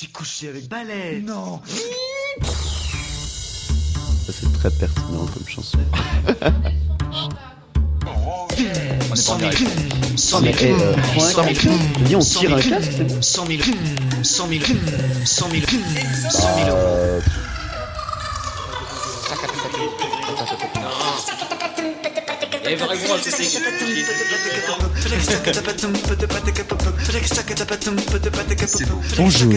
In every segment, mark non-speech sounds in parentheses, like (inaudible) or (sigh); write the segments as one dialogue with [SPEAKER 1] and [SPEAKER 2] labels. [SPEAKER 1] J'ai couché avec Balèze. Non.
[SPEAKER 2] C'est très pertinent comme chanson.
[SPEAKER 1] On est pas en direct. 100
[SPEAKER 2] Mais,
[SPEAKER 1] 000
[SPEAKER 2] eh, euh, prends un
[SPEAKER 1] Cent mille.
[SPEAKER 2] casque. Dis, on tire un
[SPEAKER 1] Cent mille.
[SPEAKER 2] casque, c'est bon
[SPEAKER 1] 100 000 100 000 100 000 100 000 euros.
[SPEAKER 2] Euh,
[SPEAKER 3] Et vraiment, c'était
[SPEAKER 4] Bonjour. Bonjour.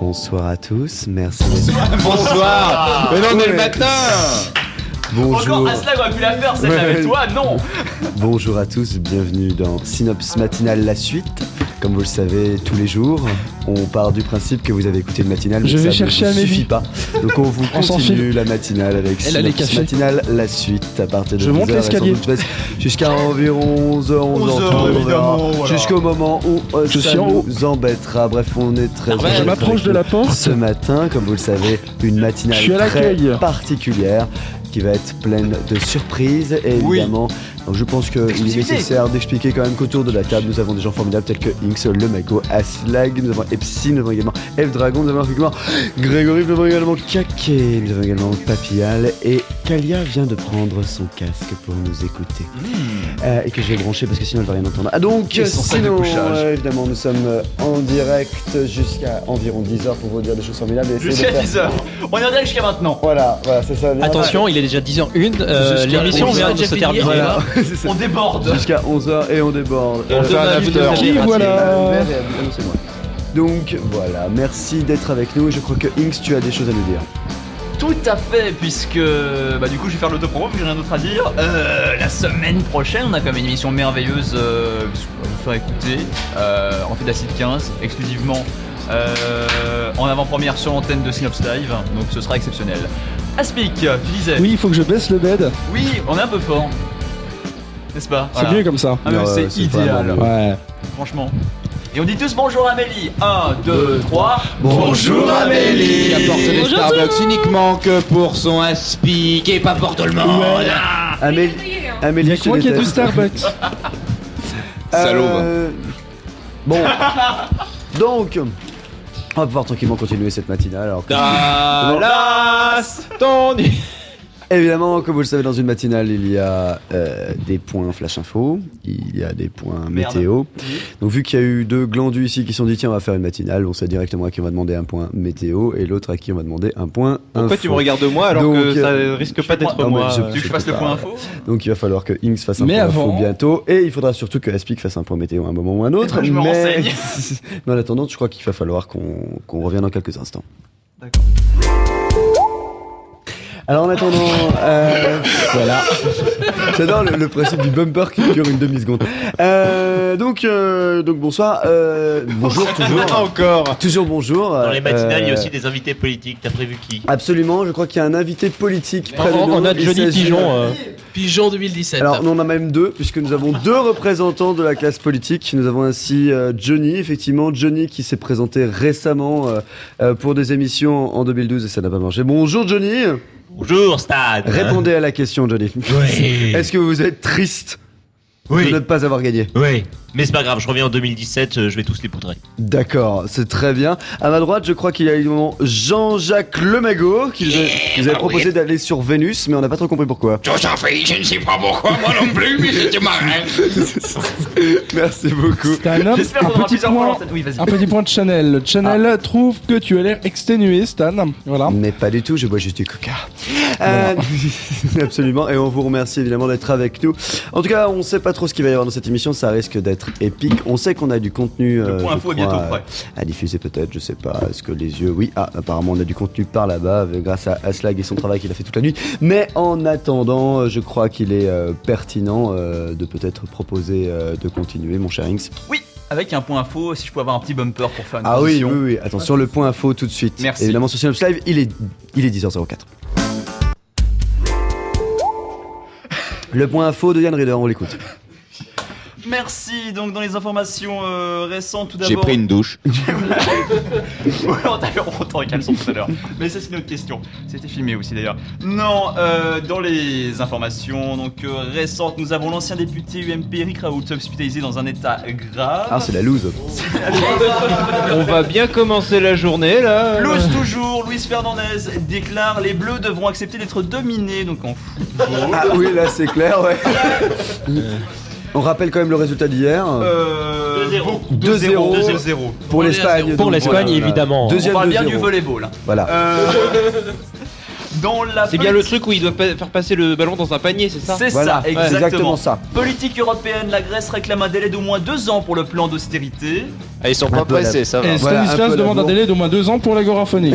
[SPEAKER 2] Bonsoir à tous, merci.
[SPEAKER 1] Ah.
[SPEAKER 5] Bonsoir Mais non, on est le matin
[SPEAKER 6] Ah, Encore
[SPEAKER 2] Bonjour.
[SPEAKER 6] Aslag aurait pu la faire celle-là,
[SPEAKER 2] Ouais.
[SPEAKER 6] mais toi non
[SPEAKER 2] Bonjour à tous, bienvenue dans Synops Matinal La Suite. Comme vous le savez, tous les jours, on part du principe que vous avez écouté une matinale, mais
[SPEAKER 4] Je
[SPEAKER 2] ça
[SPEAKER 4] vais
[SPEAKER 2] ne
[SPEAKER 4] chercher
[SPEAKER 2] vous
[SPEAKER 4] Amélie.
[SPEAKER 2] suffit pas. Donc on vous
[SPEAKER 4] (laughs) On s'en
[SPEAKER 2] continue la matinale avec
[SPEAKER 4] Elle a les
[SPEAKER 2] Synops
[SPEAKER 4] cachets.
[SPEAKER 2] Matinal La Suite à partir de
[SPEAKER 4] Je monte
[SPEAKER 2] 10 heures et sans
[SPEAKER 4] l'escalier.
[SPEAKER 2] doute passer Jusqu'à environ 11h, 11h30, jusqu'au moment où euh,
[SPEAKER 4] Je
[SPEAKER 2] ça
[SPEAKER 4] suis en haut. Ah, bah,
[SPEAKER 2] nous embêtera. Bref, on est très
[SPEAKER 6] Arvel.
[SPEAKER 4] Je
[SPEAKER 2] heureux
[SPEAKER 4] m'approche de la porte.
[SPEAKER 2] ce matin, comme vous le savez, une matinale
[SPEAKER 4] Je suis à
[SPEAKER 2] très
[SPEAKER 4] l'accueil.
[SPEAKER 2] particulière qui va être pleine de surprises et
[SPEAKER 5] Oui.
[SPEAKER 2] évidemment donc je pense qu'il est nécessaire d'expliquer quand même qu'autour de la table nous avons des gens formidables tels que Inks, le Mako, Aslag, nous avons Epsi, nous avons également F Dragon, nous avons également Grégory, nous avons également Kaké, nous avons également Papillal et Kalia vient de prendre son casque pour nous écouter.
[SPEAKER 7] Hmm.
[SPEAKER 2] Euh, et que je vais brancher parce que sinon elle va rien entendre. Ah donc
[SPEAKER 5] Et son sac de
[SPEAKER 2] sinon
[SPEAKER 5] couchage.
[SPEAKER 2] euh, évidemment nous sommes euh, en direct jusqu'à environ 10h pour vous dire des choses formidables et essayer de
[SPEAKER 6] Jusqu'à 10h.
[SPEAKER 2] faire-
[SPEAKER 6] On est en direct jusqu'à maintenant.
[SPEAKER 2] Voilà, voilà, c'est ça. bien.
[SPEAKER 8] Attention, il est déjà 10h01, euh,
[SPEAKER 2] Jusqu'à
[SPEAKER 8] l'émission vient de se terminer.
[SPEAKER 2] Voilà,
[SPEAKER 5] (laughs)
[SPEAKER 2] c'est ça.
[SPEAKER 6] On déborde.
[SPEAKER 2] Jusqu'à 11h et on déborde.
[SPEAKER 6] On
[SPEAKER 2] Euh,
[SPEAKER 6] donne la
[SPEAKER 5] after.
[SPEAKER 6] vie de la vie.
[SPEAKER 4] Et voilà.
[SPEAKER 2] Ah, non, c'est moi. Donc voilà, merci d'être avec nous. Je crois que Inks, tu as des choses à nous dire.
[SPEAKER 6] Tout à fait, puisque bah, du coup je vais faire l'autopromo, puis j'ai rien d'autre à dire. Euh, la semaine prochaine, on a quand même une émission merveilleuse euh, qu'on va vous faire écouter. Euh, on fait de la Cid 15 exclusivement euh, en avant-première sur l'antenne de Synops Live, donc ce sera exceptionnel. Aspic, tu disais,
[SPEAKER 4] Oui, il faut que je baisse le bed.
[SPEAKER 6] Oui, on est un peu fort, n'est-ce pas
[SPEAKER 4] C'est
[SPEAKER 6] Voilà.
[SPEAKER 4] mieux comme ça.
[SPEAKER 6] Ah, mais
[SPEAKER 2] Non, euh,
[SPEAKER 6] c'est
[SPEAKER 2] c'est pas
[SPEAKER 6] idéal,
[SPEAKER 2] mal.
[SPEAKER 4] Ouais.
[SPEAKER 6] franchement. Et on dit tous bonjour Amélie 1, 2, 3.
[SPEAKER 5] Bonjour Amélie Qui apporte des
[SPEAKER 9] Bonjour
[SPEAKER 5] Starbucks uniquement que pour son aspic et pas pour tout le monde
[SPEAKER 2] Amélie,
[SPEAKER 4] Il y
[SPEAKER 2] Amélie,
[SPEAKER 4] a
[SPEAKER 2] je
[SPEAKER 4] que
[SPEAKER 2] te
[SPEAKER 4] moi qui ai du
[SPEAKER 2] déteste.
[SPEAKER 4] Starbucks.
[SPEAKER 5] Salaud,
[SPEAKER 2] (laughs) Euh, Bon. Donc, on va pouvoir tranquillement continuer cette matinale. Alors que-
[SPEAKER 5] Dallas Ton
[SPEAKER 2] Évidemment, comme vous le savez, dans une matinale, il y a euh, des points flash info, il y a des points
[SPEAKER 6] Merde.
[SPEAKER 2] météo. Donc, vu qu'il y a eu deux glandus ici qui se sont dit, tiens, on va faire une matinale, on sait directement à qui on va demander un point météo et l'autre à qui on va demander un point
[SPEAKER 5] Pourquoi
[SPEAKER 2] info.
[SPEAKER 5] tu me regardes moi alors
[SPEAKER 2] Donc,
[SPEAKER 5] que
[SPEAKER 2] euh,
[SPEAKER 5] ça risque pas d'être
[SPEAKER 2] non, mais
[SPEAKER 5] moi
[SPEAKER 2] je-
[SPEAKER 5] euh,
[SPEAKER 6] hein Tu veux que je fasse le
[SPEAKER 2] pas,
[SPEAKER 6] point
[SPEAKER 2] ouais.
[SPEAKER 6] info
[SPEAKER 2] Donc, il va falloir que Inks fasse un
[SPEAKER 4] Mais
[SPEAKER 2] point
[SPEAKER 4] avant-
[SPEAKER 2] info bientôt et il faudra surtout que Aspic fasse un point météo à un moment ou à un autre.
[SPEAKER 6] ben, je me
[SPEAKER 2] mais...
[SPEAKER 6] renseigne.
[SPEAKER 2] (laughs) mais en attendant, je crois qu'il va falloir qu'on qu'on revienne dans quelques instants.
[SPEAKER 6] D'accord.
[SPEAKER 2] Alors en attendant, euh, voilà. J'adore le, le principe du bumper qui dure une demi-seconde. Euh, donc, euh, donc bonsoir, euh,
[SPEAKER 6] (laughs)
[SPEAKER 2] bonjour toujours.
[SPEAKER 5] Encore
[SPEAKER 2] Toujours bonjour.
[SPEAKER 10] Dans les matinales, il y
[SPEAKER 2] Euh,
[SPEAKER 10] a aussi des invités politiques. T'as prévu qui
[SPEAKER 2] Absolument, je crois qu'il y a un invité politique
[SPEAKER 8] On,
[SPEAKER 2] près de nous.
[SPEAKER 8] on a
[SPEAKER 2] Il
[SPEAKER 8] Johnny
[SPEAKER 2] s'agit-
[SPEAKER 8] Pigeon. euh,
[SPEAKER 3] Pigeon 2017.
[SPEAKER 2] Alors, nous en a même deux, puisque nous avons deux représentants de la classe politique. Nous avons ainsi euh, Johnny, effectivement, Johnny qui s'est présenté récemment euh, euh, pour des émissions en 2012 et ça n'a pas marché. Bonjour Johnny,
[SPEAKER 10] Bonjour, Stade
[SPEAKER 2] répondez à la question Johnny. (laughs)
[SPEAKER 10] Oui
[SPEAKER 2] Est-ce que vous êtes triste
[SPEAKER 10] Oui.
[SPEAKER 2] de ne pas avoir gagné.
[SPEAKER 10] Oui. Mais c'est pas grave, je reviens en 2017, euh, je vais tous les poudrer.
[SPEAKER 2] D'accord, c'est très bien. À ma droite, je crois qu'il y a également Jean-Jacques Lemago qui nous a- qui nous avait proposé d'aller sur Vénus, mais on n'a pas trop compris pourquoi.
[SPEAKER 9] Tout à fait, je ne sais pas pourquoi moi non plus, mais c'était
[SPEAKER 11] (laughs)
[SPEAKER 9] marrant.
[SPEAKER 2] (laughs) Merci beaucoup.
[SPEAKER 4] T'as un homme,
[SPEAKER 6] J'espère
[SPEAKER 4] un
[SPEAKER 6] qu'on aura
[SPEAKER 4] petit
[SPEAKER 6] plusieurs fois
[SPEAKER 4] point.
[SPEAKER 6] l'antenne. Oui, vas-y. Ah.
[SPEAKER 4] Un petit point de Chanel. Chanel trouve que tu as l'air exténué, Stan. Voilà.
[SPEAKER 2] Mais pas du tout, je bois juste du coca. Euh, (laughs) absolument, et on vous remercie évidemment d'être avec nous. En tout cas, on sait pas trop ce qu'il va y avoir dans cette émission, ça risque d'être épique. On sait qu'on a du contenu euh,
[SPEAKER 6] Le point
[SPEAKER 2] je
[SPEAKER 6] info est bientôt
[SPEAKER 2] crois,
[SPEAKER 6] prêt.
[SPEAKER 2] à diffuser peut-être, je sais pas. Est-ce que les yeux, oui, ah, apparemment on a du contenu par là-bas euh, grâce à Aslag et son travail qu'il a fait toute la nuit. Mais en attendant, euh, je crois qu'il est euh, pertinent euh, de peut-être proposer euh, de continuer, mon cher Inks.
[SPEAKER 6] Avec un point info, si je peux avoir un petit bumper pour faire une
[SPEAKER 2] Ah oui,
[SPEAKER 6] transition.
[SPEAKER 2] oui, oui, attention, le point info tout de suite.
[SPEAKER 6] Merci.
[SPEAKER 2] Évidemment, sur Synops Live, il est, il est 10h04. Le point info de Yann Rieder, on l'écoute.
[SPEAKER 6] Merci. Donc dans les informations euh, récentes, tout
[SPEAKER 5] J'ai
[SPEAKER 6] d'abord.
[SPEAKER 5] pris une douche.
[SPEAKER 6] (laughs) Ouais, on t'a eu on t'aurait calme tout à l'heure. Mais ça, c'est une autre question. C'était filmé aussi d'ailleurs. Non, euh, dans les informations donc euh, récentes, nous avons l'ancien député UMP Eric Raoult hospitalisé dans un état grave.
[SPEAKER 2] Ah, c'est la loose.
[SPEAKER 8] On va bien commencer la journée là.
[SPEAKER 6] Louis toujours, Luis Fernandez déclare les Bleus devront accepter d'être dominés, donc en fou.
[SPEAKER 2] Ah oui, là, c'est clair, ouais. Euh, on rappelle quand même le résultat d'hier.
[SPEAKER 6] Euh,
[SPEAKER 10] 2-0.
[SPEAKER 2] 2-0.
[SPEAKER 6] 2-0.
[SPEAKER 2] Pour l'Espagne.
[SPEAKER 8] Pour
[SPEAKER 2] donc,
[SPEAKER 8] l'Espagne
[SPEAKER 2] voilà.
[SPEAKER 8] évidemment.
[SPEAKER 2] Deuxième
[SPEAKER 6] On parle bien
[SPEAKER 2] 2-0.
[SPEAKER 6] du volleyball. hein.
[SPEAKER 2] Voilà.
[SPEAKER 6] Euh, dans la
[SPEAKER 8] C'est bien le
[SPEAKER 6] politique-
[SPEAKER 8] truc où il doit pa- faire passer le ballon dans un panier, c'est ça
[SPEAKER 6] C'est
[SPEAKER 2] Voilà,
[SPEAKER 6] ça,
[SPEAKER 2] c'est
[SPEAKER 6] exactement.
[SPEAKER 2] exactement ça.
[SPEAKER 6] Politique européenne, la Grèce réclame un délai d'au moins deux ans pour le plan d'austérité.
[SPEAKER 7] Ah,
[SPEAKER 8] Ils sont
[SPEAKER 2] pas Un peu pressés, la-
[SPEAKER 8] ça
[SPEAKER 4] Et
[SPEAKER 2] Voilà, un
[SPEAKER 4] Stanislas
[SPEAKER 2] peu
[SPEAKER 4] demande un
[SPEAKER 2] d'amour.
[SPEAKER 4] délai d'au moins deux ans pour
[SPEAKER 6] (laughs)
[SPEAKER 4] l'agoraphonix.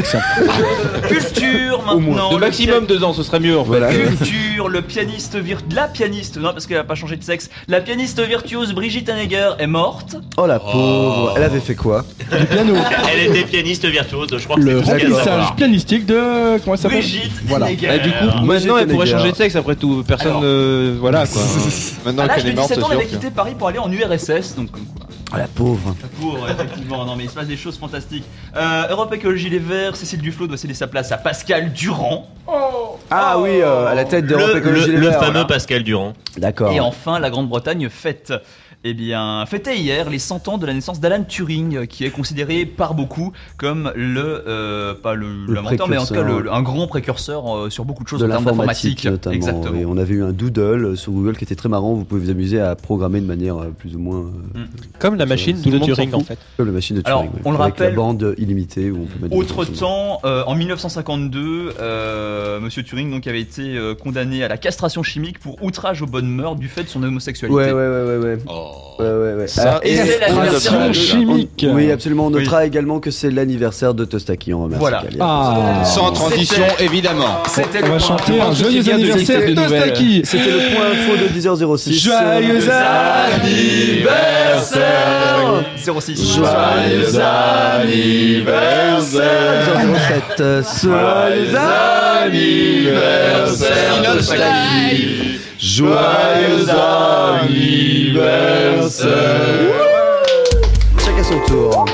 [SPEAKER 6] Culture maintenant.
[SPEAKER 8] De
[SPEAKER 6] le
[SPEAKER 8] maximum deux ans, ce serait mieux en fait.
[SPEAKER 2] Voilà.
[SPEAKER 6] Culture, le pianiste vir... la pianiste, non parce qu'elle a pas changé de sexe, la pianiste virtuose Brigitte Hanegger est morte.
[SPEAKER 2] Oh la pauvre. Elle avait fait quoi
[SPEAKER 4] du piano.
[SPEAKER 10] Elle était pianiste virtuose, je crois que
[SPEAKER 4] Le
[SPEAKER 10] c'est tout ce qu'il y a à
[SPEAKER 4] remplissage
[SPEAKER 10] savoir.
[SPEAKER 4] pianistique de. Comment ça s'appelle
[SPEAKER 6] Brigitte
[SPEAKER 4] Voilà.
[SPEAKER 6] Hanegger.
[SPEAKER 8] Bah, du coup, maintenant elle pourrait changer de sexe après tout. Personne.
[SPEAKER 6] Alors. Ah
[SPEAKER 8] euh, voilà
[SPEAKER 6] (laughs)
[SPEAKER 8] quoi.
[SPEAKER 6] à
[SPEAKER 5] Maintenant
[SPEAKER 6] l'âge
[SPEAKER 5] qu'elle
[SPEAKER 6] de
[SPEAKER 5] est morte,
[SPEAKER 6] 17
[SPEAKER 5] c'est
[SPEAKER 6] ans, elle avait
[SPEAKER 5] sûr.
[SPEAKER 6] quitté Paris pour aller en URSS, donc comme
[SPEAKER 8] Ah,
[SPEAKER 6] quoi.
[SPEAKER 2] Oh la pauvre.
[SPEAKER 6] Pour, effectivement, non mais il se passe des choses fantastiques. Euh, Europe Écologie Les Verts, Cécile Duflo doit céder sa place à Pascal Durand.
[SPEAKER 2] Ah
[SPEAKER 6] Oh.
[SPEAKER 2] oui, euh, à la tête d'Europe
[SPEAKER 10] Le,
[SPEAKER 2] Écologie
[SPEAKER 10] le-
[SPEAKER 2] Les
[SPEAKER 10] le
[SPEAKER 2] Verts.
[SPEAKER 10] fameux Pascal Durand.
[SPEAKER 2] D'accord.
[SPEAKER 6] Et enfin, la Grande-Bretagne fête. Eh bien, fêtait hier les 100 ans de la naissance d'Alan Turing, euh, qui est considéré par beaucoup comme le, euh, pas le,
[SPEAKER 2] Le
[SPEAKER 6] l'inventeur, mais en tout cas
[SPEAKER 2] précurseur.
[SPEAKER 6] le- un grand précurseur euh, sur beaucoup de choses
[SPEAKER 2] de
[SPEAKER 6] en termes
[SPEAKER 2] l'informatique
[SPEAKER 6] d'informatique.
[SPEAKER 2] notamment.
[SPEAKER 6] Exactement.
[SPEAKER 2] Et on avait eu un doodle sur Google qui était très marrant. Vous pouvez vous amuser à programmer de manière euh, plus ou moins euh,
[SPEAKER 8] Mm. Comme la machine de Turing en fait.
[SPEAKER 2] comme la machine de
[SPEAKER 6] Alors,
[SPEAKER 2] Turing. ouais.
[SPEAKER 6] on le
[SPEAKER 2] Avec
[SPEAKER 6] rappelle-
[SPEAKER 2] la bande illimitée où on peut mettre des
[SPEAKER 6] Autre
[SPEAKER 2] trucs.
[SPEAKER 6] temps, euh, en 1952, euh, Monsieur Turing donc avait été euh, condamné à la castration chimique pour outrage aux bonnes mœurs du fait de son homosexualité.
[SPEAKER 2] Ouais ouais ouais ouais ouais. Ouais, ouais, ouais. Ah,
[SPEAKER 5] Ça,
[SPEAKER 6] Et c'est l'anniversaire
[SPEAKER 2] on-
[SPEAKER 4] de- chimique.
[SPEAKER 2] oui absolument. On
[SPEAKER 6] Oui.
[SPEAKER 2] notera également que c'est l'anniversaire de Tostaki. On remercie.
[SPEAKER 6] Voilà.
[SPEAKER 2] Kali.
[SPEAKER 4] Ah
[SPEAKER 5] Sans transition, évidemment.
[SPEAKER 6] C'était
[SPEAKER 4] On
[SPEAKER 6] le
[SPEAKER 4] va
[SPEAKER 6] point.
[SPEAKER 4] chanter un joyeux anniversaire de Staki
[SPEAKER 2] C'était le point info de 10h06.
[SPEAKER 4] Joyeux
[SPEAKER 6] anniversaire 06
[SPEAKER 2] Joyeux
[SPEAKER 5] anniversaire
[SPEAKER 2] 10h07. euh, Joyeux Joyeux Chacun son tour.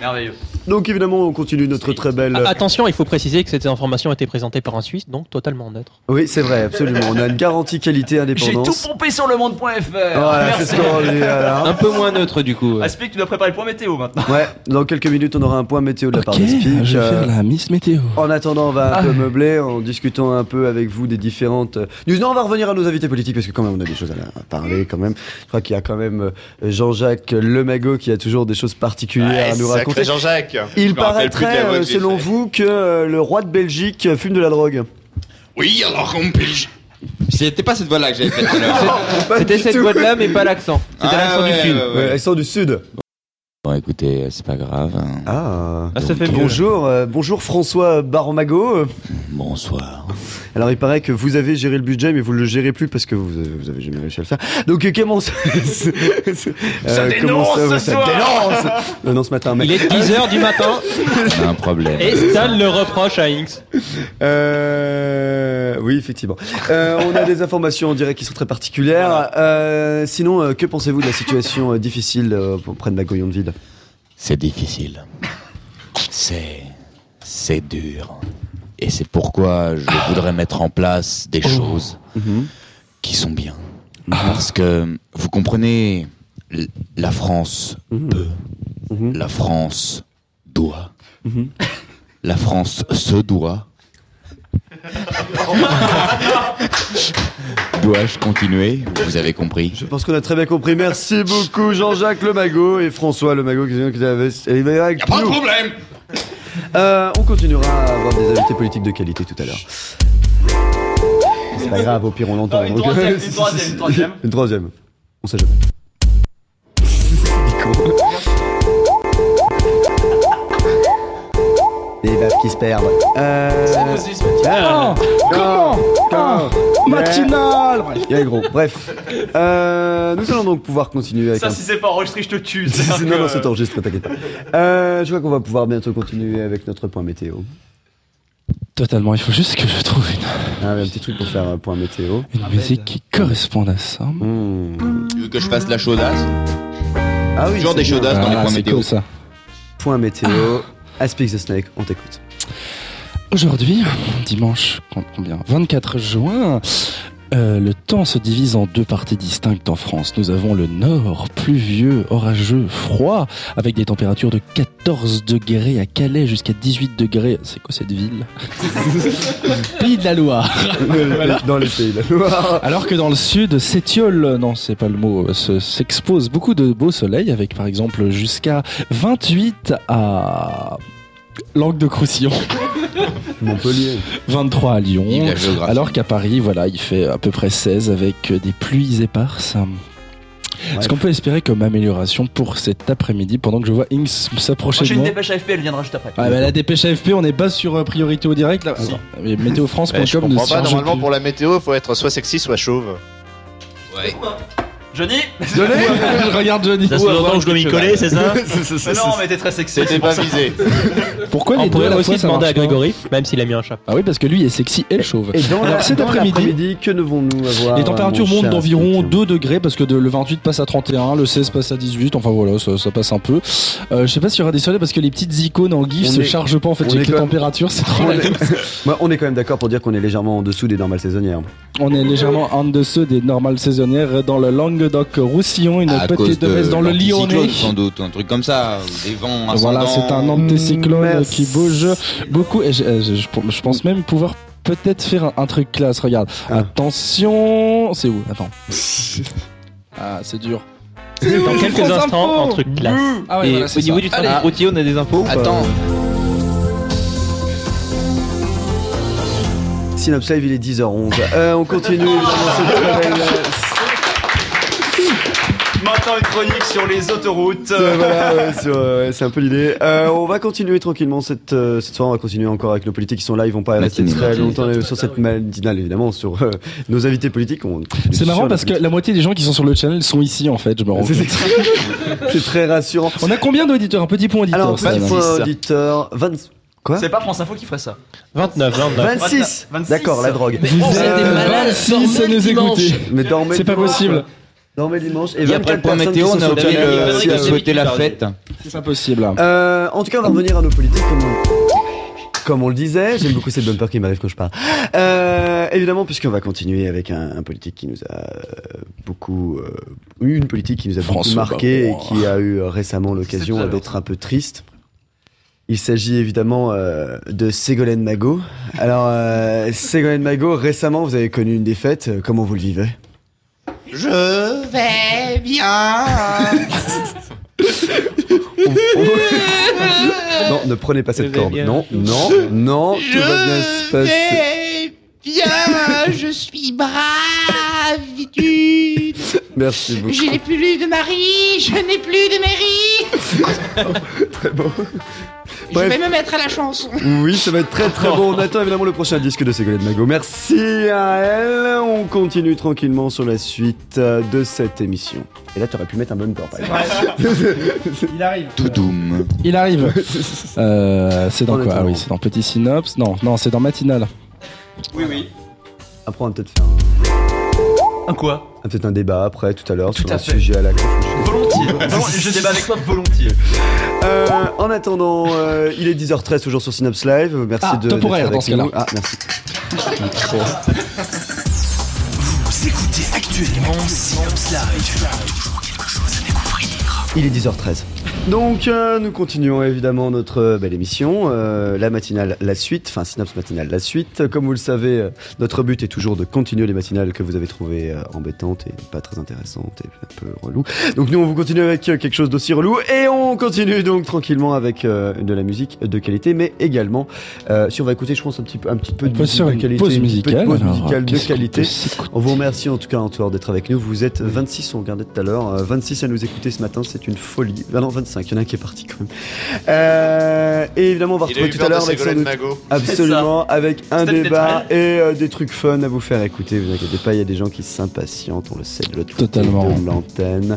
[SPEAKER 6] Merveilleux.
[SPEAKER 2] Donc évidemment, on continue notre très belle.
[SPEAKER 8] Ah, Attention, il faut préciser que cette information a été présentée par un Suisse, donc totalement neutre.
[SPEAKER 2] Oui, c'est vrai, absolument. On a une garantie qualité
[SPEAKER 6] J'ai tout
[SPEAKER 2] indépendance.
[SPEAKER 6] pompé sur le monde.fr.
[SPEAKER 2] Voilà, c'est ce qu'on dit. voilà.
[SPEAKER 8] Un peu moins neutre du coup.
[SPEAKER 4] (laughs)
[SPEAKER 6] Aspic, tu dois préparer le point météo maintenant.
[SPEAKER 2] Ouais, dans quelques minutes, on aura un point météo de la
[SPEAKER 4] Ok,
[SPEAKER 2] part d'Espic.
[SPEAKER 4] je vais faire la Miss Météo. Ah.
[SPEAKER 2] En attendant, on va un peu meubler en discutant un peu avec vous des différentes euh, news. Non, on va revenir à nos invités politiques parce que quand même on a des choses à, à parler quand même. Je crois qu'il y a quand même euh, Jean-Jacques Lemago qui a toujours des choses particulières à nous raconter.
[SPEAKER 5] Jean-Jacques.
[SPEAKER 2] Il paraîtrait, euh, selon vous, que euh, le roi de Belgique euh, fume de la drogue.
[SPEAKER 9] Oui, alors qu'on pige.
[SPEAKER 5] C'était pas cette voix-là que j'avais faite. tout à l'heure.
[SPEAKER 8] C'était cette boîte là, mais pas l'accent. C'était
[SPEAKER 5] Ah,
[SPEAKER 8] l'accent du
[SPEAKER 5] ouais,
[SPEAKER 8] film.
[SPEAKER 5] ouais, ouais.
[SPEAKER 2] Ouais, elles sont du sud.
[SPEAKER 5] Bon, écoutez, euh, c'est pas grave. hein.
[SPEAKER 2] Ah.
[SPEAKER 8] Ah, ça fait mieux.
[SPEAKER 2] Bonjour, euh, bonjour François Baromago.
[SPEAKER 5] Bonsoir.
[SPEAKER 2] Alors il paraît que vous avez géré le budget, mais vous le gérez plus parce que vous, euh, vous avez jamais réussi à le faire. Donc euh, comment ça, (laughs) ça,
[SPEAKER 6] dénonce ce
[SPEAKER 2] ça
[SPEAKER 6] soir.
[SPEAKER 2] dénonce Euh, Non, ce matin, mais
[SPEAKER 8] Il est 10h du
[SPEAKER 2] (laughs)
[SPEAKER 8] matin
[SPEAKER 5] On a un problème.
[SPEAKER 8] et Stan le reproche à Inks.
[SPEAKER 2] Euh, oui, effectivement. Euh, on a des informations en direct qui sont très particulières. Euh, sinon, euh, que pensez-vous de la situation euh, difficile euh, auprès de la Goyonville
[SPEAKER 5] C'est difficile. C'est. C'est dur. Et
[SPEAKER 8] Oh.
[SPEAKER 12] Mhm.
[SPEAKER 5] c'est pourquoi je voudrais mettre en place des choses qui sont bien.
[SPEAKER 4] Ah.
[SPEAKER 5] Parce que vous comprenez, l- la France
[SPEAKER 4] Mhm.
[SPEAKER 5] peut, la France doit,
[SPEAKER 4] Mhm.
[SPEAKER 5] la France se doit. Dois-je continuer Vous avez compris
[SPEAKER 2] Je pense qu'on a très bien compris. Merci beaucoup Jean-Jacques Lemago et François Lemago qui qui avait. et il est avec
[SPEAKER 9] Y'a pas de
[SPEAKER 2] nous.
[SPEAKER 9] problème
[SPEAKER 2] Euh, on continuera à avoir des invités politiques de qualité tout à l'heure. C'est pas grave, au pire on l'entend.
[SPEAKER 6] Ah, une
[SPEAKER 2] donc- (laughs)
[SPEAKER 6] troisième, une troisième, une troisième.
[SPEAKER 2] Une troisième. On sait (laughs) jamais. Nico. Les baves qui se perdent. Euh...
[SPEAKER 4] Oh, comment
[SPEAKER 2] Ah,
[SPEAKER 4] Matinal
[SPEAKER 2] Il y a gros. Bref. Euh, nous allons donc pouvoir continuer avec
[SPEAKER 6] Ça,
[SPEAKER 2] un
[SPEAKER 6] si c'est pas enregistré, je te tue.
[SPEAKER 2] C'est-
[SPEAKER 6] C'est-à-dire
[SPEAKER 2] c'est- (laughs) Non,
[SPEAKER 6] que-
[SPEAKER 2] non, c'est enregistré, t'inquiète pas. Euh, je vois qu'on va pouvoir bientôt continuer avec notre point météo.
[SPEAKER 4] Totalement, il faut juste que je trouve une,
[SPEAKER 2] Ah, un petit truc pour faire un point météo.
[SPEAKER 4] une
[SPEAKER 5] Ah,
[SPEAKER 4] musique qui corresponde à ça.
[SPEAKER 2] Hmm.
[SPEAKER 5] Tu veux que je fasse la chaudasse
[SPEAKER 2] Ah oui,
[SPEAKER 5] Genre
[SPEAKER 2] c'est
[SPEAKER 5] des
[SPEAKER 2] bien.
[SPEAKER 5] chaudasses. dans les points
[SPEAKER 4] c'est
[SPEAKER 5] météo.
[SPEAKER 4] cool, ça. Ah.
[SPEAKER 2] Point météo. Aspic the Snake, on t'écoute.
[SPEAKER 4] Aujourd'hui, dimanche, combien 24 juin, euh, le temps se divise en deux parties distinctes en France. Nous avons le nord, pluvieux, orageux, froid, avec des températures de 14 degrés à Calais jusqu'à 18 degrés. C'est quoi cette ville (laughs) Pays de la Loire.
[SPEAKER 2] Dans les pays de la Loire.
[SPEAKER 4] Alors que dans le sud, s'étiole, non, c'est pas le mot, euh, se- s'expose beaucoup de beau soleil, avec par exemple jusqu'à 28 à Langue de Croussillon,
[SPEAKER 2] Montpellier.
[SPEAKER 4] 23 à Lyon.
[SPEAKER 5] Vive la géographie.
[SPEAKER 4] Alors qu'à Paris, voilà, il fait à peu près 16 avec euh, des pluies éparses.
[SPEAKER 2] Ouais.
[SPEAKER 4] Ce qu'on peut espérer comme amélioration pour cet après-midi, pendant que je vois Inks
[SPEAKER 6] Moi,
[SPEAKER 4] s'approcher
[SPEAKER 6] J'ai
[SPEAKER 4] de
[SPEAKER 6] une
[SPEAKER 4] moi.
[SPEAKER 6] dépêche AFP, elle viendra juste après.
[SPEAKER 4] Ah bah la dépêche AFP, on n'est pas sur euh, priorité au direct là.
[SPEAKER 2] Attends.
[SPEAKER 4] Mais météofrance.com
[SPEAKER 7] Eh, je
[SPEAKER 4] ne
[SPEAKER 7] comprends
[SPEAKER 4] se
[SPEAKER 7] pas,
[SPEAKER 4] charge
[SPEAKER 7] normalement
[SPEAKER 4] plus.
[SPEAKER 7] pour la météo, faut être soit sexy, soit chauve.
[SPEAKER 6] Johnny
[SPEAKER 4] je regarde Johnny.
[SPEAKER 10] Ça sous-entend que je dois m'y coller, c'est ça
[SPEAKER 6] Mais Ah Non, mais t'es très sexy.
[SPEAKER 7] C'était pas visé.
[SPEAKER 4] Pourquoi les
[SPEAKER 8] On
[SPEAKER 4] deux à
[SPEAKER 8] pourrait
[SPEAKER 4] la
[SPEAKER 8] aussi
[SPEAKER 4] fois, ça
[SPEAKER 8] demander
[SPEAKER 4] marche
[SPEAKER 8] à
[SPEAKER 4] pas
[SPEAKER 8] Grégory, même s'il a mis un chat.
[SPEAKER 4] Ah oui, parce que lui est sexy et le chauve.
[SPEAKER 2] Et dans,
[SPEAKER 4] Alors,
[SPEAKER 2] la,
[SPEAKER 4] cet
[SPEAKER 2] dans
[SPEAKER 4] après-midi-
[SPEAKER 2] l'après-midi, que ne vont-nous avoir
[SPEAKER 4] Les températures
[SPEAKER 2] mon
[SPEAKER 4] montent
[SPEAKER 2] cher
[SPEAKER 4] d'environ
[SPEAKER 2] Aspic
[SPEAKER 4] 2 degrés parce que de- le 28 passe à 31, le 16 passe à 18, enfin voilà, ça, ça passe un peu. Euh, je sais pas s'il y aura des soleils parce que les petites icônes en GIF
[SPEAKER 2] On
[SPEAKER 4] se
[SPEAKER 2] est-
[SPEAKER 4] chargent pas en fait
[SPEAKER 2] on est
[SPEAKER 4] avec les
[SPEAKER 2] quand même-
[SPEAKER 4] températures, c'est trop
[SPEAKER 2] On
[SPEAKER 4] la
[SPEAKER 2] (laughs) est... Ouais, on est quand même d'accord pour dire qu'on est légèrement en dessous des normales saisonnières.
[SPEAKER 4] On est légèrement en dessous des normales saisonnières dans le Languedoc-Roussillon, une
[SPEAKER 5] À cause
[SPEAKER 4] petite
[SPEAKER 5] de
[SPEAKER 4] baisse dans le Lyonnais.
[SPEAKER 5] l'anticyclone, sans doute, hein. un truc comme ça, ou des vents
[SPEAKER 4] Voilà, c'est un
[SPEAKER 5] ascendants.
[SPEAKER 4] anticyclone
[SPEAKER 2] Merci.
[SPEAKER 4] qui bouge beaucoup et je, euh, je- je- je pense même pouvoir peut-être faire un, un truc classe. Regarde,
[SPEAKER 2] Ah.
[SPEAKER 4] attention, c'est où
[SPEAKER 5] (laughs)
[SPEAKER 4] Attends. Ah, c'est dur.
[SPEAKER 8] Dans quelques
[SPEAKER 4] France
[SPEAKER 8] instants, un
[SPEAKER 4] Info
[SPEAKER 8] truc classe.
[SPEAKER 4] Ah ouais,
[SPEAKER 8] Et
[SPEAKER 4] voilà,
[SPEAKER 8] au
[SPEAKER 4] c'est
[SPEAKER 8] niveau
[SPEAKER 4] ça.
[SPEAKER 8] du trafic
[SPEAKER 5] Allez.
[SPEAKER 8] routier, on a des infos. ou pas
[SPEAKER 5] Attends,
[SPEAKER 2] Synops Live, il est 10h11. Euh, on continue dans cette très belle-
[SPEAKER 6] (laughs) Maintenant, une chronique sur les autoroutes.
[SPEAKER 2] Euh, voilà, ouais, sur, euh, ouais, c'est un peu l'idée. Euh, on va continuer tranquillement cette, euh, cette soirée. On va continuer encore avec nos politiques qui sont là. Ils vont pas rester
[SPEAKER 5] Matinée,
[SPEAKER 2] très
[SPEAKER 5] matinée.
[SPEAKER 2] longtemps euh, sur cette matinale, évidemment, sur euh, nos invités politiques. On continue
[SPEAKER 4] C'est
[SPEAKER 2] sur
[SPEAKER 4] marrant
[SPEAKER 2] la
[SPEAKER 4] parce que
[SPEAKER 2] politique.
[SPEAKER 4] la moitié des gens qui sont sur le channel sont ici en fait, je me rends
[SPEAKER 2] C'est-
[SPEAKER 4] compte.
[SPEAKER 2] c'est- C'est très rassurant.
[SPEAKER 4] On a combien d'auditeurs Un petit point auditeur.
[SPEAKER 2] Alors,
[SPEAKER 4] ça,
[SPEAKER 2] petit
[SPEAKER 4] là.
[SPEAKER 2] point auditeur. 20... Quoi
[SPEAKER 6] C'est pas France Info qui ferait ça.
[SPEAKER 8] 29, 29.
[SPEAKER 2] 26.
[SPEAKER 6] 26.
[SPEAKER 2] D'accord, la drogue.
[SPEAKER 4] Vous
[SPEAKER 2] Euh,
[SPEAKER 4] êtes des malades,
[SPEAKER 3] dormez
[SPEAKER 4] ça
[SPEAKER 3] le
[SPEAKER 4] nous
[SPEAKER 3] dimanche.
[SPEAKER 4] écoutez.
[SPEAKER 2] Mais dormez
[SPEAKER 4] C'est pas
[SPEAKER 2] dimanche,
[SPEAKER 4] possible.
[SPEAKER 2] quoi. Dormez dimanche. Et
[SPEAKER 5] et après
[SPEAKER 2] 24
[SPEAKER 5] le point
[SPEAKER 2] personnes qui
[SPEAKER 5] météo,
[SPEAKER 2] sont
[SPEAKER 5] on a
[SPEAKER 2] sur le
[SPEAKER 5] oublié
[SPEAKER 2] canal,
[SPEAKER 5] le-
[SPEAKER 2] euh,
[SPEAKER 8] Patrick,
[SPEAKER 5] de
[SPEAKER 8] c'est
[SPEAKER 5] souhaiter la
[SPEAKER 8] Patrick.
[SPEAKER 5] fête.
[SPEAKER 4] C'est pas possible.
[SPEAKER 2] Euh, en tout cas, on va revenir à nos politiques comme on, comme on le disait. J'aime beaucoup cette bumper qui m'arrive quand je parle. Euh, évidemment, puisqu'on va continuer avec un, un politique qui nous a euh, beaucoup euh, eu une politique qui nous a beaucoup
[SPEAKER 4] François
[SPEAKER 2] marqué et
[SPEAKER 4] Bayrou.
[SPEAKER 2] qui a eu euh, récemment l'occasion d'être un peu triste. Il s'agit évidemment euh, de Ségolène Magot. Alors, euh, Ségolène Magot, récemment, vous avez connu une défaite. Euh, Comment vous le vivez
[SPEAKER 5] Je vais bien.
[SPEAKER 2] Non, ne prenez pas cette
[SPEAKER 8] vais
[SPEAKER 2] corde.
[SPEAKER 8] bien.
[SPEAKER 2] Non, non, non. tout va bien se passer.
[SPEAKER 5] vais Eh bien. Je suis bravitude.
[SPEAKER 2] Merci beaucoup.
[SPEAKER 5] Je n'ai plus de mari. Je n'ai plus de mairie.
[SPEAKER 2] (laughs) Très bon. Bref.
[SPEAKER 5] me mettre à la
[SPEAKER 2] (laughs)
[SPEAKER 5] chanson.
[SPEAKER 2] Oui, ça va être très très bon. On attend évidemment le prochain disque de Ségolène Mago. Merci à elle. On continue tranquillement sur la suite euh, de cette émission. Et là, tu aurais pu mettre un bumper, par exemple.
[SPEAKER 4] Il arrive.
[SPEAKER 5] Tout doom.
[SPEAKER 2] (laughs)
[SPEAKER 4] Il arrive. Euh, c'est dans
[SPEAKER 2] On est
[SPEAKER 4] quoi Ah
[SPEAKER 2] en
[SPEAKER 4] oui,
[SPEAKER 2] route.
[SPEAKER 4] c'est dans Petit Synops. Non, non, c'est dans Matinal.
[SPEAKER 6] Oui, oui.
[SPEAKER 2] Après, on va peut-être faire un,
[SPEAKER 6] Un quoi
[SPEAKER 2] on va Ah, peut-être un débat après, tout à l'heure, sur
[SPEAKER 6] à
[SPEAKER 2] un
[SPEAKER 6] fait.
[SPEAKER 2] sujet à la con.
[SPEAKER 6] Volontiers. Vraiment, Je débat avec toi volontiers.
[SPEAKER 2] Euh, en attendant, euh, il est 10h13 toujours sur Synops Live. Merci
[SPEAKER 4] Ah,
[SPEAKER 2] de.
[SPEAKER 4] temporaire
[SPEAKER 6] (laughs)
[SPEAKER 2] d'être avec
[SPEAKER 4] dans ce cas-là.
[SPEAKER 2] nous. Ah, merci.
[SPEAKER 1] Vous écoutez actuellement Synops Live. Toujours quelque chose à découvrir.
[SPEAKER 2] Il est 10h13. Donc, euh, nous continuons évidemment notre euh, belle émission. euh, la matinale, la suite. Enfin, Synapse matinale, la suite. Comme vous le savez, euh, notre but est toujours de continuer les matinales que vous avez trouvées euh, embêtantes et pas très intéressantes et un peu relou. Donc, nous, on vous continue avec euh, quelque chose d'aussi relou et on continue donc tranquillement avec euh, de la musique de qualité, mais également, euh, si on va écouter, je pense, un petit, peu- un petit peu
[SPEAKER 4] On
[SPEAKER 2] de
[SPEAKER 4] peut
[SPEAKER 2] musique
[SPEAKER 4] faire
[SPEAKER 2] de
[SPEAKER 4] une
[SPEAKER 2] qualité.
[SPEAKER 4] pause
[SPEAKER 2] une petite
[SPEAKER 4] musicale,
[SPEAKER 2] pause
[SPEAKER 4] alors,
[SPEAKER 2] musicale de
[SPEAKER 4] qu'est-ce qu'on peut
[SPEAKER 2] qualité.
[SPEAKER 4] s'écouter
[SPEAKER 2] On vous remercie en tout cas, Antoine, d'être avec nous. Vous êtes 26, on regardait tout à l'heure. euh, 26 à nous écouter ce matin, c'est une folie. Ah non, 25, il y en a un qui est parti quand même. Euh, et évidemment, on va
[SPEAKER 7] Il
[SPEAKER 2] retrouver
[SPEAKER 7] a eu
[SPEAKER 2] tout
[SPEAKER 7] peur
[SPEAKER 2] à
[SPEAKER 7] de
[SPEAKER 2] l'heure avec
[SPEAKER 7] Ségolène
[SPEAKER 2] sans doute-
[SPEAKER 7] Mago.
[SPEAKER 2] (laughs) Absolument, avec un
[SPEAKER 7] Steph
[SPEAKER 2] débat et euh, des trucs fun à vous faire écouter. Vous inquiétez pas, il y a des gens qui s'impatientent, on le sait, de l'autre côté
[SPEAKER 4] Totalement.
[SPEAKER 2] de l'antenne.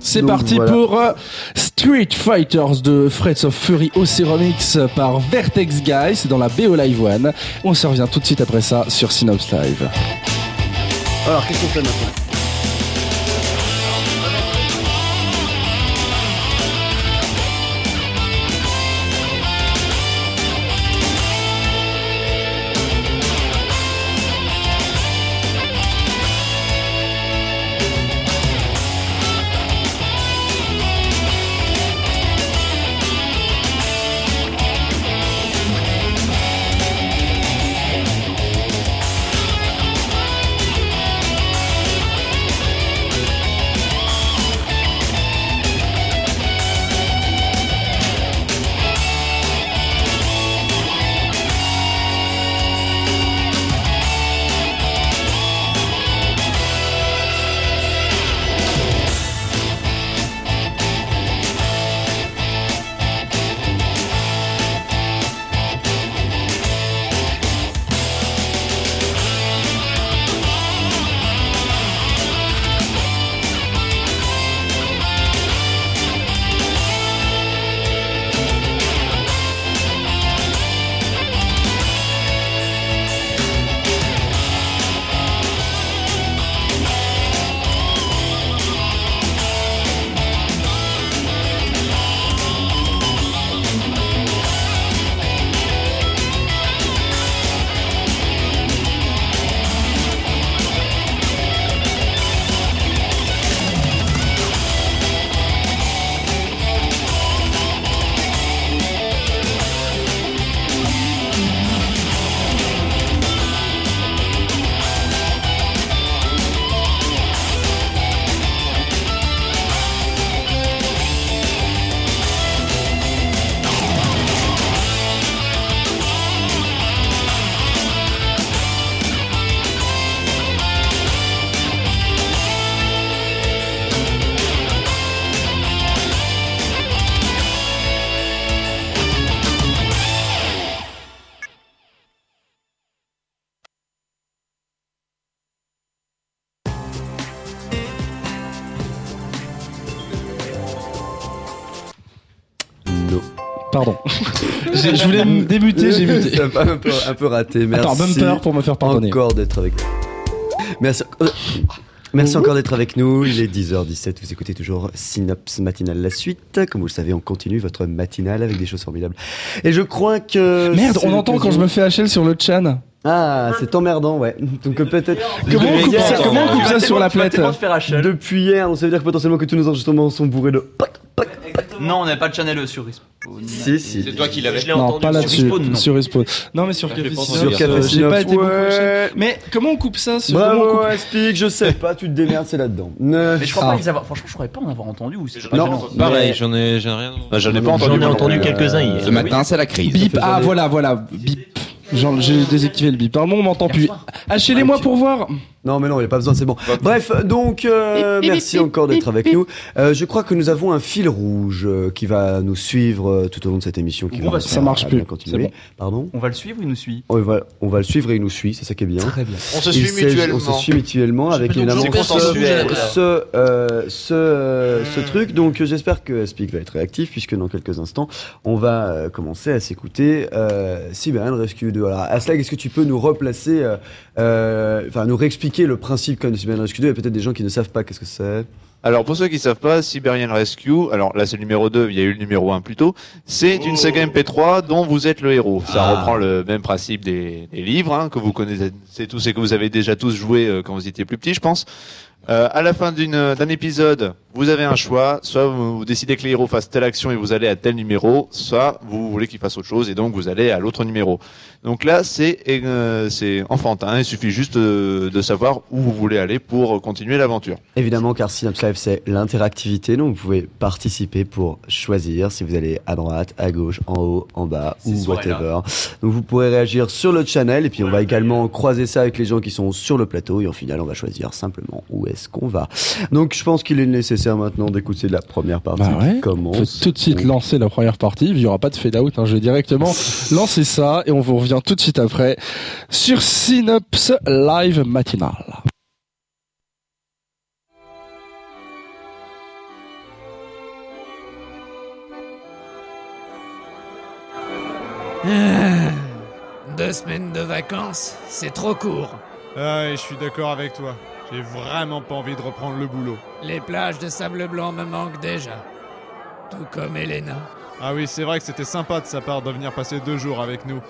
[SPEAKER 4] C'est
[SPEAKER 2] Donc,
[SPEAKER 4] parti
[SPEAKER 2] voilà.
[SPEAKER 4] pour euh, Street Fighters de Frets of Fury OC Remix par Vertex Guy, c'est dans la BO Live One. On se revient tout de suite après ça sur Synops Live.
[SPEAKER 2] Alors, qu'est-ce qu'on fait maintenant (laughs)
[SPEAKER 4] Pardon. J'ai- je voulais me débuter, j'ai muté.
[SPEAKER 2] Ça va un peu, un peu raté, merci.
[SPEAKER 4] Attends, bumper pour me faire pardonner.
[SPEAKER 2] Encore d'être avec Merci. euh, Merci encore d'être avec nous. Il est 10h17. Vous écoutez toujours Synops Matinale la suite. Comme vous le savez, on continue votre matinale avec des choses formidables. Et je crois que.
[SPEAKER 4] Merde,
[SPEAKER 2] c'est
[SPEAKER 4] on entend quand je
[SPEAKER 2] l'occasion-
[SPEAKER 4] me fais HL sur le chan.
[SPEAKER 2] Ah, c'est emmerdant, ouais. Donc euh, peut-être.
[SPEAKER 4] Comment on coupe ça- comment on coupe ça sur la plate
[SPEAKER 2] Depuis hier, on sait dire que potentiellement que tous nos enregistrements sont bourrés de.
[SPEAKER 6] Non, on n'avait pas de channel sur Respawn.
[SPEAKER 2] Si, si.
[SPEAKER 6] C'est toi qui l'avais.
[SPEAKER 4] Non, pas là-dessus. Sur Respawn. Non, mais sur
[SPEAKER 6] Ça
[SPEAKER 4] Café
[SPEAKER 6] fait penser
[SPEAKER 4] Synops,
[SPEAKER 2] Sur Café
[SPEAKER 4] euh, j'ai
[SPEAKER 2] Synops,
[SPEAKER 4] pas été beaucoup
[SPEAKER 2] ouais.
[SPEAKER 4] HL. Mais comment on coupe ça sur comment on
[SPEAKER 2] Bravo,
[SPEAKER 4] coupe-
[SPEAKER 2] explique, je sais pas, tu te démerdes, c'est là-dedans.
[SPEAKER 6] Mais je crois pas
[SPEAKER 2] Ah.
[SPEAKER 6] les avoir. Franchement, je croyais pas en avoir entendu. Ou c'est-
[SPEAKER 2] Non.
[SPEAKER 5] Pareil,
[SPEAKER 8] j'en ai, j'en ai rien.
[SPEAKER 7] Bah,
[SPEAKER 5] j'en ai
[SPEAKER 2] pas entendu
[SPEAKER 5] J'en ai
[SPEAKER 2] non
[SPEAKER 5] entendu
[SPEAKER 2] plus.
[SPEAKER 5] quelques-uns
[SPEAKER 2] Euh,
[SPEAKER 5] hier.
[SPEAKER 2] ce matin,
[SPEAKER 5] c'est Bah, la crise.
[SPEAKER 4] Bip, ah voilà, voilà, bip. Genre, J'ai désactivé le bip. Normalement, on m'entend plus. Hachez-les-moi pour voir.
[SPEAKER 2] Non, mais non, il n'y a pas besoin, c'est bon. Bref, donc, euh,
[SPEAKER 4] Bip, bip,
[SPEAKER 2] merci
[SPEAKER 4] bip,
[SPEAKER 2] encore
[SPEAKER 4] bip,
[SPEAKER 2] d'être avec
[SPEAKER 4] bip.
[SPEAKER 2] nous. Euh, je crois que nous avons un fil rouge euh, qui va nous suivre euh, tout au long de cette émission. Qui
[SPEAKER 6] On va-
[SPEAKER 2] nous
[SPEAKER 6] bah, ça
[SPEAKER 2] faire,
[SPEAKER 6] marche
[SPEAKER 2] euh, bien
[SPEAKER 6] plus.
[SPEAKER 2] Continuer.
[SPEAKER 6] C'est bon.
[SPEAKER 2] Pardon
[SPEAKER 6] On va le suivre, il nous suit.
[SPEAKER 2] on va, on va le suivre et il nous suit, c'est ça qui est bien. Très
[SPEAKER 6] bien.
[SPEAKER 7] On se suit mutuellement.
[SPEAKER 2] On se suit mutuellement avec
[SPEAKER 7] peux donc
[SPEAKER 2] évidemment
[SPEAKER 7] jouer
[SPEAKER 2] ce,
[SPEAKER 7] sans sujet, là.
[SPEAKER 2] ce, euh, ce, euh, ce truc. Donc euh, j'espère que Aspic va être réactif puisque dans quelques instants on va euh, commencer à s'écouter euh, Cyberman Rescue 2. Alors Aslag, est-ce que tu peux nous replacer, euh, euh, enfin nous réexpliquer le principe quand même de Cyberman Rescue 2 Il y a peut-être des gens qui ne savent pas qu'est-ce que c'est.
[SPEAKER 7] Alors pour ceux qui savent pas, Siberian Rescue, alors là c'est le numéro 2, il y a eu le numéro 1 plus tôt, c'est une saga MP3 dont vous êtes le héros. Ça reprend le même principe des, des livres hein, que vous connaissez tous et que vous avez déjà tous joué euh, quand vous étiez plus petit, je pense. Euh, à la fin d'une- d'un épisode, vous avez un choix, soit vous, vous décidez que les héros fassent telle action et vous allez à tel numéro, soit vous voulez qu'ils fassent autre chose et donc vous allez à l'autre numéro. Donc là c'est euh, c'est enfantin, il suffit juste euh, de savoir où vous voulez aller pour continuer l'aventure.
[SPEAKER 2] Évidemment, car Synapse Live, c'est l'interactivité, donc vous pouvez participer pour choisir si vous allez à droite, à gauche, en haut, en bas ou whatever. Donc vous pourrez réagir sur le channel et puis on va également croiser ça avec les gens qui sont sur le plateau et au final, on va choisir simplement où est-ce qu'on va. Donc je pense qu'il est nécessaire maintenant d'écouter la première partie
[SPEAKER 4] Bah ouais.
[SPEAKER 2] qui
[SPEAKER 4] Faut
[SPEAKER 2] commence.
[SPEAKER 4] tout de suite lancer la première partie. Il y aura pas de fade out. hein. Je vais directement lancer ça et on vous revient tout de suite après sur Synapse Live Matinal.
[SPEAKER 11] Euh, Deux semaines de vacances, c'est trop court.
[SPEAKER 13] Ah, et je suis d'accord avec toi. J'ai vraiment pas envie de reprendre le boulot.
[SPEAKER 11] Les plages de sable blanc me manquent déjà. Tout comme Elena.
[SPEAKER 13] Ah oui, c'est vrai que c'était sympa de sa part de venir passer deux jours avec nous.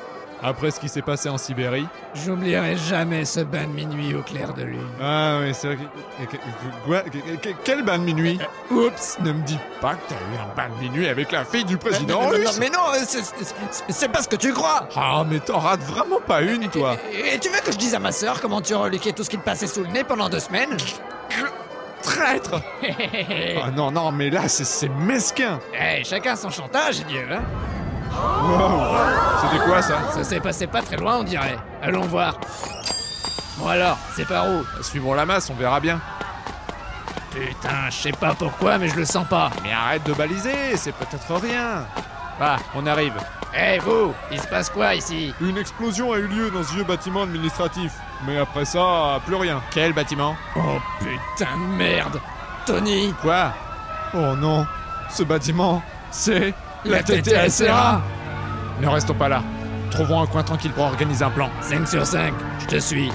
[SPEAKER 13] Après ce qui s'est passé en Sibérie.
[SPEAKER 11] J'oublierai jamais ce bain de minuit au clair de lune.
[SPEAKER 13] Ah oui, c'est vrai que- que- que- quoi- que- que- Quel bain de minuit
[SPEAKER 11] Euh,
[SPEAKER 13] Oups Ne me dis pas que t'as eu un bain de minuit avec la fille du président
[SPEAKER 11] non, non,
[SPEAKER 13] russe
[SPEAKER 11] mais non, euh, c'est- c'est- c'est pas ce que tu crois
[SPEAKER 13] Ah, mais t'en rates vraiment pas une, toi
[SPEAKER 11] Et tu veux que je dise à ma sœur comment tu reliquais tout ce qui te passait sous le nez pendant deux semaines
[SPEAKER 13] Traître Ah non, non, mais là, c'est- c'est mesquin
[SPEAKER 11] (laughs) Eh, chacun son chantage, Dieu, hein
[SPEAKER 13] C'était quoi, ça
[SPEAKER 11] Ça s'est passé pas très loin, on dirait. Allons voir. Bon alors, c'est par où
[SPEAKER 13] Suivons Bah, la masse, on verra bien.
[SPEAKER 11] Putain, je sais pas pourquoi, mais je le sens pas.
[SPEAKER 13] Mais arrête de baliser, c'est peut-être rien Bah,
[SPEAKER 11] Ah,
[SPEAKER 13] on arrive.
[SPEAKER 11] Eh vous, il se passe quoi ici
[SPEAKER 13] Une explosion a eu lieu dans ce vieux bâtiment administratif. Mais après ça, plus rien. Quel bâtiment
[SPEAKER 11] Oh putain de merde Tony
[SPEAKER 13] Quoi Oh non Ce bâtiment, c'est
[SPEAKER 11] La TTSRA.
[SPEAKER 13] Ne restons pas là. Trouvons un coin tranquille pour organiser un plan.
[SPEAKER 11] 5 sur 5, je te suis.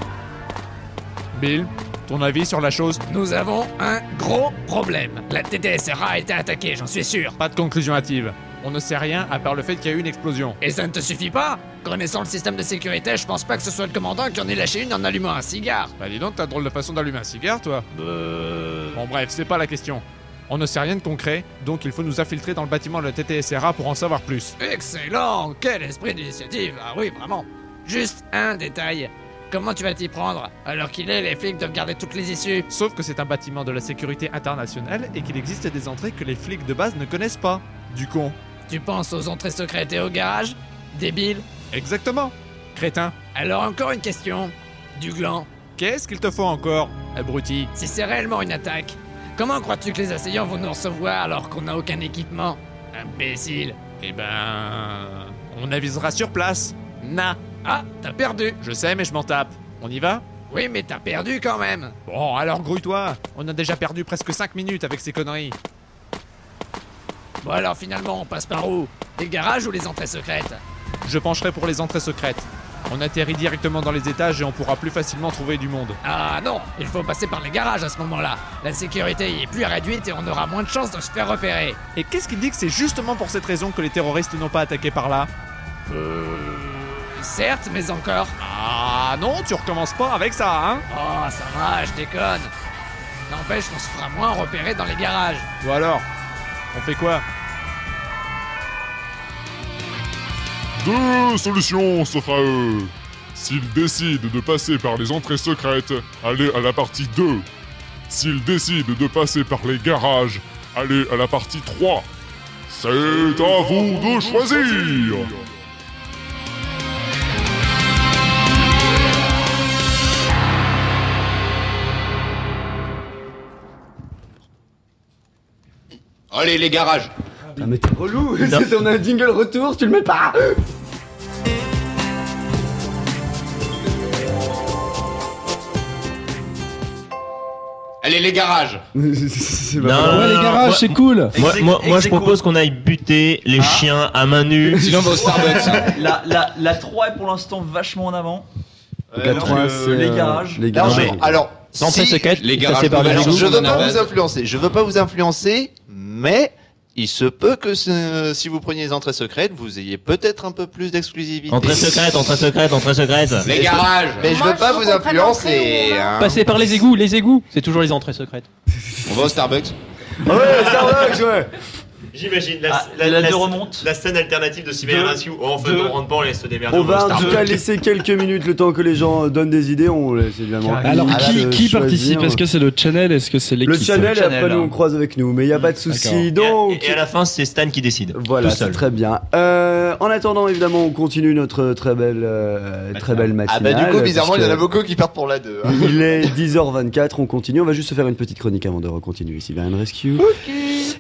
[SPEAKER 13] Bill, ton avis sur la chose
[SPEAKER 11] Nous avons un gros problème. La TTSRA a été attaquée, j'en suis sûr.
[SPEAKER 13] Pas de conclusion hâtive. On ne sait rien à part le fait qu'il y a eu une explosion.
[SPEAKER 11] Et ça ne te suffit pas Connaissant le système de sécurité, je pense pas que ce soit le commandant qui en ait lâché une en allumant un cigare.
[SPEAKER 13] Bah dis donc, t'as drôle de façon d'allumer un cigare, toi Bon bref, c'est pas la question. On ne sait rien de concret, donc il faut nous infiltrer dans le bâtiment de la TTSRA pour en savoir plus.
[SPEAKER 11] Excellent Quel esprit d'initiative Ah oui, vraiment. Juste un détail. Comment tu vas t'y prendre Alors qu'il est, les flics doivent garder toutes les issues.
[SPEAKER 13] Sauf que c'est un bâtiment de la sécurité internationale et qu'il existe des entrées que les flics de base ne connaissent pas. Du con.
[SPEAKER 11] Tu penses aux entrées secrètes et au garage Débile
[SPEAKER 13] Exactement. Crétin.
[SPEAKER 11] Alors encore une question. Du gland.
[SPEAKER 13] Qu'est-ce qu'il te faut encore, abruti
[SPEAKER 11] Si c'est réellement une attaque, comment crois-tu que les assaillants vont nous recevoir alors qu'on n'a aucun équipement Imbécile
[SPEAKER 13] Eh ben. On avisera sur place. Na.
[SPEAKER 11] Ah, t'as perdu
[SPEAKER 13] Je sais, mais je m'en tape. On y va
[SPEAKER 11] Oui, mais t'as perdu quand même
[SPEAKER 13] Bon, alors grouille-toi. On a déjà perdu presque 5 minutes avec ces conneries.
[SPEAKER 11] Bon alors finalement, on passe par où Les garages ou les entrées secrètes
[SPEAKER 13] Je pencherai pour les entrées secrètes. On atterrit directement dans les étages et on pourra plus facilement trouver du monde.
[SPEAKER 11] Ah non, il faut passer par les garages à ce moment-là. La sécurité y est plus réduite et on aura moins de chances de se faire repérer.
[SPEAKER 13] Et qu'est-ce qu'il dit que c'est justement pour cette raison que les terroristes n'ont pas attaqué par là
[SPEAKER 11] Euh, Certes, mais encore.
[SPEAKER 13] Ah non, tu recommences pas avec ça, hein
[SPEAKER 11] Oh, ça va, je déconne. N'empêche, on se fera moins repérer dans les garages.
[SPEAKER 13] Ou alors, on fait quoi
[SPEAKER 14] Deux solutions s'offrent à eux. S'ils décident de passer par les entrées secrètes, allez à la partie 2. S'ils décident de passer par les garages, allez à la partie 3. C'est à vous de choisir
[SPEAKER 9] Allez, les garages
[SPEAKER 2] Ah, mais t'es (laughs) relou On a un jingle retour, tu le mets pas
[SPEAKER 9] Allez, les garages
[SPEAKER 2] C'est
[SPEAKER 10] Non,
[SPEAKER 4] mal. Ouais, les garages,
[SPEAKER 10] moi-
[SPEAKER 4] c'est cool.
[SPEAKER 10] Moi, moi, moi, je
[SPEAKER 6] Execo. Ah.
[SPEAKER 10] propose qu'on aille buter les chiens à
[SPEAKER 2] (laughs)
[SPEAKER 10] main nue.
[SPEAKER 6] (laughs) Sinon, on
[SPEAKER 2] bah,
[SPEAKER 6] va au
[SPEAKER 2] hein.
[SPEAKER 6] Starbucks. hein. la, la, la 3 est pour l'instant vachement en avant.
[SPEAKER 10] La
[SPEAKER 6] Alors
[SPEAKER 10] 3,
[SPEAKER 6] que
[SPEAKER 10] c'est,
[SPEAKER 6] les
[SPEAKER 10] euh,
[SPEAKER 6] garages.
[SPEAKER 10] les garages.
[SPEAKER 6] Non, mais
[SPEAKER 10] Ouais.
[SPEAKER 6] alors,
[SPEAKER 10] L'entrée secrète,
[SPEAKER 7] les
[SPEAKER 10] ça
[SPEAKER 7] garages
[SPEAKER 10] sépare les
[SPEAKER 7] ouverts,
[SPEAKER 10] joues.
[SPEAKER 7] Je veux pas vous influencer, je veux pas vous influencer, mais il se peut que ce- si vous preniez les entrées secrètes, vous ayez peut-être un peu plus d'exclusivité.
[SPEAKER 10] Entrée secrète, entrée secrète, entrée secrète.
[SPEAKER 7] Mais je- Mais je veux pas vous influencer. hein.
[SPEAKER 6] Passer par les égouts, les égouts, c'est toujours les entrées secrètes.
[SPEAKER 7] On va au Starbucks.
[SPEAKER 2] Ah Ouais, Starbucks, ouais.
[SPEAKER 10] J'imagine la,
[SPEAKER 6] la- la-
[SPEAKER 10] la scène alternative de Cyber Rescue. en fait, on rentre pas, on laisse se démerder.
[SPEAKER 2] On va en tout cas laisser quelques minutes le temps que les gens euh, donnent des idées. On laisse évidemment.
[SPEAKER 4] Alors,
[SPEAKER 2] à
[SPEAKER 4] qui,
[SPEAKER 2] la-
[SPEAKER 4] qui
[SPEAKER 2] choisir.
[SPEAKER 4] participe Est-ce que c'est le channel Est-ce que c'est l'équipe
[SPEAKER 2] le channel, hein. et après nous on croise avec nous, mais il n'y a pas de souci. Donc,
[SPEAKER 10] Et à la fin, c'est Stan qui décide.
[SPEAKER 2] Voilà,
[SPEAKER 10] tout
[SPEAKER 2] c'est
[SPEAKER 10] seul.
[SPEAKER 2] très bien. Euh, en attendant, évidemment, on continue notre très belle, euh, très belle
[SPEAKER 7] Ah
[SPEAKER 2] matinale.
[SPEAKER 7] bah du coup, bizarrement, il y en a
[SPEAKER 2] puisque
[SPEAKER 7] beaucoup qui partent pour la 2.
[SPEAKER 2] Il est 10h24, on continue. On va juste se faire une petite chronique avant de recontinuer ici. Bien, Rescue.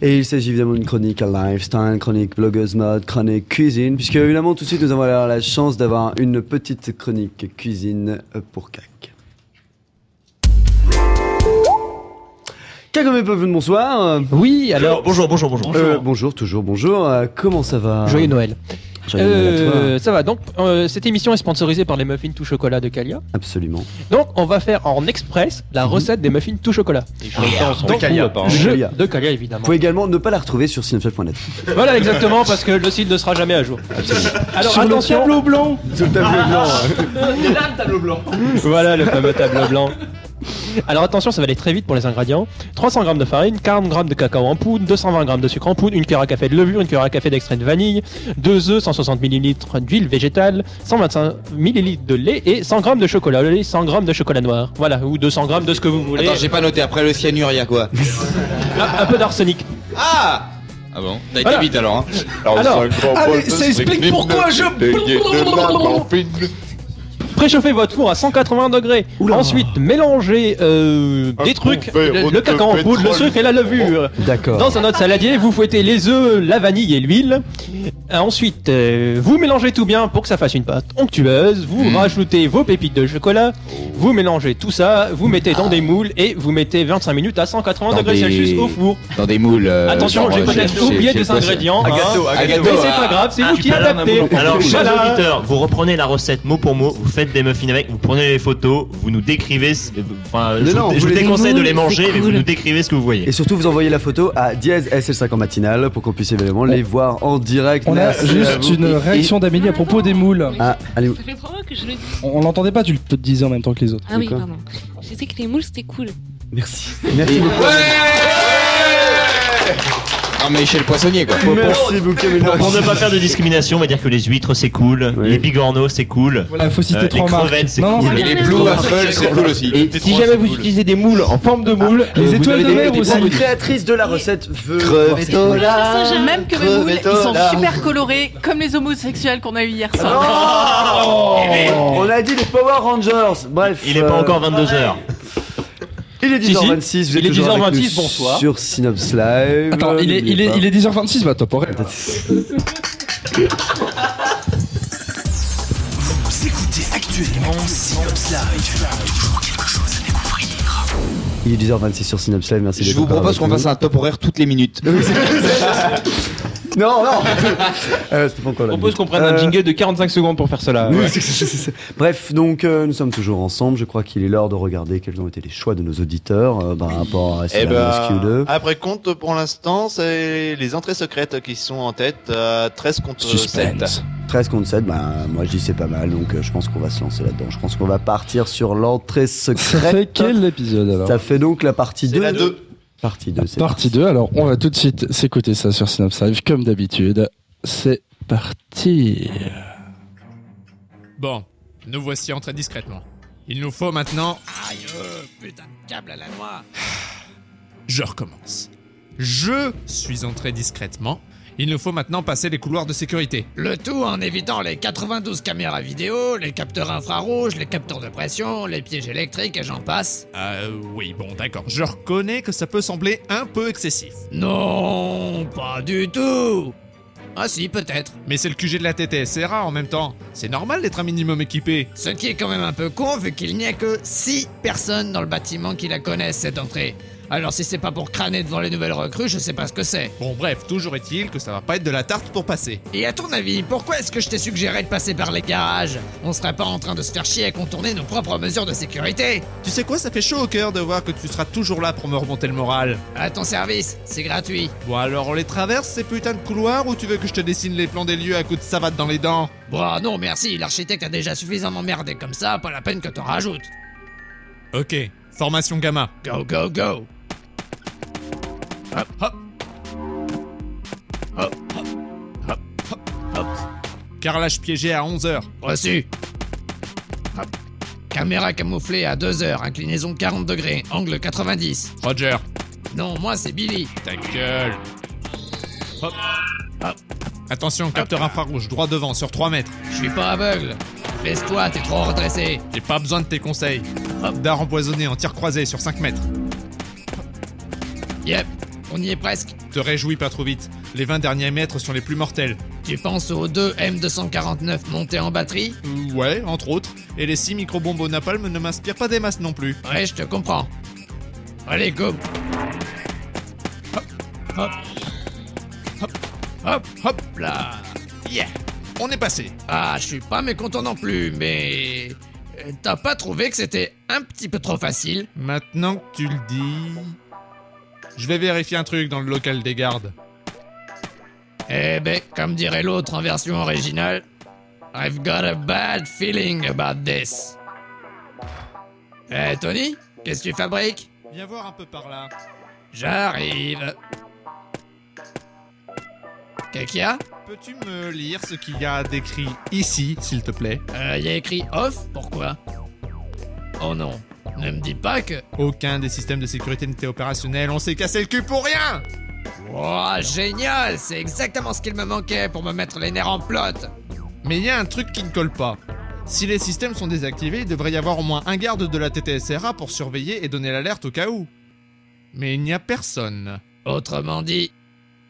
[SPEAKER 2] Et il s'agit évidemment d'une chronique à lifestyle, chronique blogueuse mode, chronique cuisine, puisque évidemment, tout de suite, nous avons la, la chance d'avoir une petite chronique cuisine euh, pour CAC. Kagome Pavloun, bonsoir.
[SPEAKER 15] Oui, alors.
[SPEAKER 2] Euh, Bonjour, bonjour, bonjour. Bonjour, toujours, bonjour. Euh, comment ça va
[SPEAKER 15] Joyeux Noël.
[SPEAKER 2] Joyeux Noël à toi.
[SPEAKER 15] Euh, ça va, donc euh, cette émission est sponsorisée par les muffins tout chocolat de Calia.
[SPEAKER 2] Absolument.
[SPEAKER 15] Donc on va faire en express
[SPEAKER 4] Mhm.
[SPEAKER 15] la recette des muffins tout chocolat. Donc, je- de Calia
[SPEAKER 2] Vous
[SPEAKER 15] évidemment.
[SPEAKER 2] pouvez également ne pas la retrouver sur cinemshop.net.
[SPEAKER 15] Voilà exactement parce que le site ne sera jamais à jour. Alors
[SPEAKER 2] Sur le
[SPEAKER 15] attention. Ah,
[SPEAKER 2] tableau
[SPEAKER 15] blanc.
[SPEAKER 2] Sur le tableau blanc.
[SPEAKER 6] Ah,
[SPEAKER 15] (laughs)
[SPEAKER 2] hein.
[SPEAKER 6] Il est là le tableau blanc.
[SPEAKER 15] voilà le fameux tableau blanc. Alors attention, ça va aller très vite pour les ingrédients. 300 g de farine, 40 g de cacao en poudre, 220 g de sucre en poudre, une cuillère à café de levure, une cuillère à café d'extrait de vanille, 2 œufs, 160 ml d'huile végétale, 125 ml de lait et 100 g de chocolat au lait, 100 g de chocolat noir. Voilà, ou 200 g de ce que vous voulez.
[SPEAKER 5] Attends, j'ai pas noté. Après le cyanure, il y a quoi
[SPEAKER 15] Un, un peu d'arsenic.
[SPEAKER 5] Ah Ah bon T'as été
[SPEAKER 15] Voilà.
[SPEAKER 5] vite alors. Hein.
[SPEAKER 15] Alors, allez, ça explique pourquoi je- Préchauffez votre four à 180 degrés. Ensuite, mélangez euh, des trucs, le, le cacao en poudre, le sucre et la levure.
[SPEAKER 2] D'accord.
[SPEAKER 15] Dans un autre saladier, vous fouettez les œufs, la vanille et l'huile. Euh, Ensuite, euh, vous mélangez tout bien pour que ça fasse une pâte onctueuse. Vous rajoutez vos pépites de chocolat. Vous mélangez tout ça, vous mettez dans des moules et vous mettez 25 minutes à 180
[SPEAKER 5] Dans
[SPEAKER 15] degrés Celsius
[SPEAKER 5] des-
[SPEAKER 15] au four.
[SPEAKER 5] Dans des moules. euh,
[SPEAKER 15] Attention,
[SPEAKER 5] genre,
[SPEAKER 15] j'ai
[SPEAKER 5] euh,
[SPEAKER 15] peut-être
[SPEAKER 5] chez-
[SPEAKER 15] oublié
[SPEAKER 5] chez-
[SPEAKER 15] des
[SPEAKER 5] chez le
[SPEAKER 15] ingrédients,
[SPEAKER 5] poisson.
[SPEAKER 15] hein.
[SPEAKER 5] À gâteau,
[SPEAKER 15] Mais c'est
[SPEAKER 13] euh,
[SPEAKER 5] ah.
[SPEAKER 15] pas grave, c'est
[SPEAKER 10] Ah,
[SPEAKER 15] vous
[SPEAKER 10] tu
[SPEAKER 15] qui
[SPEAKER 10] parles à
[SPEAKER 15] adaptez.
[SPEAKER 10] maman. Alors, chers
[SPEAKER 15] Voilà.
[SPEAKER 10] auditeurs, vous reprenez la recette mot pour mot, vous faites des muffins avec, vous prenez les photos, vous nous décrivez. ce- Enfin,
[SPEAKER 2] Mais
[SPEAKER 10] Euh, je,
[SPEAKER 2] non,
[SPEAKER 10] vous- je
[SPEAKER 2] vous
[SPEAKER 10] vous
[SPEAKER 2] les-
[SPEAKER 10] déconseille de les manger,
[SPEAKER 2] C'est
[SPEAKER 10] mais vous
[SPEAKER 2] cool.
[SPEAKER 10] nous décrivez ce que vous voyez.
[SPEAKER 2] Et surtout, vous envoyez la photo à dièse SL5 en matinale pour qu'on puisse évidemment les voir en direct.
[SPEAKER 4] Oh. On a
[SPEAKER 2] Merci à
[SPEAKER 4] juste
[SPEAKER 2] vous.
[SPEAKER 4] une
[SPEAKER 2] Et-
[SPEAKER 4] réaction d'Amélie à propos des moules.
[SPEAKER 2] Ah, allez.
[SPEAKER 16] Ça fait trois mois que je le dis.
[SPEAKER 4] On on l'entendait pas, tu le disais en même temps que les autres.
[SPEAKER 16] Ah oui, pardon. J'ai dit que les moules c'était cool.
[SPEAKER 2] Merci. Merci beaucoup.
[SPEAKER 5] Non, mais chez le poissonnier quoi.
[SPEAKER 2] Merci beaucoup, Amélie.
[SPEAKER 10] Pour ne pas faire de discrimination, on va dire que les huîtres c'est cool, les bigorneaux c'est cool,
[SPEAKER 4] Voilà, faut citer
[SPEAKER 10] euh, les
[SPEAKER 4] trois marques.
[SPEAKER 10] crevettes c'est
[SPEAKER 4] Non, non,
[SPEAKER 10] cool,
[SPEAKER 4] c'est bien.
[SPEAKER 10] Blue
[SPEAKER 5] Waffles, c'est cool aussi.
[SPEAKER 15] Et si jamais vous utilisez des moules en forme de moule,
[SPEAKER 13] euh,
[SPEAKER 4] les étoiles de mer
[SPEAKER 2] La
[SPEAKER 4] aussi.
[SPEAKER 2] créatrice de la recette veut.
[SPEAKER 17] Ça, j'aime même que mes moules, ils sont
[SPEAKER 2] Crevettola.
[SPEAKER 17] super colorés, comme les homosexuels qu'on a eu hier soir.
[SPEAKER 2] Oh On a dit les Power Rangers. Bref.
[SPEAKER 10] Il est pas
[SPEAKER 2] euh,
[SPEAKER 10] encore 22h.
[SPEAKER 2] (laughs) Il est
[SPEAKER 4] Si,
[SPEAKER 2] 10h26.
[SPEAKER 4] si.
[SPEAKER 2] Vous êtes
[SPEAKER 4] Il est
[SPEAKER 2] toujours avec
[SPEAKER 4] 10h26,
[SPEAKER 2] nous
[SPEAKER 4] bonsoir.
[SPEAKER 2] Sur Synops Live.
[SPEAKER 4] Attends, il est, il
[SPEAKER 2] N'oubliez
[SPEAKER 4] est,
[SPEAKER 2] pas.
[SPEAKER 4] il est 10h26, bah
[SPEAKER 2] (laughs)
[SPEAKER 4] top horaire.
[SPEAKER 1] Vous écoutez actuellement Synops Live. Toujours quelque chose à découvrir.
[SPEAKER 2] Il est 10h26 sur Synops Live. Merci
[SPEAKER 5] Je
[SPEAKER 2] d'être
[SPEAKER 5] vous
[SPEAKER 2] encore
[SPEAKER 5] propose
[SPEAKER 2] avec
[SPEAKER 5] qu'on
[SPEAKER 2] nous.
[SPEAKER 5] fasse un top horaire toutes les minutes.
[SPEAKER 2] (laughs) Non, non euh, C'était pas encore là.
[SPEAKER 15] Je Eh, propose qu'on prenne un
[SPEAKER 2] Euh,
[SPEAKER 15] jingle de 45 secondes pour faire
[SPEAKER 13] Ah,
[SPEAKER 15] cela.
[SPEAKER 2] Oui, c'est- c'est- c'est- c'est- Bref, donc euh, nous sommes toujours ensemble. Je crois qu'il est l'heure de regarder quels ont été les choix de nos auditeurs euh, par rapport à
[SPEAKER 7] Eh
[SPEAKER 2] Cyber Rescue 2.
[SPEAKER 7] ben, après compte, pour l'instant, c'est les entrées secrètes qui sont en tête à 13 contre
[SPEAKER 4] Euh,
[SPEAKER 7] 7.
[SPEAKER 2] 13 contre 7, bah, moi je dis c'est pas mal, donc euh, je pense qu'on va se lancer là-dedans. Je pense qu'on va partir sur l'entrée secrète.
[SPEAKER 4] (laughs) Ça fait quel épisode alors
[SPEAKER 2] Ça fait donc la partie 2.
[SPEAKER 7] la 2.
[SPEAKER 2] Partie 2, c'est
[SPEAKER 4] Partie 2, alors on va tout de suite s'écouter ça sur Synapse Live, comme d'habitude. C'est parti.
[SPEAKER 13] Bon, nous voici entrés discrètement. Il nous faut maintenant.
[SPEAKER 11] Aïe, euh, putain de câble à la noix.
[SPEAKER 13] Je recommence. Je suis entré discrètement. Il nous faut maintenant passer les couloirs de sécurité.
[SPEAKER 11] Le tout en évitant les 92 caméras vidéo, les capteurs infrarouges, les capteurs de pression, les pièges électriques et j'en passe.
[SPEAKER 13] Euh, oui, bon, d'accord. Je reconnais que ça peut sembler un peu excessif.
[SPEAKER 11] Non, pas du tout.
[SPEAKER 13] Ah si, peut-être. Mais c'est le QG de la TTSRA en même temps. C'est normal d'être un minimum équipé.
[SPEAKER 11] Ce qui est quand même un peu con vu qu'il n'y a que 6 personnes dans le bâtiment qui la connaissent cette entrée. Alors si c'est pas pour crâner devant les nouvelles recrues, je sais pas ce que c'est.
[SPEAKER 13] Bon, bref, toujours est-il que ça va pas être de la tarte pour passer.
[SPEAKER 11] Et à ton avis, pourquoi est-ce que je t'ai suggéré de passer par les garages On serait pas en train de se faire chier à contourner nos propres mesures de sécurité
[SPEAKER 13] Tu sais quoi, ça fait chaud au cœur de voir que tu seras toujours là pour me remonter le moral.
[SPEAKER 11] À ton service, c'est gratuit.
[SPEAKER 13] Bon, alors on les traverse ces putains de couloirs ou tu veux que je te dessine les plans des lieux à coups de savate dans les dents
[SPEAKER 11] Bon, Ah non, merci, l'architecte a déjà suffisamment merdé comme ça, pas la peine que t'en rajoutes.
[SPEAKER 13] Ok, formation gamma.
[SPEAKER 11] Go, go, go Hop, hop Hop, hop, hop, hop, hop
[SPEAKER 13] Carrelage piégé à 11h.
[SPEAKER 11] Reçu Hop Caméra camouflée à 2h, inclinaison 40 degrés, angle 90.
[SPEAKER 13] Roger.
[SPEAKER 11] Non, moi c'est Billy.
[SPEAKER 13] Ta gueule. Hop.
[SPEAKER 11] Hop.
[SPEAKER 13] Attention, capteur infrarouge, droit devant, sur 3 mètres.
[SPEAKER 11] Je suis pas aveugle. Laisse-toi, t'es trop redressé.
[SPEAKER 13] J'ai pas besoin de tes conseils. Dard empoisonné en tir croisé sur 5 mètres.
[SPEAKER 11] Yep, on y est presque.
[SPEAKER 13] Te réjouis pas trop vite. Les 20 derniers mètres sont les plus mortels.
[SPEAKER 11] Tu penses aux deux M249 montés en batterie
[SPEAKER 13] Euh, Ouais, entre autres. Et les 6 microbombes au napalm ne m'inspirent pas des masses non plus.
[SPEAKER 11] Ouais, je te comprends. Allez, go Hop Hop Hop Hop là
[SPEAKER 13] Yeah On est passé.
[SPEAKER 11] Ah, je suis pas mécontent non plus, mais... euh, T'as pas trouvé que c'était un petit peu trop facile
[SPEAKER 13] Maintenant que tu le dis... Je vais vérifier un truc dans le local des gardes.
[SPEAKER 11] Eh ben, comme dirait l'autre en version originale, I've got a bad feeling about this. Eh Tony, qu'est-ce que tu fabriques
[SPEAKER 13] Viens voir un peu par là.
[SPEAKER 11] J'arrive. Qu'est-ce qu'il y a
[SPEAKER 13] Peux-tu me lire ce qu'il y a d'écrit ici, s'il te plaît
[SPEAKER 11] Euh, Il y a écrit off, pourquoi Oh non, ne me dis pas que...
[SPEAKER 13] Aucun des systèmes de sécurité n'était opérationnel, on s'est cassé le cul pour rien
[SPEAKER 11] Oh, génial C'est exactement ce qu'il me manquait pour me mettre les nerfs en plot
[SPEAKER 13] Mais il y a un truc qui ne colle pas. Si les systèmes sont désactivés, il devrait y avoir au moins un garde de la TTSRA pour surveiller et donner l'alerte au cas où. Mais il n'y a personne.
[SPEAKER 11] Autrement dit,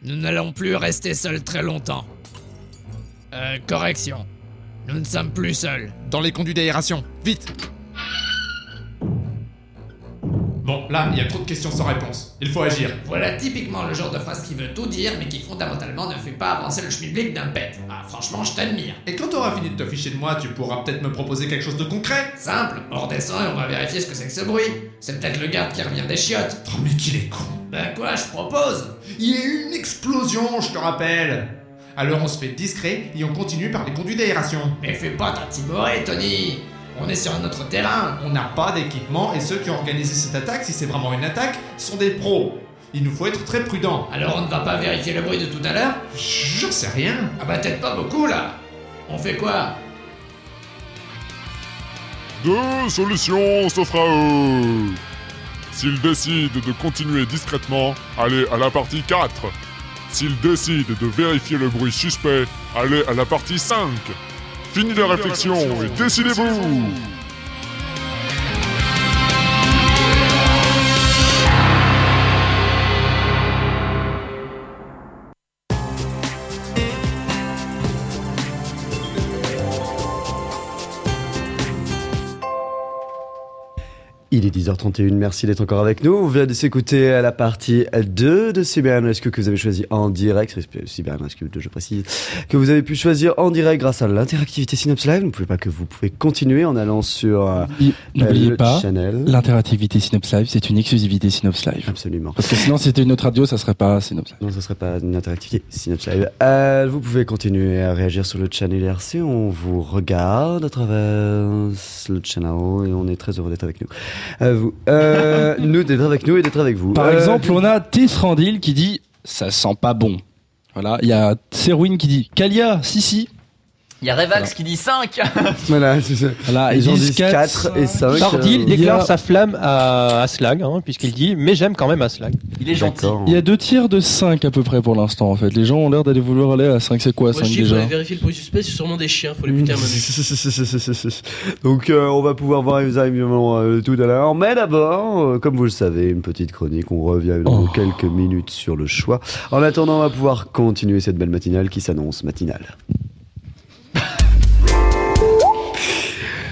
[SPEAKER 11] nous n'allons plus rester seuls très longtemps. Euh, correction. Nous ne sommes plus seuls.
[SPEAKER 13] Dans les conduits d'aération, vite Bon, là, il y a trop de questions sans réponse. Il faut agir.
[SPEAKER 11] Voilà typiquement le genre de phrase qui veut tout dire, mais qui fondamentalement ne fait pas avancer le schmilblick d'un pet. Ah, franchement, je t'admire.
[SPEAKER 13] Et quand t'auras fini de te ficher de moi, tu pourras peut-être me proposer quelque chose de concret
[SPEAKER 11] Simple, on redescend et on va vérifier ce que c'est que ce bruit. C'est peut-être le garde qui revient des chiottes.
[SPEAKER 13] Oh mais qu'il est con
[SPEAKER 11] Ben quoi, je propose
[SPEAKER 13] Il y a eu une explosion, je te rappelle Alors on se fait discret et on continue par les conduits d'aération.
[SPEAKER 11] Mais fais pas ta timorée, Tony On est sur notre terrain
[SPEAKER 13] On n'a pas d'équipement et ceux qui ont organisé cette attaque, si c'est vraiment une attaque, sont des pros. Il nous faut être très prudents.
[SPEAKER 11] Alors on ne va pas vérifier le bruit de tout à l'heure
[SPEAKER 13] J'en sais
[SPEAKER 12] (laughs)
[SPEAKER 13] rien.
[SPEAKER 11] Ah bah peut-être pas beaucoup là On fait quoi
[SPEAKER 14] Deux solutions s'offrent à eux. S'ils décident de continuer discrètement, allez à la partie 4. S'ils décident de vérifier le bruit suspect, allez à la partie 5. Fini la réflexion et décidez-vous
[SPEAKER 2] Il est 10h31, merci d'être encore avec nous. Vous venez de s'écouter à la partie 2 de Cyber Rescue que vous avez choisi en direct, Respe- Cyber Rescue 2 je précise, que vous avez pu choisir en direct grâce à l'interactivité Synapse Live. Vous ne pouvez pas que vous pouvez continuer en allant sur euh,
[SPEAKER 4] Et N'oubliez
[SPEAKER 2] le
[SPEAKER 4] pas,
[SPEAKER 2] channel.
[SPEAKER 4] l'interactivité Synops Live, c'est une exclusivité Synops Live.
[SPEAKER 2] Absolument.
[SPEAKER 4] Parce que sinon, si c'était une autre radio, ça serait pas Synops Live.
[SPEAKER 2] Non, ce ne serait pas une interactivité Synapse Live. Euh, vous pouvez continuer à réagir sur le channel RC. On vous regarde à travers le channel et on est très heureux d'être avec nous. Euh, vous,
[SPEAKER 4] (laughs)
[SPEAKER 2] euh, nous d'être avec nous et d'être avec vous.
[SPEAKER 4] Par
[SPEAKER 2] Euh,
[SPEAKER 4] exemple, on a Tisrandil qui dit ça sent pas bon. Voilà, il y a Serwin qui dit Kalia, si si.
[SPEAKER 6] Il y a Revax qui dit 5
[SPEAKER 2] Voilà, c'est ça.
[SPEAKER 4] Voilà,
[SPEAKER 2] Ils
[SPEAKER 4] ils
[SPEAKER 2] en
[SPEAKER 4] ont
[SPEAKER 2] disent 4 et euh, 5.
[SPEAKER 15] Tordil déclare sa flamme à Aslag, hein, puisqu'il dit Mais j'aime quand même Aslag.
[SPEAKER 6] Il est gentil.
[SPEAKER 15] euh,
[SPEAKER 2] D'accord.
[SPEAKER 4] Il y a deux tiers de 5 à peu près pour l'instant en fait. Les gens ont l'air d'aller vouloir aller à 5. C'est quoi
[SPEAKER 3] Moi,
[SPEAKER 4] 5
[SPEAKER 3] je dis que vous
[SPEAKER 4] déjà
[SPEAKER 3] allez vérifier le bruit suspect, c'est sûrement des chiens, faut les buter à main nue.
[SPEAKER 2] (laughs) Donc euh, on va pouvoir voir les évidemment euh, tout à l'heure. Mais d'abord, euh, comme vous le savez, une petite chronique. On revient
[SPEAKER 3] Oh.
[SPEAKER 2] dans quelques minutes sur le choix. En attendant, on va pouvoir continuer cette belle matinale qui s'annonce matinale.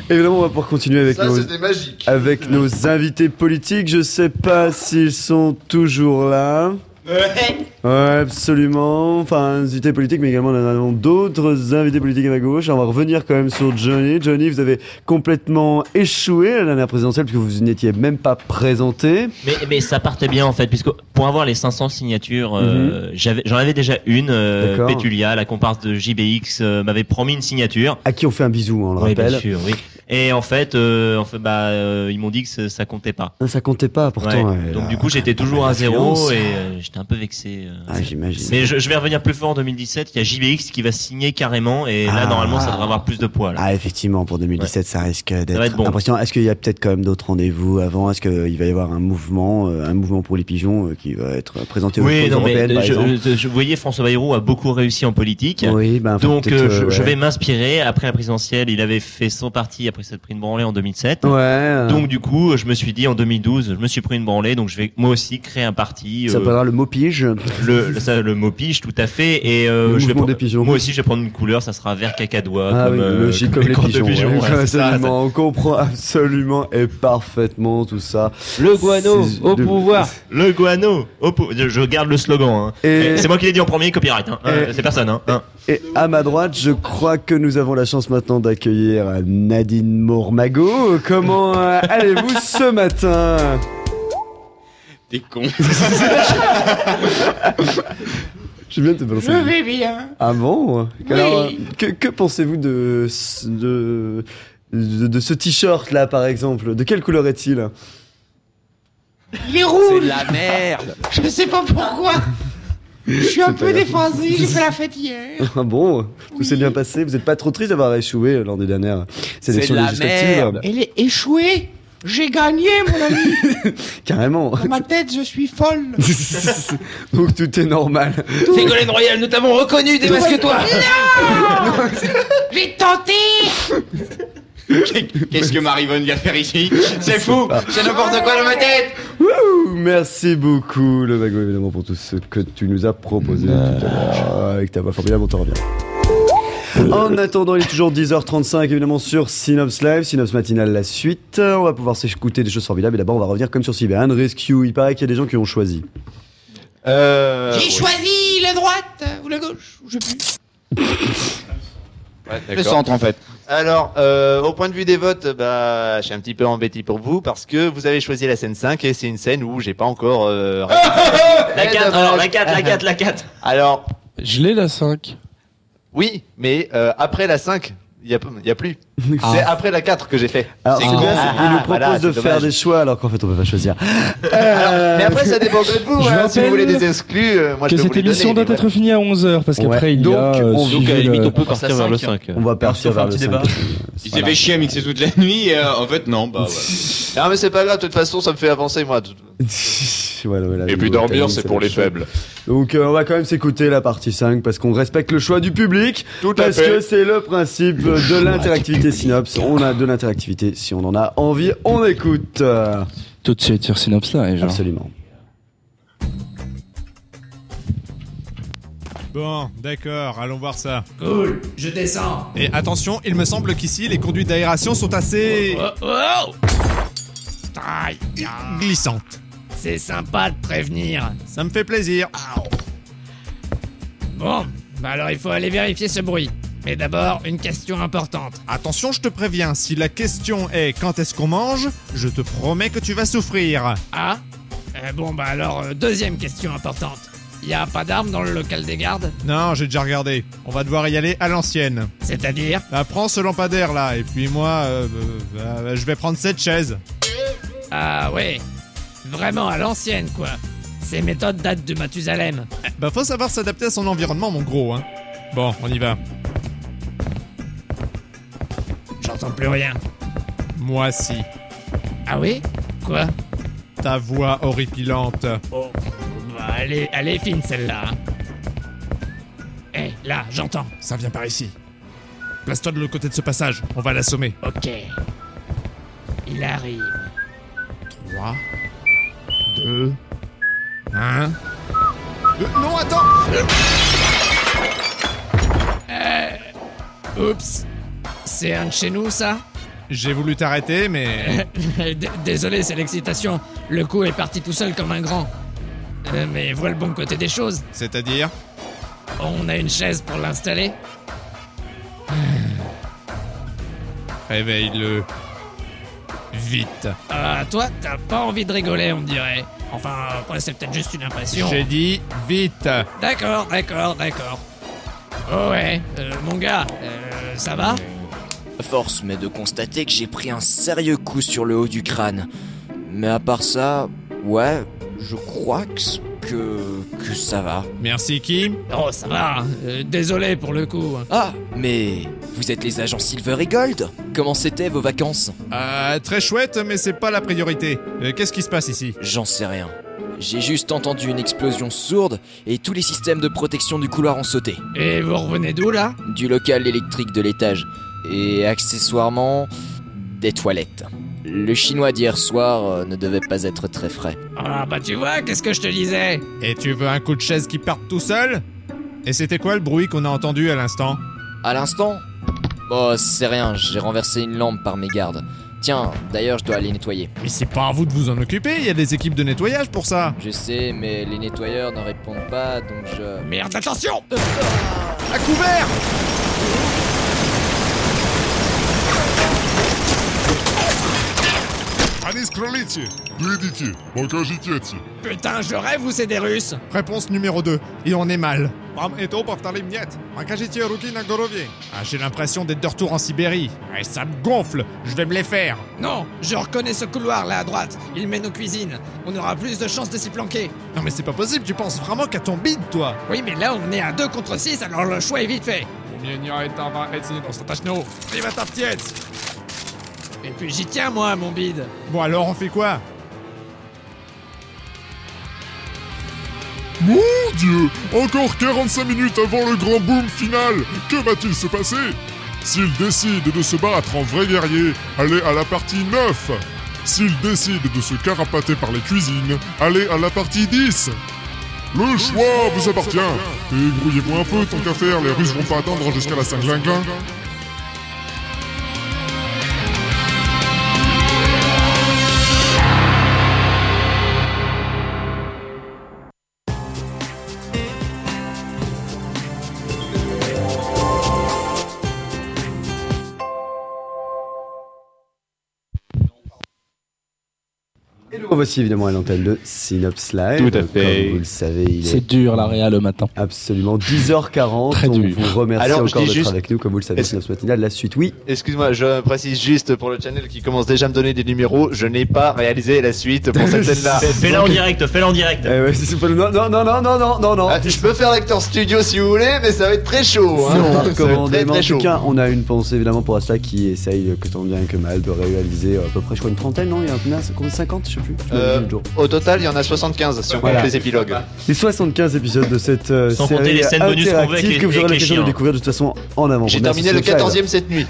[SPEAKER 2] Évidemment, on va pouvoir continuer avec,
[SPEAKER 18] Ça,
[SPEAKER 2] nos,
[SPEAKER 18] c'était magique.
[SPEAKER 2] avec nos invités politiques. Je sais pas s'ils sont toujours là. Ouais, absolument. Enfin, invités politiques, mais également, nous avons d'autres invités politiques à ma gauche. Alors, on va revenir quand même sur Johnny. Johnny, vous avez complètement échoué à la dernière présidentielle puisque vous n'étiez même pas présenté.
[SPEAKER 10] Mais, mais ça partait bien en fait, puisque pour avoir les 500 signatures, euh, j'avais- j'en avais déjà une.
[SPEAKER 2] Mhm.
[SPEAKER 10] euh,
[SPEAKER 2] D'accord.
[SPEAKER 10] Pétulia, la comparse de JBX, euh, m'avait promis une signature.
[SPEAKER 2] À qui on fait un bisou, hein, on le
[SPEAKER 10] Oui,
[SPEAKER 2] rappelle.
[SPEAKER 10] bien sûr, oui. Et en fait, euh, en fait bah, euh, ils m'ont dit que ça- ça comptait pas.
[SPEAKER 2] Ah, Ça comptait pas, pourtant.
[SPEAKER 10] Ouais.
[SPEAKER 2] elle
[SPEAKER 10] Donc
[SPEAKER 2] a
[SPEAKER 10] du coup, j'étais
[SPEAKER 2] quand même
[SPEAKER 10] toujours
[SPEAKER 2] la
[SPEAKER 10] à zéro
[SPEAKER 2] fiance.
[SPEAKER 10] et euh, j'étais un peu vexé. euh.
[SPEAKER 2] Ah, j'imagine.
[SPEAKER 10] mais je, je vais revenir plus fort en 2017. Il y a JBX qui va signer carrément et là,
[SPEAKER 2] Ah.
[SPEAKER 10] normalement, ça devrait avoir plus de poids. Là.
[SPEAKER 2] Ah, effectivement, pour 2017, ça risque
[SPEAKER 10] va
[SPEAKER 2] d'être
[SPEAKER 10] être bon.
[SPEAKER 2] impressionnant. Est-ce qu'il y a peut-être quand même d'autres rendez-vous avant Est-ce qu'il va y avoir un mouvement, euh, un mouvement pour les pigeons euh, qui va être présenté aux
[SPEAKER 10] Oui,
[SPEAKER 2] causes
[SPEAKER 10] non, mais
[SPEAKER 2] européennes, par
[SPEAKER 10] je, euh,
[SPEAKER 2] exemple
[SPEAKER 10] je- je- vous voyez, François Bayrou a beaucoup réussi en politique.
[SPEAKER 2] Oui, ben, faut
[SPEAKER 10] Donc,
[SPEAKER 2] peut-être,
[SPEAKER 10] euh, je,
[SPEAKER 2] euh,
[SPEAKER 10] je
[SPEAKER 2] ouais.
[SPEAKER 10] vais m'inspirer. Après la présidentielle, il avait fait son parti après cette pris une branlée en 2007.
[SPEAKER 2] Ouais. euh.
[SPEAKER 10] Donc, du coup, je me suis dit en 2012, je me suis pris une branlée, donc je vais moi aussi créer un parti.
[SPEAKER 2] Ça
[SPEAKER 10] euh,
[SPEAKER 2] s'appellera le mot pige.
[SPEAKER 10] le, le- ça, le mot pige, tout à fait. Et euh,
[SPEAKER 2] Le
[SPEAKER 10] je vais
[SPEAKER 2] mouvement
[SPEAKER 10] pre-
[SPEAKER 2] des pigeons.
[SPEAKER 10] moi aussi, je vais prendre une couleur, ça sera vert cacadois.
[SPEAKER 2] Ah
[SPEAKER 10] comme,
[SPEAKER 2] oui,
[SPEAKER 10] euh,
[SPEAKER 2] logique comme les
[SPEAKER 10] corps de
[SPEAKER 2] pigeons.
[SPEAKER 10] pigeon,
[SPEAKER 2] oui,
[SPEAKER 10] voilà, c'est ça,
[SPEAKER 2] absolument, on comprend absolument et parfaitement tout ça.
[SPEAKER 10] Le guano
[SPEAKER 2] C'est-
[SPEAKER 10] au
[SPEAKER 2] de- (laughs)
[SPEAKER 10] pouvoir. Le guano au pouvoir. Je garde le slogan. hein.
[SPEAKER 2] Et-
[SPEAKER 10] Eh, C'est moi qui l'ai dit en premier, copyright. hein. Euh,
[SPEAKER 2] Et-
[SPEAKER 10] C'est
[SPEAKER 2] (laughs)
[SPEAKER 10] personne. hein. Hein.
[SPEAKER 2] Et à ma droite, je crois que nous avons la chance maintenant d'accueillir Nadine Mourmago. Comment euh, allez-vous ce matin
[SPEAKER 9] T'es con.
[SPEAKER 2] Je viens de te balancer.
[SPEAKER 9] Je vais bien.
[SPEAKER 2] Ah bon
[SPEAKER 9] Oui.
[SPEAKER 2] Alors, euh, que, que pensez-vous de, ce- de, de, de ce t-shirt là par exemple De quelle couleur est-il
[SPEAKER 12] Il est rouge.
[SPEAKER 2] merde
[SPEAKER 12] Je sais pas pourquoi. Je suis un
[SPEAKER 2] C'est
[SPEAKER 12] peu
[SPEAKER 2] pas grave.
[SPEAKER 12] défendu, j'ai fait la fête hier.
[SPEAKER 2] Ah bon Tout s'est bien passé Vous n'êtes pas trop triste d'avoir échoué euh, lors des dernières sélections législatives
[SPEAKER 12] Elle est échouée. J'ai gagné, mon ami.
[SPEAKER 2] Carrément
[SPEAKER 12] Dans ma tête, je suis
[SPEAKER 9] (laughs)
[SPEAKER 12] folle.
[SPEAKER 2] (laughs) Donc tout est normal.
[SPEAKER 12] Ségolène
[SPEAKER 8] Royal, nous t'avons reconnu, démasque-toi
[SPEAKER 12] Non J'ai tenté
[SPEAKER 9] (laughs) Qu'est-ce que Marivonne vient faire ici C'est fou C'est n'importe quoi dans ma tête
[SPEAKER 2] Wouhou Merci beaucoup, le Mago, évidemment, pour tout ce que tu nous as proposé
[SPEAKER 4] Bah.
[SPEAKER 2] tout à l'heure. Avec ta voix formidable, on t'en revient. En attendant, il est toujours 10h35 évidemment sur Synops Live, Synops Matinal la suite. Euh, On va pouvoir s'écouter des choses formidables et d'abord on va revenir comme sur Cyber Rescue. Il paraît qu'il y a des gens qui ont choisi.
[SPEAKER 7] Euh,
[SPEAKER 12] J'ai choisi la droite ou la gauche, je sais plus.
[SPEAKER 7] Le centre en fait. Alors, euh, au point de vue des votes, bah, je suis un petit peu embêté pour vous parce que vous avez choisi la scène 5 et c'est une scène où j'ai pas encore. euh,
[SPEAKER 10] La 4, alors la 4, la 4, la
[SPEAKER 2] Ah
[SPEAKER 10] 4.
[SPEAKER 7] Alors,
[SPEAKER 4] Je l'ai la 5.
[SPEAKER 7] oui, mais euh, après la 5, il n'y a, y a plus.
[SPEAKER 2] Ah.
[SPEAKER 7] C'est après la 4 que j'ai fait.
[SPEAKER 2] Alors
[SPEAKER 7] C'est
[SPEAKER 2] c'est
[SPEAKER 7] con.
[SPEAKER 2] bien, c'est- il nous propose
[SPEAKER 7] Ah, Voilà,
[SPEAKER 2] de
[SPEAKER 7] c'est
[SPEAKER 2] faire
[SPEAKER 7] dommage.
[SPEAKER 2] des choix alors qu'en fait on peut pas choisir.
[SPEAKER 7] Alors, mais après, ça dépend que de vous.
[SPEAKER 4] Je
[SPEAKER 7] hein. Si vous
[SPEAKER 4] rappelle
[SPEAKER 7] voulez des exclus, euh, moi
[SPEAKER 4] que
[SPEAKER 7] je peux vous
[SPEAKER 4] cette
[SPEAKER 7] les
[SPEAKER 4] émission
[SPEAKER 7] donner.
[SPEAKER 4] doit être finie à 11h parce qu'après
[SPEAKER 2] Ouais.
[SPEAKER 4] il y a.
[SPEAKER 2] Donc,
[SPEAKER 4] euh,
[SPEAKER 2] on-
[SPEAKER 4] suivi
[SPEAKER 2] donc, à la limite,
[SPEAKER 4] le-
[SPEAKER 2] on peut partir vers le 5.
[SPEAKER 7] hein.
[SPEAKER 2] On va partir vers le 5.
[SPEAKER 9] Il s'est fait chier à mixer toute la nuit, et, euh, en fait, non, bah voilà.
[SPEAKER 7] (laughs) Non, mais c'est pas grave, de toute façon, ça me fait avancer, moi.
[SPEAKER 2] Voilà, voilà,
[SPEAKER 9] Et
[SPEAKER 2] le
[SPEAKER 9] puis
[SPEAKER 2] nouveau
[SPEAKER 9] dormir,
[SPEAKER 2] timing,
[SPEAKER 9] c'est
[SPEAKER 2] ça
[SPEAKER 9] pour
[SPEAKER 2] va
[SPEAKER 9] les
[SPEAKER 2] être chaud.
[SPEAKER 9] faibles.
[SPEAKER 2] Donc euh, on va quand même s'écouter la partie 5 parce qu'on respecte le choix du public.
[SPEAKER 9] Tout à
[SPEAKER 2] parce
[SPEAKER 9] fait.
[SPEAKER 2] que c'est le principe de l'interactivité Synops. On a de l'interactivité si on en a envie. On écoute. euh,
[SPEAKER 4] Tout de suite sur Synops Live.
[SPEAKER 2] Absolument.
[SPEAKER 13] Bon, d'accord, allons voir ça.
[SPEAKER 11] Cool, je descends.
[SPEAKER 13] Et attention, il me semble qu'ici, les conduites d'aération sont assez...
[SPEAKER 11] Oh, oh
[SPEAKER 13] Aïe, Glissantes.
[SPEAKER 11] C'est sympa de prévenir.
[SPEAKER 13] Ça me fait plaisir.
[SPEAKER 11] Bon, bah alors il faut aller vérifier ce bruit. Mais d'abord, une question importante.
[SPEAKER 13] Attention, je te préviens, si la question est quand est-ce qu'on mange, je te promets que tu vas souffrir.
[SPEAKER 11] Ah Euh, Bon, bah alors, euh, deuxième question importante. Y a pas d'armes dans le local des gardes
[SPEAKER 13] Non, j'ai déjà regardé. On va devoir y aller à l'ancienne.
[SPEAKER 11] C'est-à-dire
[SPEAKER 13] Bah, prends ce lampadaire là, et puis moi, euh, euh, euh, je vais prendre cette chaise.
[SPEAKER 11] Ah ouais Vraiment à l'ancienne, quoi. Ces méthodes datent de Mathusalem.
[SPEAKER 13] Bah, faut savoir s'adapter à son environnement, mon gros, hein. Bon, on y va.
[SPEAKER 11] J'entends plus rien.
[SPEAKER 13] Moi, si.
[SPEAKER 11] Ah oui Quoi
[SPEAKER 13] Ta voix horripilante.
[SPEAKER 11] Oh, bah elle est, elle est fine celle-là. hein. Eh, là, j'entends.
[SPEAKER 13] Ça vient par ici. Place-toi de l'autre côté de ce passage, on va l'assommer.
[SPEAKER 11] Ok. Il arrive.
[SPEAKER 13] 3, 2, 1. non, attends
[SPEAKER 11] Euh, Oups. C'est un de chez nous, ça
[SPEAKER 13] J'ai voulu t'arrêter,
[SPEAKER 11] (laughs)
[SPEAKER 13] mais.
[SPEAKER 11] D- Désolé, c'est l'excitation. Le coup est parti tout seul comme un grand. Euh, mais vois le bon côté des choses.
[SPEAKER 13] C'est-à-dire
[SPEAKER 11] On a une chaise pour l'installer.
[SPEAKER 13] Réveille-le. Vite.
[SPEAKER 11] Ah, toi, t'as pas envie de rigoler, on dirait. Enfin, après, c'est peut-être juste une impression.
[SPEAKER 13] J'ai dit vite.
[SPEAKER 11] D'accord, d'accord, d'accord. Oh ouais, euh, mon gars, euh, ça va
[SPEAKER 18] Force mais de constater que j'ai pris un sérieux coup sur le haut du crâne. Mais à part ça, ouais, je crois que, que, que ça va.
[SPEAKER 13] Merci, Kim.
[SPEAKER 11] Oh, ça va. hein. Euh, désolé pour le coup.
[SPEAKER 18] Ah, mais vous êtes les agents Silver et Gold Comment c'était vos vacances
[SPEAKER 13] Euh, très chouette, mais c'est pas la priorité. Euh, Qu'est-ce qui se passe ici
[SPEAKER 18] J'en sais rien. J'ai juste entendu une explosion sourde et tous les systèmes de protection du couloir ont sauté.
[SPEAKER 11] Et vous revenez d'où là
[SPEAKER 18] Du local électrique de l'étage. Et accessoirement, des toilettes. Le chinois d'hier soir euh, (laughs) ne devait pas être très frais.
[SPEAKER 11] Ah bah tu vois, qu'est-ce que je te disais
[SPEAKER 13] Et tu veux un coup de chaise qui parte tout seul Et c'était quoi le bruit qu'on a entendu à l'instant
[SPEAKER 18] À l'instant Oh, c'est rien, j'ai renversé une lampe par mégarde. Tiens, d'ailleurs, je dois aller nettoyer.
[SPEAKER 13] Mais c'est pas à vous de vous en occuper, il y a des équipes de nettoyage pour ça.
[SPEAKER 18] Je sais, mais les nettoyeurs ne répondent pas, donc je.
[SPEAKER 11] Merde, attention
[SPEAKER 13] À couvert
[SPEAKER 14] Allez, scrollez-y Bludici, Bokajitieti.
[SPEAKER 11] Putain, je rêve ou c'est des Russes
[SPEAKER 13] Réponse numéro 2. Et on est mal.
[SPEAKER 11] Bah,
[SPEAKER 13] Ah, j'ai l'impression d'être de retour en Sibérie. Et ça me gonfle, je vais me les faire.
[SPEAKER 11] Non, je reconnais ce couloir là à droite. Il mène aux cuisines. On aura plus de chances de s'y planquer.
[SPEAKER 13] Non mais c'est pas possible, tu penses vraiment qu'à ton bide, toi
[SPEAKER 11] Oui, mais là on est à 2 contre 6, alors le choix est vite fait. Et puis j'y tiens moi, mon bide.
[SPEAKER 13] Bon alors on fait quoi
[SPEAKER 14] Mon dieu Encore 45 minutes avant le grand boom final Que va-t-il se passer S'il décide de se battre en vrai guerrier, allez à la partie 9 S'il décide de se carapater par les cuisines, allez à la partie 10 Le choix vous appartient Débrouillez-vous un peu, tant qu'à faire, les Russes vont pas attendre jusqu'à la 5
[SPEAKER 2] Et nous revoici évidemment à l'antenne de Synops Live.
[SPEAKER 4] Tout à fait.
[SPEAKER 2] Comme vous le savez, il est
[SPEAKER 4] C'est dur la réa le matin.
[SPEAKER 2] absolument 10h40.
[SPEAKER 4] Très
[SPEAKER 2] on
[SPEAKER 4] dur.
[SPEAKER 2] vous remercie
[SPEAKER 7] Alors, je
[SPEAKER 2] encore
[SPEAKER 7] dis
[SPEAKER 2] d'être
[SPEAKER 7] juste-
[SPEAKER 2] avec nous. Comme vous le savez, Synops Matinale, la suite, oui.
[SPEAKER 7] Excuse-moi, je précise juste pour le channel qui commence déjà à me donner des numéros, je n'ai pas réalisé la suite
[SPEAKER 2] (laughs)
[SPEAKER 7] pour cette scène-là. euh,
[SPEAKER 10] Fais- Fais-la en direct, fais-la en direct.
[SPEAKER 2] Eh ouais, c'est- c'est pas le- Non, non, non, non, non, non, non, non.
[SPEAKER 7] Ah, je peux faire l'acteur studio si vous voulez, mais ça va être très chaud. Hein.
[SPEAKER 2] Non,
[SPEAKER 7] Ça va être
[SPEAKER 2] recommandé,
[SPEAKER 7] très,
[SPEAKER 2] mais
[SPEAKER 7] très
[SPEAKER 2] en
[SPEAKER 7] chaud.
[SPEAKER 2] tout cas, on a une pensée évidemment pour Asta qui essaye euh, que tant bien que mal de réaliser euh, à peu près, je crois, une trentaine, non Il y en a combien C'est combien 50 Je sais plus. Tu m'as dit
[SPEAKER 7] Euh,
[SPEAKER 2] l'autre jour.
[SPEAKER 7] au total, il y en a 75 si on
[SPEAKER 2] Voilà.
[SPEAKER 7] compte les épilogues.
[SPEAKER 2] Les 75 épisodes de cette euh,
[SPEAKER 7] Sans compter
[SPEAKER 2] série
[SPEAKER 7] les scènes bonus qu'on voit avec
[SPEAKER 2] interactive
[SPEAKER 7] les-
[SPEAKER 2] que vous aurez
[SPEAKER 7] avec les
[SPEAKER 2] l'occasion de
[SPEAKER 7] chiens.
[SPEAKER 2] découvrir de toute façon en avant.
[SPEAKER 7] J'ai
[SPEAKER 2] Merci,
[SPEAKER 7] terminé le
[SPEAKER 2] Sophia.
[SPEAKER 7] 14e cette nuit.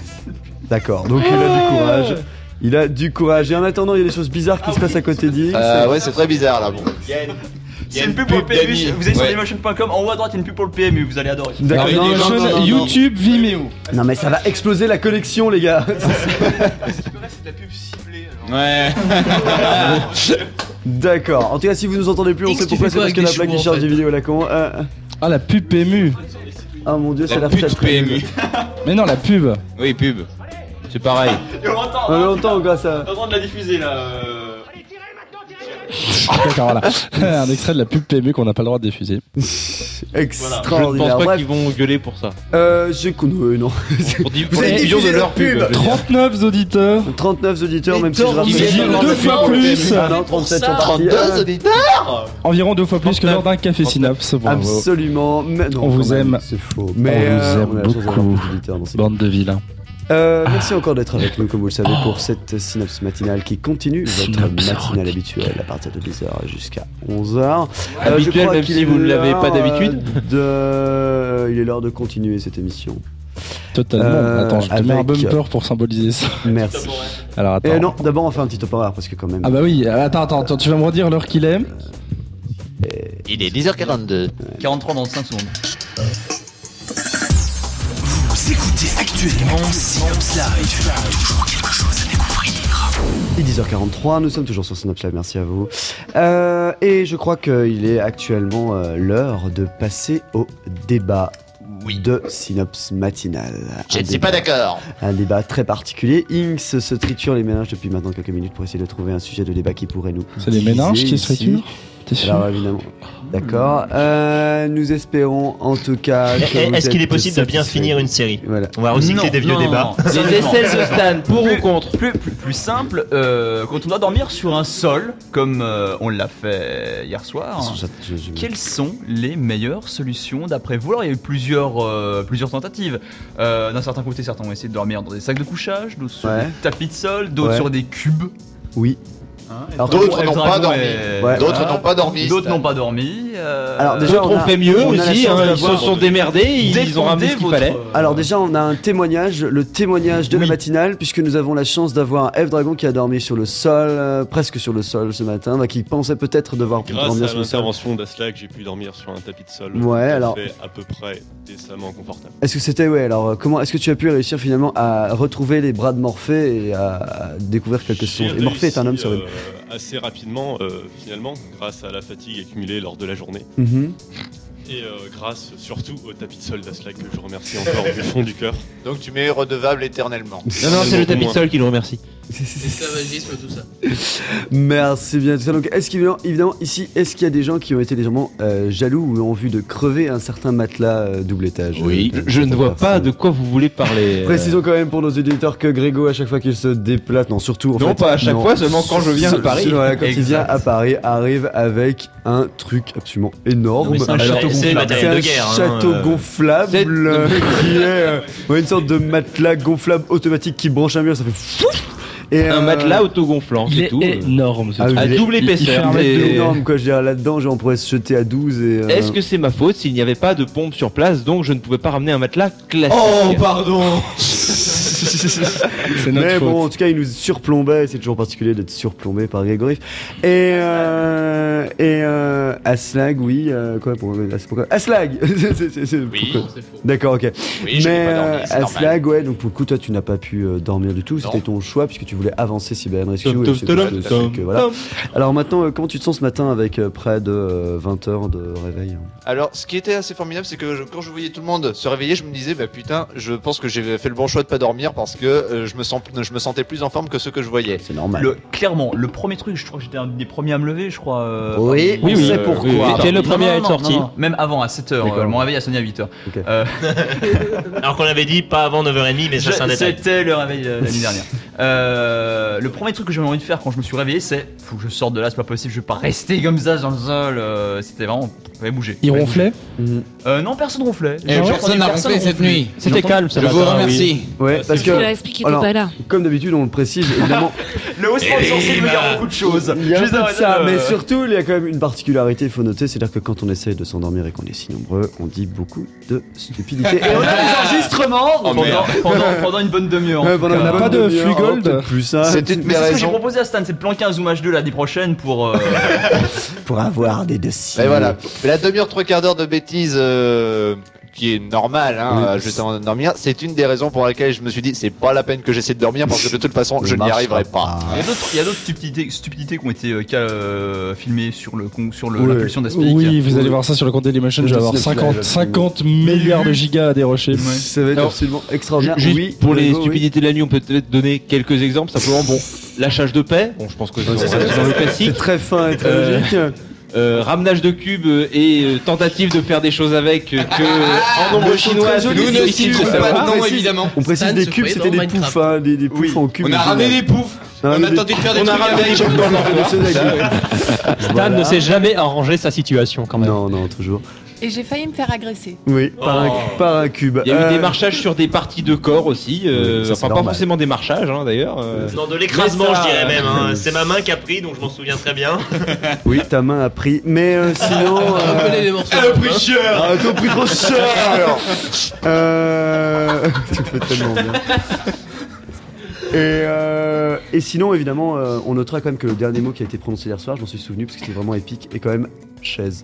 [SPEAKER 2] D'accord, donc il a du courage. Il a du courage. Et en attendant, il y a des choses bizarres qui se passent à côté d'X.
[SPEAKER 7] Ah Euh, ouais, c'est très bizarre là. Bon.
[SPEAKER 6] C'est une pub pour le PMU.
[SPEAKER 7] d'Annie.
[SPEAKER 6] Vous allez sur
[SPEAKER 7] Ouais.
[SPEAKER 6] dailymotion.com, en haut à droite, il y a une pub pour le PMU, vous allez adorer.
[SPEAKER 2] D'accord.
[SPEAKER 6] Alors, il y a des gens-
[SPEAKER 2] non, non, non, non.
[SPEAKER 4] YouTube, Vimeo.
[SPEAKER 2] Non, mais ça va exploser la connexion, les gars.
[SPEAKER 5] Ouais.
[SPEAKER 6] (laughs)
[SPEAKER 2] D'accord. En tout cas, si vous nous entendez plus, on
[SPEAKER 4] X,
[SPEAKER 2] sait
[SPEAKER 4] tu
[SPEAKER 2] pourquoi
[SPEAKER 4] fais
[SPEAKER 2] c'est
[SPEAKER 4] quoi
[SPEAKER 2] parce que
[SPEAKER 4] avec
[SPEAKER 2] la
[SPEAKER 4] des
[SPEAKER 2] blague
[SPEAKER 4] choux,
[SPEAKER 2] qui
[SPEAKER 4] en
[SPEAKER 2] charge
[SPEAKER 4] fait
[SPEAKER 2] des vidéos à la con.
[SPEAKER 7] euh,
[SPEAKER 2] Ah,
[SPEAKER 4] Ah, la pub PMU.
[SPEAKER 2] ah, mon dieu,
[SPEAKER 4] La
[SPEAKER 2] c'est la
[SPEAKER 4] pute
[SPEAKER 2] retraite.
[SPEAKER 4] PMU. Mais non, la pub.
[SPEAKER 5] Oui, pub. C'est pareil.
[SPEAKER 6] (laughs) Et on l'entend,
[SPEAKER 2] On
[SPEAKER 6] hein,
[SPEAKER 2] l'entend, gars, ça.
[SPEAKER 6] on est en train de la diffuser là. euh.
[SPEAKER 4] D'accord, voilà. (laughs) Un extrait de la pub PMU qu'on n'a pas le droit de diffuser.
[SPEAKER 2] (laughs)
[SPEAKER 15] Je ne
[SPEAKER 2] Extraordinaire.
[SPEAKER 15] pense pas
[SPEAKER 2] Bref,
[SPEAKER 15] qu'ils vont gueuler pour ça.
[SPEAKER 2] euh, je con- euh, non. (laughs)
[SPEAKER 15] pour des millions de leurs pubs, je veux dire.
[SPEAKER 4] 39 auditeurs.
[SPEAKER 2] 39 auditeurs, même si je
[SPEAKER 4] Ils
[SPEAKER 2] rappelle-
[SPEAKER 4] viennent deux fois plus.
[SPEAKER 2] Ah non, 37 sont partis. Ah,
[SPEAKER 7] auditeurs
[SPEAKER 4] Environ deux fois plus que lors d'un café synapse. Bravo.
[SPEAKER 2] Absolument. Mais non,
[SPEAKER 4] On
[SPEAKER 2] quand
[SPEAKER 4] vous
[SPEAKER 2] même,
[SPEAKER 4] aime.
[SPEAKER 2] C'est faux.
[SPEAKER 4] On
[SPEAKER 2] Mais
[SPEAKER 4] vous
[SPEAKER 2] euh,
[SPEAKER 4] aime
[SPEAKER 2] on a la chance d'avoir
[SPEAKER 4] beaucoup.
[SPEAKER 2] plus d'auditeurs dans cette
[SPEAKER 4] Bande de vilains.
[SPEAKER 2] Euh, merci encore d'être avec nous, comme vous le savez, pour cette synapse matinale qui continue, votre matinale habituelle à partir de 10h jusqu'à Euh, 11h.
[SPEAKER 15] Habituelle, même si vous ne l'avez pas d'habitude.
[SPEAKER 2] euh, Il est l'heure de continuer cette émission.
[SPEAKER 4] Totalement.
[SPEAKER 2] Euh,
[SPEAKER 4] attends, je te mets un
[SPEAKER 2] avec-
[SPEAKER 4] bumper pour symboliser ça.
[SPEAKER 2] (laughs) Merci.
[SPEAKER 4] Alors attends.
[SPEAKER 2] Et Eh non, d'abord on va faire un petit top horaire parce que quand même.
[SPEAKER 4] Ah bah oui, euh, attends, attends, attends, tu vas me redire l'heure qu'il est
[SPEAKER 5] Il est 10h42.
[SPEAKER 6] 43 dans 5 secondes.
[SPEAKER 1] Vous écoutez actuellement Synops Live. Toujours quelque chose
[SPEAKER 2] Il est 10h43, nous sommes toujours sur Synapse Live, merci à vous. Euh, et je crois qu'il est actuellement euh, l'heure de passer au débat de Synapse Matinale.
[SPEAKER 5] Je
[SPEAKER 2] Un
[SPEAKER 5] ne suis pas
[SPEAKER 2] débat-
[SPEAKER 5] d'accord.
[SPEAKER 2] Un débat très particulier. Inks se triture les méninges depuis maintenant quelques minutes pour essayer de trouver un sujet de débat qui pourrait nous.
[SPEAKER 4] C'est les méninges
[SPEAKER 2] diviser
[SPEAKER 4] qui se
[SPEAKER 2] ici.
[SPEAKER 4] triturent T'es sûr
[SPEAKER 2] Alors évidemment. D'accord. Euh, nous espérons en tout cas. que
[SPEAKER 10] Eh, eh,
[SPEAKER 2] vous
[SPEAKER 10] Est-ce qu'il est
[SPEAKER 2] êtes
[SPEAKER 10] possible de bien
[SPEAKER 2] satisfaits.
[SPEAKER 10] finir une série On va
[SPEAKER 6] Non,
[SPEAKER 10] recycler des vieux
[SPEAKER 6] non,
[SPEAKER 10] débats.
[SPEAKER 6] non, non. (laughs)
[SPEAKER 10] Absolument.
[SPEAKER 6] pour ou contre plus, plus, plus simple, euh, quand on doit dormir sur un sol, comme euh, on l'a fait hier soir, hein, quelles sont les meilleures solutions d'après vous Alors, il y a eu plusieurs, euh, plusieurs tentatives. Euh, D'un certain côté, certains ont essayé de dormir dans des sacs de couchage, d'autres sur
[SPEAKER 2] Ouais.
[SPEAKER 6] des tapis de sol, d'autres
[SPEAKER 2] Ouais.
[SPEAKER 6] sur des cubes.
[SPEAKER 2] Oui.
[SPEAKER 6] hein.
[SPEAKER 2] Alors,
[SPEAKER 6] Dragon-
[SPEAKER 2] d'autres n'ont
[SPEAKER 6] Dragon
[SPEAKER 2] pas dormi.
[SPEAKER 6] est-
[SPEAKER 2] Ouais.
[SPEAKER 6] Hein D'autres
[SPEAKER 2] Ah.
[SPEAKER 6] n'ont pas dormi.
[SPEAKER 2] D'autres n'ont
[SPEAKER 6] pas dormi.
[SPEAKER 2] Alors
[SPEAKER 15] Euh,
[SPEAKER 2] déjà,
[SPEAKER 15] D'autres ont
[SPEAKER 2] a-
[SPEAKER 15] fait mieux
[SPEAKER 2] on a la
[SPEAKER 15] aussi,
[SPEAKER 2] chance
[SPEAKER 15] hein, ils
[SPEAKER 2] d'avoir-
[SPEAKER 15] se sont démerdés, ils Défendez ont ramené ce qu'il votre- fallait.
[SPEAKER 2] Alors déjà, on a un témoignage, le témoignage de la matinale, puisque nous avons la chance d'avoir Eve Dragon qui a dormi sur le sol, euh, presque sur le sol ce matin, bah, qui pensait peut-être devoir
[SPEAKER 19] Grâce
[SPEAKER 2] dormir
[SPEAKER 19] à
[SPEAKER 2] sur le sol.
[SPEAKER 19] l'intervention d'Aslak, j'ai pu dormir sur un tapis de sol.
[SPEAKER 2] Ouais,
[SPEAKER 19] tout à
[SPEAKER 2] alors-
[SPEAKER 19] fait à peu près décemment confortable.
[SPEAKER 2] Est-ce que c'était ouais alors euh, comment est-ce que tu as pu réussir finalement à retrouver les bras de Morphée et à à découvrir quelque
[SPEAKER 19] J'ai
[SPEAKER 2] chose Morphée est un homme
[SPEAKER 19] réussi,
[SPEAKER 2] sur une...
[SPEAKER 19] euh, assez rapidement, euh, finalement, grâce à la fatigue accumulée lors de la journée.
[SPEAKER 2] Mhm.
[SPEAKER 19] Et euh, grâce surtout au tapis de sol d'Aslak, que je remercie encore du fond du cœur.
[SPEAKER 7] Donc tu m'es redevable éternellement.
[SPEAKER 15] Non, non, c'est le tapis de sol qui le remercie.
[SPEAKER 3] L'esclavagisme, tout ça.
[SPEAKER 2] Merci bien tout ça. Donc est-ce qu'il y a- évidemment ici est-ce qu'il y a des gens qui ont été légèrement euh, jaloux ou ont vu de crever un certain matelas euh, double étage
[SPEAKER 15] Oui.
[SPEAKER 2] Euh,
[SPEAKER 15] Je ne vois pas de quoi vous voulez parler.
[SPEAKER 2] Précisons quand même pour nos auditeurs que Grégo, à chaque fois qu'il se déplace, non, surtout en
[SPEAKER 15] Non,
[SPEAKER 2] fait,
[SPEAKER 15] pas à chaque fois, seulement quand je viens à
[SPEAKER 2] Seul-
[SPEAKER 15] Paris.
[SPEAKER 2] voilà, quand il
[SPEAKER 15] Exact.
[SPEAKER 2] vient à Paris, arrive avec un truc absolument énorme.
[SPEAKER 15] Non, mais
[SPEAKER 13] Oh,
[SPEAKER 15] c'est un
[SPEAKER 13] bah,
[SPEAKER 2] Alors,
[SPEAKER 15] château
[SPEAKER 2] c'est
[SPEAKER 15] gonflable.
[SPEAKER 2] un
[SPEAKER 15] de guerre, hein,
[SPEAKER 2] château
[SPEAKER 15] euh,
[SPEAKER 2] gonflable
[SPEAKER 15] c'est- (laughs)
[SPEAKER 2] euh, qui est euh, (laughs) ouais, une sorte de matelas gonflable automatique qui branche un mur, ça fait fouf et
[SPEAKER 15] Un
[SPEAKER 2] euh,
[SPEAKER 15] matelas autogonflant, c'est tout. euh.
[SPEAKER 2] Ah oui,
[SPEAKER 15] à
[SPEAKER 2] il est-
[SPEAKER 15] double
[SPEAKER 2] il- il fait
[SPEAKER 15] épaisseur.
[SPEAKER 2] un
[SPEAKER 15] c'est-
[SPEAKER 2] mètre énorme quoi, je veux dire, là-dedans, genre, on pourrait se jeter à 12 et. euh,
[SPEAKER 15] Est-ce que c'est ma faute s'il n'y avait pas de pompe sur place, donc je ne pouvais pas ramener un matelas classique
[SPEAKER 2] Oh, pardon.
[SPEAKER 15] notre
[SPEAKER 2] Mais bon,
[SPEAKER 15] faute.
[SPEAKER 2] en tout cas, il nous surplombait. C'est toujours particulier d'être surplombé par Grégorif. Et euh, et euh, Aslag, oui, euh, quoi pour, c'est pourquoi Aslag. (laughs) C'est- c'est- c'est- pourquoi D'accord, ok.
[SPEAKER 7] Oui, je
[SPEAKER 2] Mais
[SPEAKER 7] n'ai pas dormi,
[SPEAKER 2] euh,
[SPEAKER 7] c'est normal.
[SPEAKER 2] Aslag, ouais. Donc pour le coup, toi, tu n'as pas pu euh, dormir du tout. C'était ton choix puisque tu voulais avancer Cyber Rescue.
[SPEAKER 15] Tom,
[SPEAKER 2] et
[SPEAKER 15] tom,
[SPEAKER 2] c'est
[SPEAKER 15] tom,
[SPEAKER 2] pour ça aussi
[SPEAKER 15] tom,
[SPEAKER 2] que, voilà.
[SPEAKER 15] tom.
[SPEAKER 2] Alors maintenant, euh, comment tu te sens ce matin avec euh, près de 20 h de réveil hein
[SPEAKER 7] Alors, ce qui était assez formidable, c'est que je- quand je voyais tout le monde se réveiller, je me disais, bah putain, je pense que j'ai fait le bon choix de pas dormir parce que euh, je, me sens, je me sentais plus en forme que ceux que je voyais.
[SPEAKER 2] C'est normal.
[SPEAKER 6] Le, clairement, le premier truc, je crois que j'étais un des premiers à me lever, je crois. euh,
[SPEAKER 2] Oui,
[SPEAKER 6] parmi-
[SPEAKER 2] on sait pourquoi.
[SPEAKER 6] oui, oui.
[SPEAKER 15] T'es le
[SPEAKER 6] Non,
[SPEAKER 15] premier
[SPEAKER 6] non,
[SPEAKER 15] à être
[SPEAKER 6] non,
[SPEAKER 15] sorti.
[SPEAKER 6] non, Euh, non. Même avant, à 7h.
[SPEAKER 15] D'accord.
[SPEAKER 6] mon réveil a sonné à Euh, 8h.
[SPEAKER 10] Alors qu'on avait dit pas avant 9h30, mais ça c'est un détail.
[SPEAKER 6] (laughs) C'était le réveil euh, la nuit dernière. Euh, le premier truc que j'avais envie de faire quand je me suis réveillé, c'est faut que je sorte de là, c'est pas possible, je vais pas rester comme ça dans le sol. euh, C'était vraiment. Fallait bouger.
[SPEAKER 15] Il
[SPEAKER 6] Fallait bouger.
[SPEAKER 15] ronflait
[SPEAKER 2] Hmm.
[SPEAKER 6] Euh, Non, personne ronflait.
[SPEAKER 15] Et
[SPEAKER 6] J'ai
[SPEAKER 15] personne
[SPEAKER 6] entendu
[SPEAKER 15] n'a ronflé cette
[SPEAKER 6] ronfler.
[SPEAKER 15] nuit. C'était
[SPEAKER 6] J'ai entendu-
[SPEAKER 15] calme ce Je matin, vous remercie. oui.
[SPEAKER 2] Ouais,
[SPEAKER 15] Ah,
[SPEAKER 2] parce
[SPEAKER 15] c'est
[SPEAKER 2] que.
[SPEAKER 15] bien. Tu l'as expliqué, t'es
[SPEAKER 2] alors,
[SPEAKER 15] pas là.
[SPEAKER 2] Comme d'habitude, on le précise, évidemment.
[SPEAKER 6] Le haut sponsor, c'est de me dire beaucoup de choses.
[SPEAKER 2] Il y
[SPEAKER 6] Je
[SPEAKER 2] a un peu
[SPEAKER 6] les
[SPEAKER 2] de
[SPEAKER 6] arrête,
[SPEAKER 2] ça,
[SPEAKER 6] euh,
[SPEAKER 2] mais surtout, il y a quand même une particularité, il faut noter, c'est-à-dire que quand on essaye de s'endormir et qu'on est si nombreux, on dit beaucoup de
[SPEAKER 6] (laughs)
[SPEAKER 2] stupidité. Et on a (laughs) les
[SPEAKER 15] Oh,
[SPEAKER 2] enregistrements
[SPEAKER 6] Oh, pendant, pendant-
[SPEAKER 2] (laughs)
[SPEAKER 6] pendant une bonne demi-heure. en
[SPEAKER 2] Oh, Ouais,
[SPEAKER 6] tout
[SPEAKER 2] pendant
[SPEAKER 6] cas.
[SPEAKER 2] une On n'a bonne pas de demi-heure, free gold peut-être plus, hein. C'est une
[SPEAKER 6] Mais
[SPEAKER 2] des
[SPEAKER 6] c'est ce que j'ai
[SPEAKER 2] raisons.
[SPEAKER 6] proposé à Stan, c'est de planquer un Zoom H2 l'année prochaine pour. euh,
[SPEAKER 2] (laughs) Pour avoir des dossiers.
[SPEAKER 7] Et bah, voilà. Mais la demi-heure, trois quarts d'heure de bêtises euh, qui est normale, hein,
[SPEAKER 2] Oui.
[SPEAKER 7] euh, juste avant de dormir, c'est une des raisons pour laquelle je me suis dit, c'est pas la peine que j'essaie de dormir parce que de toute façon,
[SPEAKER 2] Ça
[SPEAKER 7] je n'y
[SPEAKER 2] marchera
[SPEAKER 7] arriverai pas.
[SPEAKER 6] Il y a d'autres- il y a d'autres stupidités, stupidités qui ont été euh, ca- euh, filmées sur le con- sur le-
[SPEAKER 4] Ouais.
[SPEAKER 6] l'impulsion d'Aspic.
[SPEAKER 4] Oui, vous allez voir ça sur le compte Dailymotion, je vais avoir
[SPEAKER 6] Disney+,
[SPEAKER 4] 50,
[SPEAKER 6] absolument.
[SPEAKER 4] 50 milliards de gigas à dérocher.
[SPEAKER 2] Ça va être absolument extraordinaire.
[SPEAKER 15] Juste
[SPEAKER 2] Oui,
[SPEAKER 15] pour les
[SPEAKER 2] Grégo, oui.
[SPEAKER 15] stupidités de la nuit, on peut peut-être donner quelques exemples. Simplement, bon, lâchage de paix. Bon, je pense que c'est on
[SPEAKER 2] c'est-
[SPEAKER 15] reste dans le classique.
[SPEAKER 2] c'est très fin et très logique.
[SPEAKER 15] euh, ramenage de cubes euh, et euh, tentative de faire des choses avec euh, que euh, en nombre
[SPEAKER 2] Ah, Le son
[SPEAKER 15] chinois.
[SPEAKER 2] très joli,
[SPEAKER 15] nous,
[SPEAKER 2] c'est
[SPEAKER 15] nous, ici,
[SPEAKER 2] sûr.
[SPEAKER 15] faut
[SPEAKER 2] On
[SPEAKER 15] savoir.
[SPEAKER 2] précise- On précise
[SPEAKER 15] Stan
[SPEAKER 2] des
[SPEAKER 15] se
[SPEAKER 2] cubes,
[SPEAKER 15] croyait
[SPEAKER 2] c'était
[SPEAKER 15] dans
[SPEAKER 2] des poufs, hein, des, des poufs en cube.
[SPEAKER 15] On a ramené des
[SPEAKER 2] poufs.
[SPEAKER 15] On a tenté de faire des On a trucs ramené avec. des poufs dans le euh, Ah, Stan ne s'est jamais arrangé sa situation quand même.
[SPEAKER 2] Non, non, toujours.
[SPEAKER 17] Et j'ai failli me faire agresser.
[SPEAKER 2] Oui, par, un, par un cube.
[SPEAKER 15] Oh. Il y a eu
[SPEAKER 2] Euh,
[SPEAKER 15] des marchages sur des parties de corps aussi. euh,
[SPEAKER 2] Oui, ça, c'est
[SPEAKER 15] enfin, pas
[SPEAKER 2] normal.
[SPEAKER 15] forcément des marchages hein, d'ailleurs. euh.
[SPEAKER 10] Non, de l'écrasement,
[SPEAKER 15] Mais
[SPEAKER 10] je
[SPEAKER 15] ça-
[SPEAKER 10] dirais même. hein. C'est ma main qui a pris, donc je m'en souviens très bien.
[SPEAKER 2] Oui, ta main a pris. Mais euh, sinon.
[SPEAKER 10] (laughs)
[SPEAKER 2] euh,
[SPEAKER 10] Elle a pris
[SPEAKER 2] Ah, elle a pris trop cher alors. Euh, (laughs) Tu le fais tellement bien. Et, euh, et sinon, évidemment, euh, on notera quand même que le dernier mot qui a été prononcé hier soir, je m'en suis souvenu parce que c'était vraiment épique, est quand même chaise.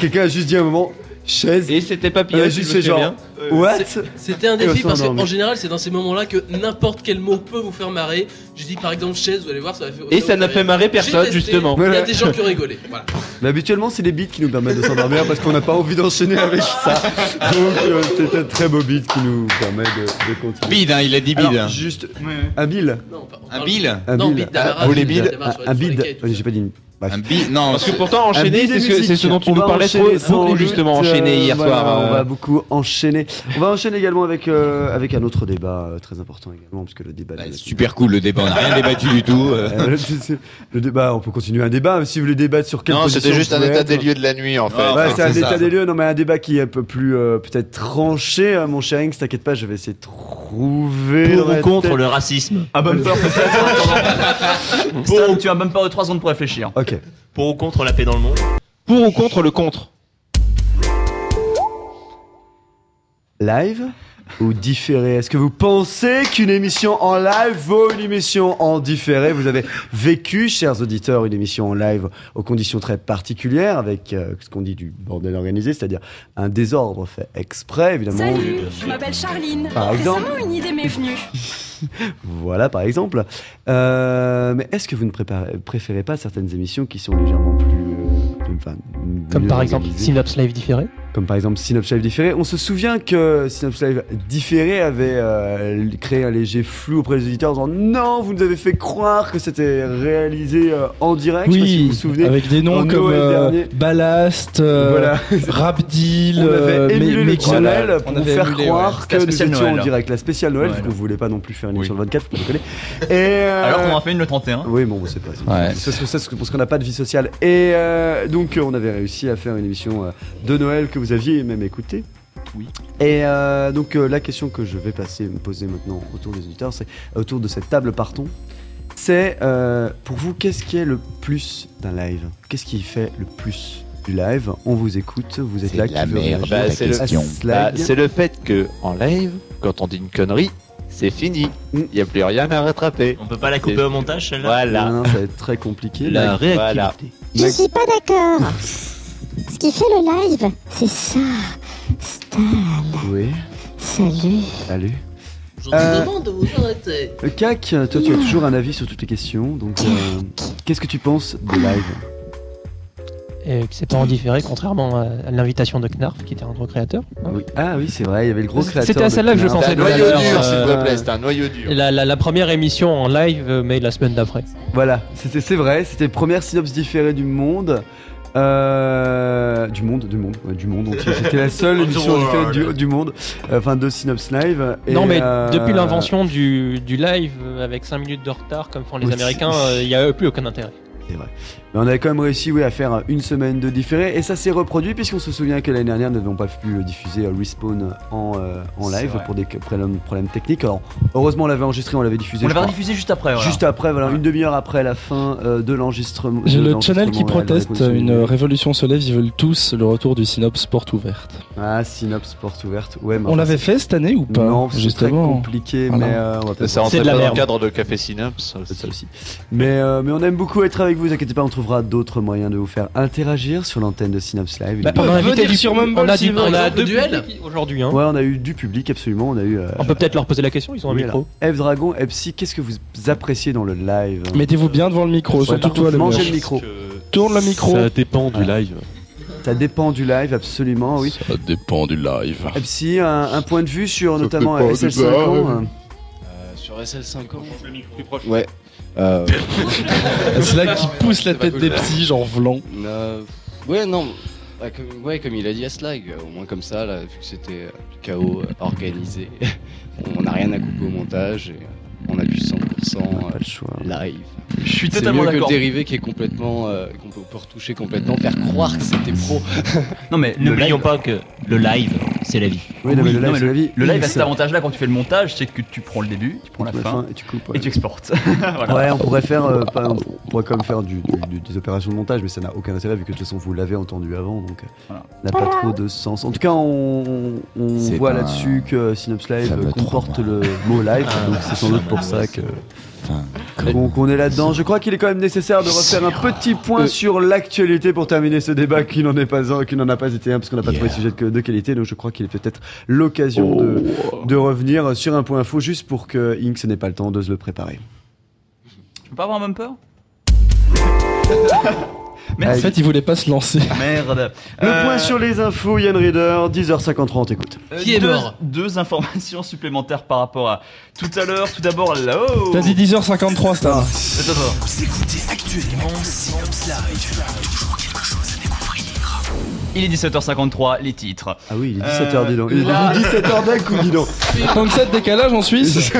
[SPEAKER 2] Quelqu'un a juste dit à un moment chaise.
[SPEAKER 8] Et c'était papillon,
[SPEAKER 2] Euh,
[SPEAKER 8] si
[SPEAKER 2] juste
[SPEAKER 8] je me
[SPEAKER 2] fait genre.
[SPEAKER 8] souviens bien.
[SPEAKER 2] What
[SPEAKER 8] C'est-
[SPEAKER 3] C'était un
[SPEAKER 2] Et on
[SPEAKER 3] défi
[SPEAKER 2] s'en
[SPEAKER 3] parce
[SPEAKER 2] endormit.
[SPEAKER 3] qu'en général, c'est dans ces moments-là que n'importe quel mot peut vous faire marrer. Je dis par exemple chaise, vous allez voir, ça va faire.
[SPEAKER 8] Et
[SPEAKER 3] va
[SPEAKER 8] ça
[SPEAKER 3] vous
[SPEAKER 8] n'a
[SPEAKER 3] faire
[SPEAKER 8] fait
[SPEAKER 3] rire.
[SPEAKER 8] marrer
[SPEAKER 3] J'ai
[SPEAKER 8] personne,
[SPEAKER 3] testé,
[SPEAKER 8] justement.
[SPEAKER 3] Il y a
[SPEAKER 2] Ouais.
[SPEAKER 3] des gens qui ont rigolé. Voilà.
[SPEAKER 2] Mais habituellement, c'est les beats qui nous permettent de s'endormir parce qu'on n'a pas envie d'enchaîner avec ça. Donc, euh, c'était un très beau beat qui nous permet de, de continuer.
[SPEAKER 5] Bide, hein, il a dit bide.
[SPEAKER 2] Alors, juste. Un bill
[SPEAKER 5] Un bide
[SPEAKER 2] Un
[SPEAKER 5] Non,
[SPEAKER 2] bill
[SPEAKER 5] bide d'amarrage,
[SPEAKER 2] Ah,
[SPEAKER 5] bide
[SPEAKER 2] les billes
[SPEAKER 5] d'amarrage sur
[SPEAKER 2] Un
[SPEAKER 5] les- sur les
[SPEAKER 2] bide
[SPEAKER 5] quais,
[SPEAKER 2] J'ai pas dit une. Un
[SPEAKER 5] bide Non,
[SPEAKER 8] Parce que pourtant, enchaîner, c'est ce que- c'est ce dont tu nous parlais trop- beaucoup, justement, enchaîner hier soir,
[SPEAKER 2] euh, On
[SPEAKER 8] euh.
[SPEAKER 2] va beaucoup enchaîner. On va enchaîner également avec, euh, avec un autre débat euh, très important également, puisque le débat.
[SPEAKER 7] Bah,
[SPEAKER 2] de la-
[SPEAKER 5] Super cool le débat, on n'a rien débattu du tout. euh.
[SPEAKER 2] Euh, (laughs) le- c'est- le débat, on peut continuer un débat, mais si vous voulez débattre sur quelle
[SPEAKER 7] Non, c'était
[SPEAKER 2] position
[SPEAKER 7] juste
[SPEAKER 2] vous
[SPEAKER 7] un
[SPEAKER 2] pouvez
[SPEAKER 7] état
[SPEAKER 2] être-
[SPEAKER 7] des lieux de la nuit, en fait.
[SPEAKER 2] Ouais, c'est un
[SPEAKER 7] C'est ça.
[SPEAKER 2] état des lieux, non mais un débat qui est un peu plus euh, peut-être tranché, hein, mon cher Inks, t'inquiète pas, je vais essayer de trouver...
[SPEAKER 10] Pour
[SPEAKER 2] dans
[SPEAKER 10] ou
[SPEAKER 2] la
[SPEAKER 10] contre
[SPEAKER 2] tête.
[SPEAKER 10] le racisme
[SPEAKER 6] À bonne peur, peut-être. Stan, tu as même pas 3 secondes pour réfléchir.
[SPEAKER 2] Ok.
[SPEAKER 10] Pour ou contre la paix dans le monde
[SPEAKER 15] Pour ou contre le contre
[SPEAKER 2] Live ou différé Est-ce que vous pensez qu'une émission en live vaut une émission en différé Vous avez vécu, chers auditeurs, une émission en live aux conditions très particulières, avec euh, ce qu'on dit du bordel organisé, c'est-à-dire un désordre fait exprès, évidemment.
[SPEAKER 20] Salut, je m'appelle Charline.
[SPEAKER 2] Par exemple.
[SPEAKER 20] Récemment, une idée m'est venue.
[SPEAKER 2] Voilà, par exemple. Euh, mais est-ce que vous ne préparez- préférez pas certaines émissions qui sont légèrement plus. euh, enfin,
[SPEAKER 15] Comme
[SPEAKER 2] mieux
[SPEAKER 15] par exemple
[SPEAKER 2] organisées
[SPEAKER 15] Synapse Live différé.
[SPEAKER 2] Comme par exemple Synops Live différé. On se souvient que Synops Live différé avait euh, créé un léger flou auprès des auditeurs en disant non, vous nous avez fait croire que c'était réalisé euh, en direct. Je sais pas si vous vous souvenez.
[SPEAKER 4] avec des noms
[SPEAKER 2] En
[SPEAKER 4] comme
[SPEAKER 2] Noël
[SPEAKER 4] euh,
[SPEAKER 2] dernier,
[SPEAKER 4] Ballast, euh,
[SPEAKER 2] Voilà.
[SPEAKER 4] Rabdil,
[SPEAKER 2] on
[SPEAKER 4] euh,
[SPEAKER 2] avait émulé
[SPEAKER 4] Mé-
[SPEAKER 2] le
[SPEAKER 4] Mekki.
[SPEAKER 2] tunnel pour
[SPEAKER 4] On
[SPEAKER 2] vous
[SPEAKER 4] avait
[SPEAKER 2] faire
[SPEAKER 4] émulé,
[SPEAKER 2] croire que
[SPEAKER 4] ouais. C'était la
[SPEAKER 2] nous
[SPEAKER 4] spéciale
[SPEAKER 2] étions
[SPEAKER 4] Noël,
[SPEAKER 2] en
[SPEAKER 4] hein.
[SPEAKER 2] direct. La spéciale Noël,
[SPEAKER 4] Noël.
[SPEAKER 2] vu qu'on voulait pas non plus faire une émission le 24, vous la connaissez. Et, euh,
[SPEAKER 6] Alors qu'on en fait une le 31.
[SPEAKER 2] Oui, bon, c'est pas. C'est parce que ça, c'est parce qu'on n'a pas de vie sociale. Et euh, donc, euh, on avait réussi à faire une émission euh, de Noël que vous aviez même écoutée.
[SPEAKER 6] Oui.
[SPEAKER 2] Et euh, donc, euh, la question que je vais passer, me poser maintenant autour des auditeurs, c'est euh, autour de cette table, partons. C'est euh, pour vous, qu'est-ce qui est le plus d'un live Qu'est-ce qui fait le plus du live On vous écoute, vous êtes
[SPEAKER 7] C'est
[SPEAKER 2] là.
[SPEAKER 7] de
[SPEAKER 2] qui
[SPEAKER 7] la
[SPEAKER 2] veut
[SPEAKER 7] merde,
[SPEAKER 2] réagir
[SPEAKER 7] bah, c'est le,
[SPEAKER 2] Hashtag-
[SPEAKER 7] bah, c'est le fait que en live, quand on dit une connerie, c'est fini.
[SPEAKER 2] Mm.
[SPEAKER 7] Il n'y a plus rien à rattraper.
[SPEAKER 10] On peut pas la couper
[SPEAKER 7] C'est-
[SPEAKER 10] au montage, celle-là
[SPEAKER 7] Voilà.
[SPEAKER 2] Non, non, ça va être très compliqué.
[SPEAKER 7] La
[SPEAKER 2] mais-
[SPEAKER 7] réactivité.
[SPEAKER 21] Je suis pas d'accord. Ce qui fait le live, c'est ça. Stan,
[SPEAKER 2] Oui.
[SPEAKER 21] salut.
[SPEAKER 2] Salut.
[SPEAKER 3] Je
[SPEAKER 2] Euh,
[SPEAKER 3] vous demande de vous arrêter.
[SPEAKER 2] Euh, Cac, euh, toi tu as toujours un avis sur toutes les questions, donc euh, qu'est-ce que tu penses de live
[SPEAKER 15] Et que c'est pas en différé, contrairement à à l'invitation de Knarf, qui était un gros créateur.
[SPEAKER 2] Oui. Ah oui, c'est vrai, il y avait le gros créateur.
[SPEAKER 15] C'était à
[SPEAKER 2] de Bah,
[SPEAKER 15] celle-là que je
[SPEAKER 2] Knarf.
[SPEAKER 15] pensais. tout à l'heure, euh, La, la- la première émission en live, euh, mais la semaine d'après.
[SPEAKER 2] Voilà, c'était c'est vrai, c'était le premier synopsis différé du monde. Euh, du monde, du monde, ouais, du monde entier. C'était la seule
[SPEAKER 15] Monde
[SPEAKER 2] émission différée
[SPEAKER 15] world.
[SPEAKER 2] du, du monde, euh, enfin de Synops Live. et,
[SPEAKER 15] non, mais
[SPEAKER 2] euh,
[SPEAKER 15] depuis l'invention du, du live, euh, avec 5 minutes de retard, comme font les
[SPEAKER 2] Oui,
[SPEAKER 15] Américains,
[SPEAKER 2] c'est-
[SPEAKER 15] euh, il n'y a plus aucun intérêt.
[SPEAKER 2] C'est vrai. Mais on a quand même réussi oui, à faire une semaine de différé et ça s'est reproduit puisqu'on se souvient que l'année dernière nous n'avons pas pu diffuser euh, Respawn en, euh, en
[SPEAKER 6] C'est
[SPEAKER 2] live
[SPEAKER 6] vrai.
[SPEAKER 2] pour des que- problèmes, problèmes techniques. Alors heureusement on l'avait enregistré, on l'avait diffusé.
[SPEAKER 6] On
[SPEAKER 2] je
[SPEAKER 6] l'avait
[SPEAKER 2] crois.
[SPEAKER 6] diffusé juste après, voilà.
[SPEAKER 2] Juste après, voilà, une demi-heure après la fin euh, de l'enregistrement.
[SPEAKER 4] J'ai
[SPEAKER 2] de
[SPEAKER 4] le
[SPEAKER 2] l'enregistrement
[SPEAKER 4] channel qui
[SPEAKER 2] et de la
[SPEAKER 4] proteste, euh,
[SPEAKER 2] reconnaissance
[SPEAKER 4] une
[SPEAKER 2] vidéo.
[SPEAKER 4] révolution se lève, ils veulent tous le retour du Synops porte ouverte.
[SPEAKER 2] Ah, Synops porte ouverte. Ouais, mais
[SPEAKER 4] On
[SPEAKER 2] enfin,
[SPEAKER 4] l'avait
[SPEAKER 2] c'est-
[SPEAKER 4] fait cette année ou pas
[SPEAKER 2] Non, c'est très
[SPEAKER 4] Justement. Ah
[SPEAKER 2] compliqué,
[SPEAKER 4] Voilà.
[SPEAKER 2] mais euh, on va peut-être-
[SPEAKER 7] Ça rentrait pas dans le cadre de Café Synapse. Ça (laughs)
[SPEAKER 2] aussi. Mais, euh, mais on aime beaucoup être avec vous, vous inquiétez pas, on trouvera d'autres moyens de vous faire interagir sur l'antenne de Synops Live.
[SPEAKER 15] Bah,
[SPEAKER 2] Il y
[SPEAKER 15] on
[SPEAKER 2] a-
[SPEAKER 15] a invité du- on a, dit- on a deux
[SPEAKER 3] duel
[SPEAKER 15] publics aujourd'hui. hein.
[SPEAKER 2] Ouais, on a eu du public, absolument. On a eu. euh,
[SPEAKER 15] On peut peut-être leur poser la question, ils ont un
[SPEAKER 2] oui,
[SPEAKER 15] micro.
[SPEAKER 2] alors, Eve Dragon, Eve Psy, qu'est-ce que vous appréciez dans le live hein
[SPEAKER 4] Mettez-vous bien devant le micro,
[SPEAKER 2] Ouais,
[SPEAKER 4] surtout
[SPEAKER 2] par
[SPEAKER 4] toi
[SPEAKER 2] contre,
[SPEAKER 4] le
[SPEAKER 2] Mangez
[SPEAKER 4] mec.
[SPEAKER 2] le micro.
[SPEAKER 4] Tourne le micro.
[SPEAKER 19] Ça dépend du live.
[SPEAKER 2] Ça dépend du live, absolument, oui.
[SPEAKER 4] Ça dépend du live.
[SPEAKER 2] Eve Psy, un, un point de vue sur notamment
[SPEAKER 5] dépend du
[SPEAKER 2] SL5
[SPEAKER 5] live.
[SPEAKER 2] ans. hein.
[SPEAKER 1] Euh,
[SPEAKER 5] Sur SL5
[SPEAKER 19] Plus proche.
[SPEAKER 5] Ouais. Euh...
[SPEAKER 4] (laughs) C'est là qui pousse la tête des psys, genre vlan.
[SPEAKER 22] Euh, ouais, non. bah, comme, ouais, comme il a dit à Slag, euh, au moins comme ça, là, vu que c'était euh, le chaos euh, organisé, (laughs) on n'a rien à couper au montage et euh, on a du 100% euh, live.
[SPEAKER 6] Je suis
[SPEAKER 22] C'est
[SPEAKER 6] totalement
[SPEAKER 22] mieux que le
[SPEAKER 6] d'accord.
[SPEAKER 22] dérivé qui est complètement, euh, qu'on peut, on peut retoucher complètement, faire croire que c'était pro. (laughs)
[SPEAKER 6] Non mais
[SPEAKER 22] n'oublions
[SPEAKER 6] pas que le live, c'est la vie.
[SPEAKER 22] Oui, non, mais le live, c'est la vie.
[SPEAKER 6] Le live a
[SPEAKER 2] Oui,
[SPEAKER 6] cet
[SPEAKER 2] c'est-
[SPEAKER 6] avantage-là quand tu fais le montage, c'est que tu prends le début, tu prends la
[SPEAKER 2] coupes
[SPEAKER 6] fin,
[SPEAKER 2] la fin et tu coupes, ouais.
[SPEAKER 6] et tu
[SPEAKER 2] (laughs)
[SPEAKER 6] exportes.
[SPEAKER 2] Ouais,
[SPEAKER 6] Voilà.
[SPEAKER 2] on pourrait faire, euh, pas- on pourrait quand même faire du, du- du- des opérations de montage, mais ça n'a aucun intérêt vu que de toute façon vous l'avez entendu avant, donc euh, n'a pas trop de sens. En tout cas, on, on
[SPEAKER 5] C'est
[SPEAKER 2] voit
[SPEAKER 5] un-
[SPEAKER 2] là-dessus que euh, Synops Live
[SPEAKER 5] Ça me Ah,
[SPEAKER 2] comporte le mot live, donc c'est sans doute pour ça que.
[SPEAKER 5] Enfin,
[SPEAKER 2] qu'on qu'on est là-dedans. Je crois qu'il est quand même nécessaire de refaire un petit
[SPEAKER 4] Euh.
[SPEAKER 2] point sur l'actualité pour terminer ce débat qui n'en est pas un, qui n'en a pas été un, parce qu'on n'a pas trouvé de sujet de, de qualité. Donc je crois qu'il est peut-être l'occasion de, de revenir sur un point info juste pour que Inks n'ait pas le temps de se le préparer.
[SPEAKER 6] Je peux pas avoir un bumper
[SPEAKER 4] En fait, il voulait pas
[SPEAKER 2] (laughs)
[SPEAKER 4] se lancer.
[SPEAKER 6] Merde.
[SPEAKER 2] Le
[SPEAKER 6] Euh,
[SPEAKER 2] point sur les infos, Yann Reader, 10h53, écoute.
[SPEAKER 6] euh, deux, deux informations supplémentaires par rapport à tout à l'heure. Tout d'abord, là. oh
[SPEAKER 4] T'as dit 10h53, Star.
[SPEAKER 6] Attends, attends.
[SPEAKER 1] Vous écoutez actuellement Synops Live. Toujours quelque chose à découvrir.
[SPEAKER 6] Il est 17h53, les titres. Euh,
[SPEAKER 2] Ah oui, il est 17h, dis donc. Il
[SPEAKER 6] (laughs)
[SPEAKER 2] est (laughs) 17h d'un coup, dis donc.
[SPEAKER 4] Tant que ça de décalage en Suisse.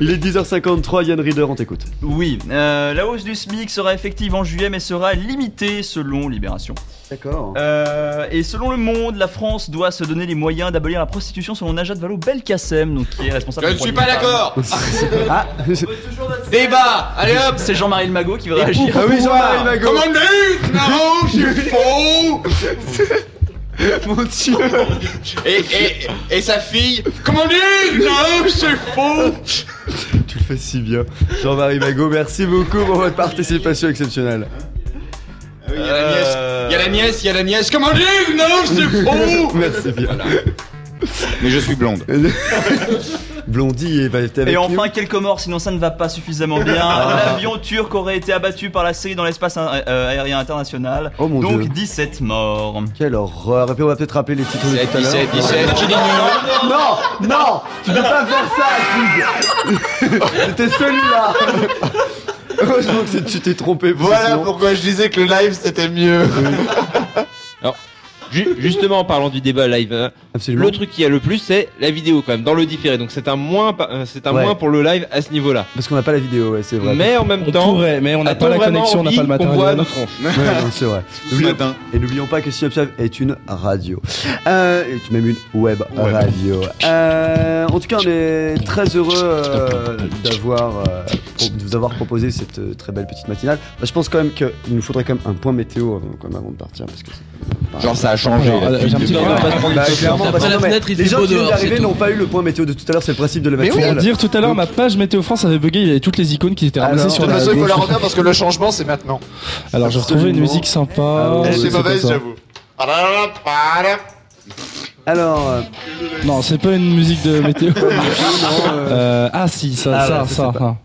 [SPEAKER 2] il est 10h53, Yann Reader, on t'écoute.
[SPEAKER 6] Oui, euh, la hausse du SMIC sera effective en juillet mais sera limitée selon Libération.
[SPEAKER 2] D'accord.
[SPEAKER 6] Euh, et selon Le Monde, la France doit se donner les moyens d'abolir la prostitution selon Najat Vallaud-Belkacem, donc qui est responsable.
[SPEAKER 9] Je
[SPEAKER 6] des
[SPEAKER 9] ne suis
[SPEAKER 6] droits
[SPEAKER 9] pas
[SPEAKER 6] des
[SPEAKER 9] d'accord.
[SPEAKER 6] femmes.
[SPEAKER 2] Ah.
[SPEAKER 9] (laughs) Débat Allez hop
[SPEAKER 6] C'est Jean-Marie Le Magot qui
[SPEAKER 2] ah
[SPEAKER 6] va
[SPEAKER 9] Et
[SPEAKER 6] réagir. Ah
[SPEAKER 9] pour pouvoir- Comment on a eu Marron, je
[SPEAKER 2] (laughs)
[SPEAKER 9] suis faux
[SPEAKER 2] Mon dieu
[SPEAKER 9] et, et, et sa fille Comment on a eu Non, je suis faux
[SPEAKER 2] Tu le fais si bien. Jean-Marie Magot, merci beaucoup pour votre participation exceptionnelle.
[SPEAKER 22] Ah
[SPEAKER 9] Il y a la nièce, il y a la nièce, il y a la nièce Comment on a eu Non,
[SPEAKER 22] (laughs)
[SPEAKER 9] je suis faux
[SPEAKER 2] Merci bien.
[SPEAKER 5] Mais je suis blonde.
[SPEAKER 2] (laughs) Blondie, et bah, t'es avec
[SPEAKER 6] Et
[SPEAKER 2] nous.
[SPEAKER 6] enfin, quelques morts, sinon ça ne va pas suffisamment bien.
[SPEAKER 2] Ah.
[SPEAKER 6] L'avion turc aurait été abattu par la série dans l'espace euh, aérien international.
[SPEAKER 2] Oh mon
[SPEAKER 6] Donc
[SPEAKER 2] Dieu.
[SPEAKER 6] 17 morts.
[SPEAKER 2] Quelle horreur. Et puis on va peut-être rappeler les titres de tout à l'heure.
[SPEAKER 9] 17, 17, qui dit non
[SPEAKER 2] Non, non, tu peux pas faire ça, Cube. (laughs)
[SPEAKER 8] (laughs)
[SPEAKER 2] C'était celui-là. Heureusement que c'est- tu t'es trompé. parce que
[SPEAKER 7] Voilà
[SPEAKER 2] sinon- Euh,
[SPEAKER 7] pourquoi je disais que le live c'était mieux.
[SPEAKER 8] Ju- justement, en parlant du débat live, hein,
[SPEAKER 2] Absolument.
[SPEAKER 8] le truc qu'il y a le plus, c'est la vidéo quand même, dans le différé. Donc c'est un moins, pa- euh, c'est un
[SPEAKER 2] Ouais.
[SPEAKER 8] moins pour le live à ce niveau-là.
[SPEAKER 2] Parce qu'on n'a pas la vidéo, ouais, c'est vrai.
[SPEAKER 8] Mais en même temps,
[SPEAKER 4] pourrait, mais on n'a
[SPEAKER 8] a-t-on
[SPEAKER 4] pas la
[SPEAKER 8] vraiment
[SPEAKER 4] connexion, on n'a
[SPEAKER 8] envie
[SPEAKER 4] pas le
[SPEAKER 8] qu'on
[SPEAKER 4] matériel.
[SPEAKER 8] voit nos tronches
[SPEAKER 2] Ouais, non, c'est vrai. N'oublions- Et n'oublions pas que Synopsive est une radio. Euh, et même une web radio. Euh, en tout cas, on est très heureux euh, d'avoir, euh, pro- de vous avoir proposé cette euh, très belle petite matinale. Bah, je pense quand même qu'il nous faudrait quand même un point météo avant, quand même avant de partir. Parce que c'est-
[SPEAKER 5] Genre, ça a changé, là, depuis une demi-heure.
[SPEAKER 2] Bah, clairement, parce que
[SPEAKER 3] la
[SPEAKER 2] non, mais
[SPEAKER 3] fenêtre, il
[SPEAKER 2] les
[SPEAKER 3] fait
[SPEAKER 2] gens
[SPEAKER 3] beau
[SPEAKER 2] qui viennent
[SPEAKER 3] dehors, c'est
[SPEAKER 2] d'arriver
[SPEAKER 3] tout.
[SPEAKER 2] n'ont pas eu le point météo de tout à l'heure, c'est le principe de la
[SPEAKER 4] (laughs) Mais oui,
[SPEAKER 2] matinale.
[SPEAKER 4] dire tout à l'heure, ma page Météo France avait bugué, il y avait toutes les icônes qui étaient ramassées
[SPEAKER 2] Alors,
[SPEAKER 4] sur
[SPEAKER 2] de
[SPEAKER 4] la
[SPEAKER 2] toute
[SPEAKER 7] façon, il faut la
[SPEAKER 4] gauche.
[SPEAKER 7] refaire parce que le changement c'est maintenant.
[SPEAKER 4] Alors, j'ai retrouvé une
[SPEAKER 2] Absolument.
[SPEAKER 4] musique
[SPEAKER 2] Ah
[SPEAKER 4] sympa.
[SPEAKER 2] ouais,
[SPEAKER 4] euh,
[SPEAKER 7] c'est
[SPEAKER 4] c'était
[SPEAKER 7] mauvaise,
[SPEAKER 4] ça.
[SPEAKER 7] j'avoue.
[SPEAKER 2] Alors, euh,
[SPEAKER 4] Non, c'est pas une musique
[SPEAKER 2] (laughs)
[SPEAKER 4] de météo.
[SPEAKER 2] euh,
[SPEAKER 4] Euh, ah, si, ça,
[SPEAKER 2] Ah
[SPEAKER 4] ça,
[SPEAKER 2] ouais, ça,
[SPEAKER 4] ça.
[SPEAKER 2] c'est
[SPEAKER 4] ah.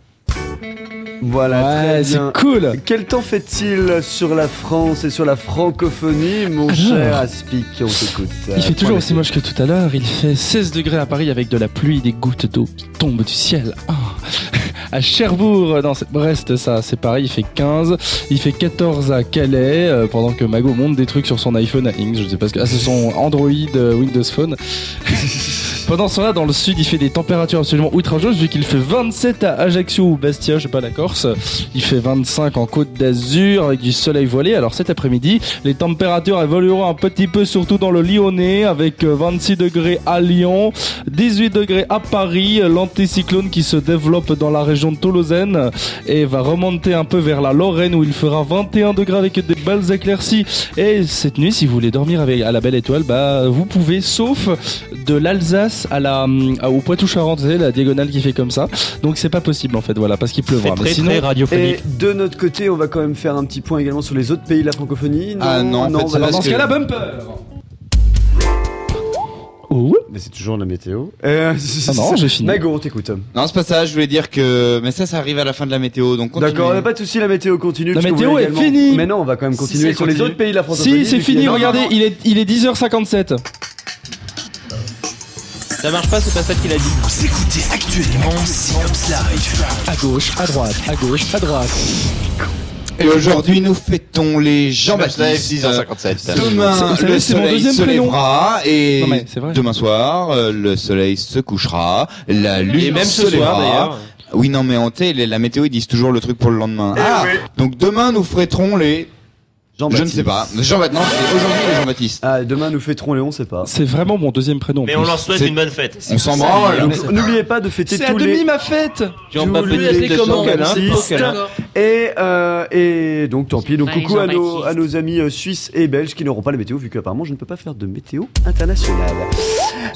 [SPEAKER 2] Voilà,
[SPEAKER 4] Ouais,
[SPEAKER 2] très
[SPEAKER 4] c'est
[SPEAKER 2] bien.
[SPEAKER 4] cool.
[SPEAKER 2] Quel temps fait-il sur la France et sur la francophonie, mon
[SPEAKER 4] Alors.
[SPEAKER 2] cher Aspic On t'écoute.
[SPEAKER 4] Ah.
[SPEAKER 2] euh,
[SPEAKER 4] Il fait toujours aussi moche que tout à l'heure. Il fait 16 degrés à Paris avec de la pluie, des gouttes d'eau qui tombent du ciel. Ah. (laughs) À Cherbourg, dans Brest, ça, c'est pareil, il fait 15. Il fait 14 à Calais, euh, pendant que Mago monte des trucs sur son iPhone à Inks. Je sais pas ce que. Ah, c'est son Android euh, Windows Phone. pendant ce temps-là, dans le sud, il fait des températures absolument outrageuses, vu qu'il fait 27 à Ajaccio ou Bastia, je sais pas la Corse. Il fait 25 en Côte d'Azur avec du soleil voilé. Alors cet après-midi, les températures évolueront un petit peu, surtout dans le Lyonnais, avec euh, 26 degrés à Lyon, 18 degrés à Paris. euh, L'anticyclone qui se développe dans la région de Toulousaine et va remonter un peu vers la Lorraine où il fera 21 degrés avec des belles éclaircies. Et cette nuit, si vous voulez dormir avec, à la belle étoile, bah, vous pouvez, sauf de l'Alsace à la, hum, au Poitou-Charentes, vous savez, la diagonale qui fait comme ça. Donc c'est pas possible en fait, voilà, parce qu'il pleuvra.
[SPEAKER 15] C'est
[SPEAKER 4] Mais
[SPEAKER 15] très,
[SPEAKER 4] sinon-
[SPEAKER 15] très radiophonique.
[SPEAKER 2] Et de notre côté, on va quand même faire un petit point également sur les autres pays de la francophonie.
[SPEAKER 5] Ah non, en fait, c'est
[SPEAKER 2] voilà.
[SPEAKER 5] parce
[SPEAKER 4] Dans ce
[SPEAKER 5] que-
[SPEAKER 4] cas-là, bumper Oh,
[SPEAKER 2] Mais c'est toujours la météo. Euh,
[SPEAKER 4] Ah non, j'ai fini.
[SPEAKER 2] Mago, on t'écoute.
[SPEAKER 5] Non, c'est pas ça, je voulais dire que. Mais ça, ça arrive à la fin de la météo, donc continue.
[SPEAKER 4] euh,
[SPEAKER 2] D'accord, on n'a
[SPEAKER 4] bah,
[SPEAKER 2] pas de souci, la météo continue.
[SPEAKER 4] La
[SPEAKER 2] parce qu'on
[SPEAKER 4] météo
[SPEAKER 2] voulait
[SPEAKER 4] est
[SPEAKER 2] également-
[SPEAKER 4] finie.
[SPEAKER 2] Mais non, on va quand même
[SPEAKER 5] Si,
[SPEAKER 2] continuer
[SPEAKER 5] si,
[SPEAKER 2] sur les
[SPEAKER 5] continue.
[SPEAKER 2] autres pays de la francophonie.
[SPEAKER 4] Si, c'est
[SPEAKER 2] puis
[SPEAKER 4] fini,
[SPEAKER 2] également-
[SPEAKER 4] regardez, il est, il est 10h57.
[SPEAKER 8] Ça marche pas, c'est pas ça qu'il a dit.
[SPEAKER 1] Vous écoutez actuellement Synops Live.
[SPEAKER 4] À gauche, à droite, à gauche, à droite.
[SPEAKER 5] Et aujourd'hui, nous fêtons les
[SPEAKER 2] euh,
[SPEAKER 5] Jean-Baptiste.
[SPEAKER 7] 10h57.
[SPEAKER 4] Vous
[SPEAKER 5] Demain,
[SPEAKER 4] savez,
[SPEAKER 5] le
[SPEAKER 4] c'est mon
[SPEAKER 5] soleil
[SPEAKER 4] deuxième
[SPEAKER 5] se
[SPEAKER 4] prénom.
[SPEAKER 5] lèvera et
[SPEAKER 4] Non, mais c'est vrai.
[SPEAKER 5] demain soir, euh, le soleil se couchera, la lune
[SPEAKER 8] Et même
[SPEAKER 5] se
[SPEAKER 8] ce
[SPEAKER 5] lèvera.
[SPEAKER 8] soir, d'ailleurs.
[SPEAKER 5] Oui,
[SPEAKER 2] Eh
[SPEAKER 4] Ah.
[SPEAKER 13] Eh
[SPEAKER 5] non, mais en télé, la météo, ils disent toujours le truc pour le lendemain. Ah, donc demain, nous fêterons les Je ne sais pas. Jean maintenant, c'est aujourd'hui le Jean-Baptiste.
[SPEAKER 2] Ah, demain nous fêterons Léon, c'est pas.
[SPEAKER 4] C'est vraiment mon deuxième prénom. en
[SPEAKER 10] Mais on
[SPEAKER 4] plus.
[SPEAKER 10] leur souhaite
[SPEAKER 4] C'est-
[SPEAKER 10] une bonne fête.
[SPEAKER 5] On s'en branle.
[SPEAKER 2] Donc, Ah, N'oubliez pas de fêter
[SPEAKER 4] C'est à
[SPEAKER 2] tous
[SPEAKER 4] demi
[SPEAKER 2] les...
[SPEAKER 4] ma fête
[SPEAKER 2] tous
[SPEAKER 4] Jean Baptiste
[SPEAKER 2] les
[SPEAKER 4] de hein, Jean
[SPEAKER 2] Jean-Baptiste.
[SPEAKER 4] Baptiste.
[SPEAKER 2] Et, euh, et donc tant pis. Donc
[SPEAKER 4] Ouais,
[SPEAKER 2] coucou à nos,
[SPEAKER 4] Jean-Baptiste.
[SPEAKER 2] à nos amis euh, suisses et belges qui n'auront pas la météo vu qu'apparemment je ne peux pas faire de météo internationale.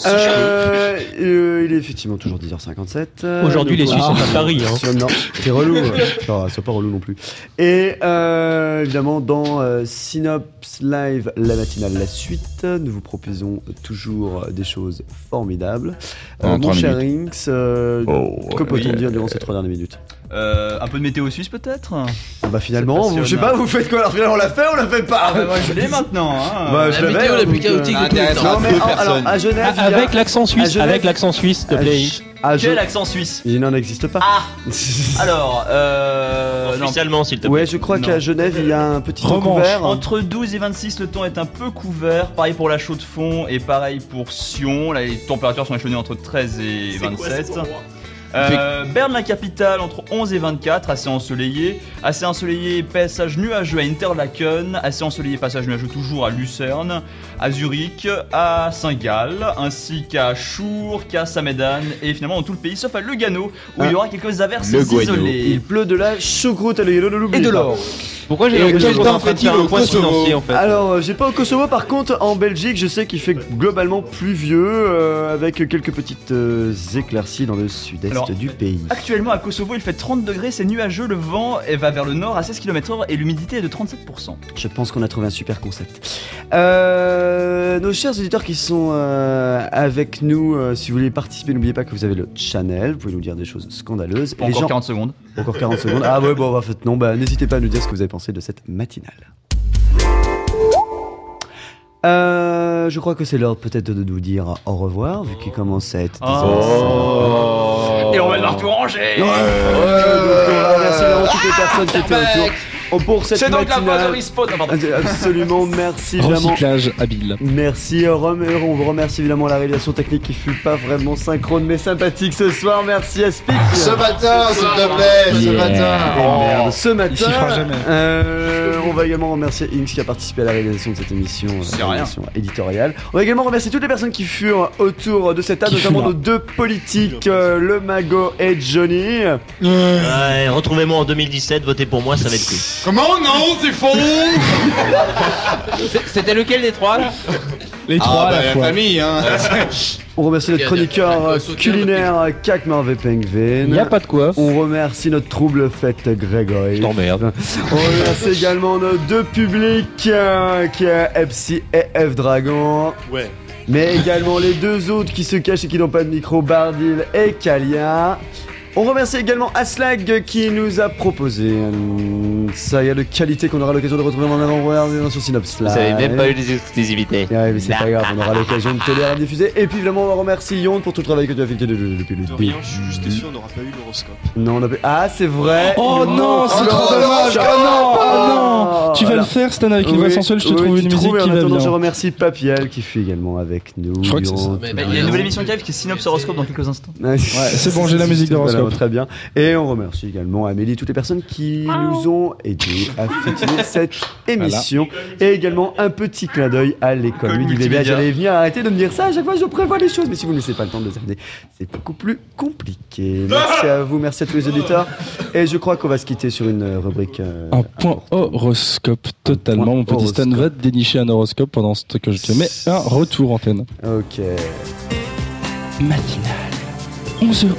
[SPEAKER 2] Euh, euh, il est effectivement toujours 10h57. euh,
[SPEAKER 15] Aujourd'hui,
[SPEAKER 2] donc,
[SPEAKER 15] les Suisses
[SPEAKER 2] ah,
[SPEAKER 15] sont à Paris, hein.
[SPEAKER 2] Non, c'est relou.
[SPEAKER 15] (laughs)
[SPEAKER 2] euh. Non, c'est pas relou non plus. Et euh, évidemment, dans euh, Synops Live, la matinale, la suite, nous vous proposons toujours des choses formidables.
[SPEAKER 5] En
[SPEAKER 2] Euh, mon
[SPEAKER 5] 30
[SPEAKER 2] cher Rinx, euh,
[SPEAKER 5] Oh,
[SPEAKER 2] que
[SPEAKER 5] oui.
[SPEAKER 2] peut-on dire durant ces trois dernières minutes
[SPEAKER 6] Euh, un peu de météo suisse peut-être
[SPEAKER 2] Bah finalement, vous- je sais pas, vous faites quoi Alors finalement, on l'a fait, on l'a fait pas
[SPEAKER 6] Ah bah moi je l'ai maintenant hein.
[SPEAKER 2] Bah, je l'avais, hein, donc, euh, Non, mais, alors, à Genève, il y a-
[SPEAKER 15] Avec l'accent
[SPEAKER 2] à
[SPEAKER 15] suisse,
[SPEAKER 2] Genève-
[SPEAKER 15] avec l'accent suisse, s'il te
[SPEAKER 2] à
[SPEAKER 15] plaît.
[SPEAKER 2] Ch- à
[SPEAKER 15] Quel
[SPEAKER 2] Gen-
[SPEAKER 15] accent
[SPEAKER 2] (laughs)
[SPEAKER 6] suisse
[SPEAKER 2] Il n'en existe pas.
[SPEAKER 6] Ah. Alors, euh. non.
[SPEAKER 10] Spécialement, s'il te plaît.
[SPEAKER 2] (laughs) Ouais, je crois
[SPEAKER 6] Non.
[SPEAKER 2] qu'à Genève, il y a un petit temps
[SPEAKER 6] Remanche.
[SPEAKER 2] couvert.
[SPEAKER 6] Entre 12 et 26, le temps est un peu couvert. Pareil pour la chaux de fond et pareil pour Sion. Là, les températures sont échelonnées entre 13 et
[SPEAKER 10] C'est quoi ce
[SPEAKER 6] 27.
[SPEAKER 10] endroit
[SPEAKER 6] Euh, Berne la capitale entre 11 et 24, assez ensoleillé. Assez ensoleillé, passage nuageux à Interlaken. Assez ensoleillé, passage nuageux toujours à Lucerne, à Zurich, à Saint-Gall, ainsi qu'à Chur, qu'à Samedan et finalement dans tout le pays, sauf à Lugano où il y aura quelques averses
[SPEAKER 5] Le Guano.
[SPEAKER 6] isolées.
[SPEAKER 2] Il pleut de la choucroute à l'eau, ne l'oubliez
[SPEAKER 6] Et de
[SPEAKER 2] pas.
[SPEAKER 6] l'or.
[SPEAKER 15] Pourquoi
[SPEAKER 2] Et quel temps
[SPEAKER 5] fait-il au Kosovo
[SPEAKER 2] Alors, euh, j'ai pas au Kosovo, par contre, en Belgique, je sais qu'il fait globalement pluvieux, euh, avec quelques petites euh, éclaircies dans le sud-est
[SPEAKER 6] Alors,
[SPEAKER 2] du pays.
[SPEAKER 6] Actuellement à Kosovo, il fait 30 degrés, c'est nuageux, le vent eh, va vers le nord à 16 km/h et l'humidité est de 37%.
[SPEAKER 2] Je pense qu'on a trouvé un super concept. Euh, nos chers auditeurs qui sont euh, avec nous, euh, si vous voulez participer, n'oubliez pas que vous avez le channel. Vous pouvez nous dire des choses scandaleuses.
[SPEAKER 6] Encore 40 secondes.
[SPEAKER 2] Encore 40 secondes. Ah ouais, bon, bah, en fait, non, bah, n'hésitez pas à nous dire ce que vous avez pensé de cette matinale. Euh, je crois que c'est l'heure peut-être de nous dire au revoir, vu qu'il commence à être.
[SPEAKER 6] Oh. Et on va devoir tout ranger Ah,
[SPEAKER 2] Ouais. Donc, on remercie vraiment toutes les personnes qui étaient autour. Oh, Pour cette
[SPEAKER 6] C'est donc la voix de
[SPEAKER 2] matinale.
[SPEAKER 6] Respawn. Non, pardon.
[SPEAKER 2] (laughs) Absolument, merci vraiment.
[SPEAKER 4] Recyclage habile.
[SPEAKER 2] Merci euh, Rome, et on vous remercie évidemment la réalisation technique qui fut pas vraiment synchrone mais sympathique ce soir. Merci à Speak.
[SPEAKER 5] Ce matin, s'il te plaît, ce matin.
[SPEAKER 2] Eh merde, ce
[SPEAKER 5] Il s'y fera
[SPEAKER 2] matin,
[SPEAKER 5] jamais.
[SPEAKER 2] euh, on va également remercier Inks qui a participé à la réalisation de cette émission, euh,
[SPEAKER 6] rien.
[SPEAKER 2] émission éditoriale. On va également remercier toutes les personnes qui furent autour de cette table, notamment nos deux politiques, euh, le Mago et Johnny.
[SPEAKER 10] Ouais, retrouvez-moi en 2017, votez pour moi, ça va être cool.
[SPEAKER 9] Comment non, c'est faux
[SPEAKER 8] C'était lequel des trois
[SPEAKER 4] Les
[SPEAKER 9] trois
[SPEAKER 2] à Ah, la fois.
[SPEAKER 9] famille,
[SPEAKER 2] (laughs)
[SPEAKER 9] hein.
[SPEAKER 2] On remercie notre
[SPEAKER 9] Il y a- il y a-
[SPEAKER 2] chroniqueur
[SPEAKER 9] il y a-
[SPEAKER 2] euh, culinaire euh, Kak Marvé Pengven.
[SPEAKER 15] Il y a pas de quoi.
[SPEAKER 2] On remercie notre trouble fête Grégory. Je
[SPEAKER 4] t'emmerde.
[SPEAKER 2] On remercie également nos deux publics euh, qui est Epsi et F Dragon.
[SPEAKER 19] Ouais.
[SPEAKER 2] Mais également les deux autres qui se cachent et qui n'ont pas de micro, Bardil et Kalia. On remercie également Aslag qui nous a proposé euh, ça y a de qualité qu'on aura l'occasion de retrouver en avant sur Synops Live.
[SPEAKER 5] Vous avez même pas eu les exclusivités.
[SPEAKER 2] Ouais, mais c'est pas grave, on aura l'occasion de te les rediffuser. Et puis évidemment, on remercie Yon pour tout le travail que tu as fait depuis le début.
[SPEAKER 19] De rien, je suis juste déçu, on n'aura pas eu l'horoscope.
[SPEAKER 2] Non, on a pu- Ah, c'est vrai
[SPEAKER 4] Oh
[SPEAKER 2] Yon.
[SPEAKER 4] non, c'est trop dommage. Oh non, oh non. Tu vas le faire, Stan, avec une voix sensuelle, je te
[SPEAKER 2] oui,
[SPEAKER 4] trouve
[SPEAKER 2] tu
[SPEAKER 4] une
[SPEAKER 2] trouves,
[SPEAKER 4] musique
[SPEAKER 2] et en
[SPEAKER 4] qui va
[SPEAKER 2] attendant,
[SPEAKER 4] bien.
[SPEAKER 2] Je remercie Papiel qui fut également avec nous.
[SPEAKER 4] Je crois que c'est ça.
[SPEAKER 2] Yon,
[SPEAKER 6] Bah,
[SPEAKER 2] tout
[SPEAKER 6] Il
[SPEAKER 2] le
[SPEAKER 6] y a une
[SPEAKER 2] monde.
[SPEAKER 6] nouvelle émission qui arrive qui est Synops Horoscope dans quelques instants.
[SPEAKER 2] Ouais,
[SPEAKER 4] c'est bon, j'ai la musique d'horoscope.
[SPEAKER 2] Voilà, très bien. Et on remercie également Amélie, toutes les personnes qui nous ont aidés à fêter cette émission. Et également un petit clin d'œil à l'école
[SPEAKER 6] École
[SPEAKER 2] Louis du
[SPEAKER 6] multimédia.
[SPEAKER 2] Bébé. J'allais venir arrêter de me dire ça à chaque fois, je prévois les choses. Mais si vous ne laissez pas le temps de les amener, c'est beaucoup plus compliqué.
[SPEAKER 4] Ah.
[SPEAKER 2] Merci à vous, merci à tous les auditeurs. Et je crois qu'on va se quitter sur une rubrique. euh,
[SPEAKER 4] Un point horoscope totalement. Mon petit Stan va te dénicher un horoscope pendant ce que je te mets un retour antenne.
[SPEAKER 2] Ok.
[SPEAKER 4] Matinale. 11h01.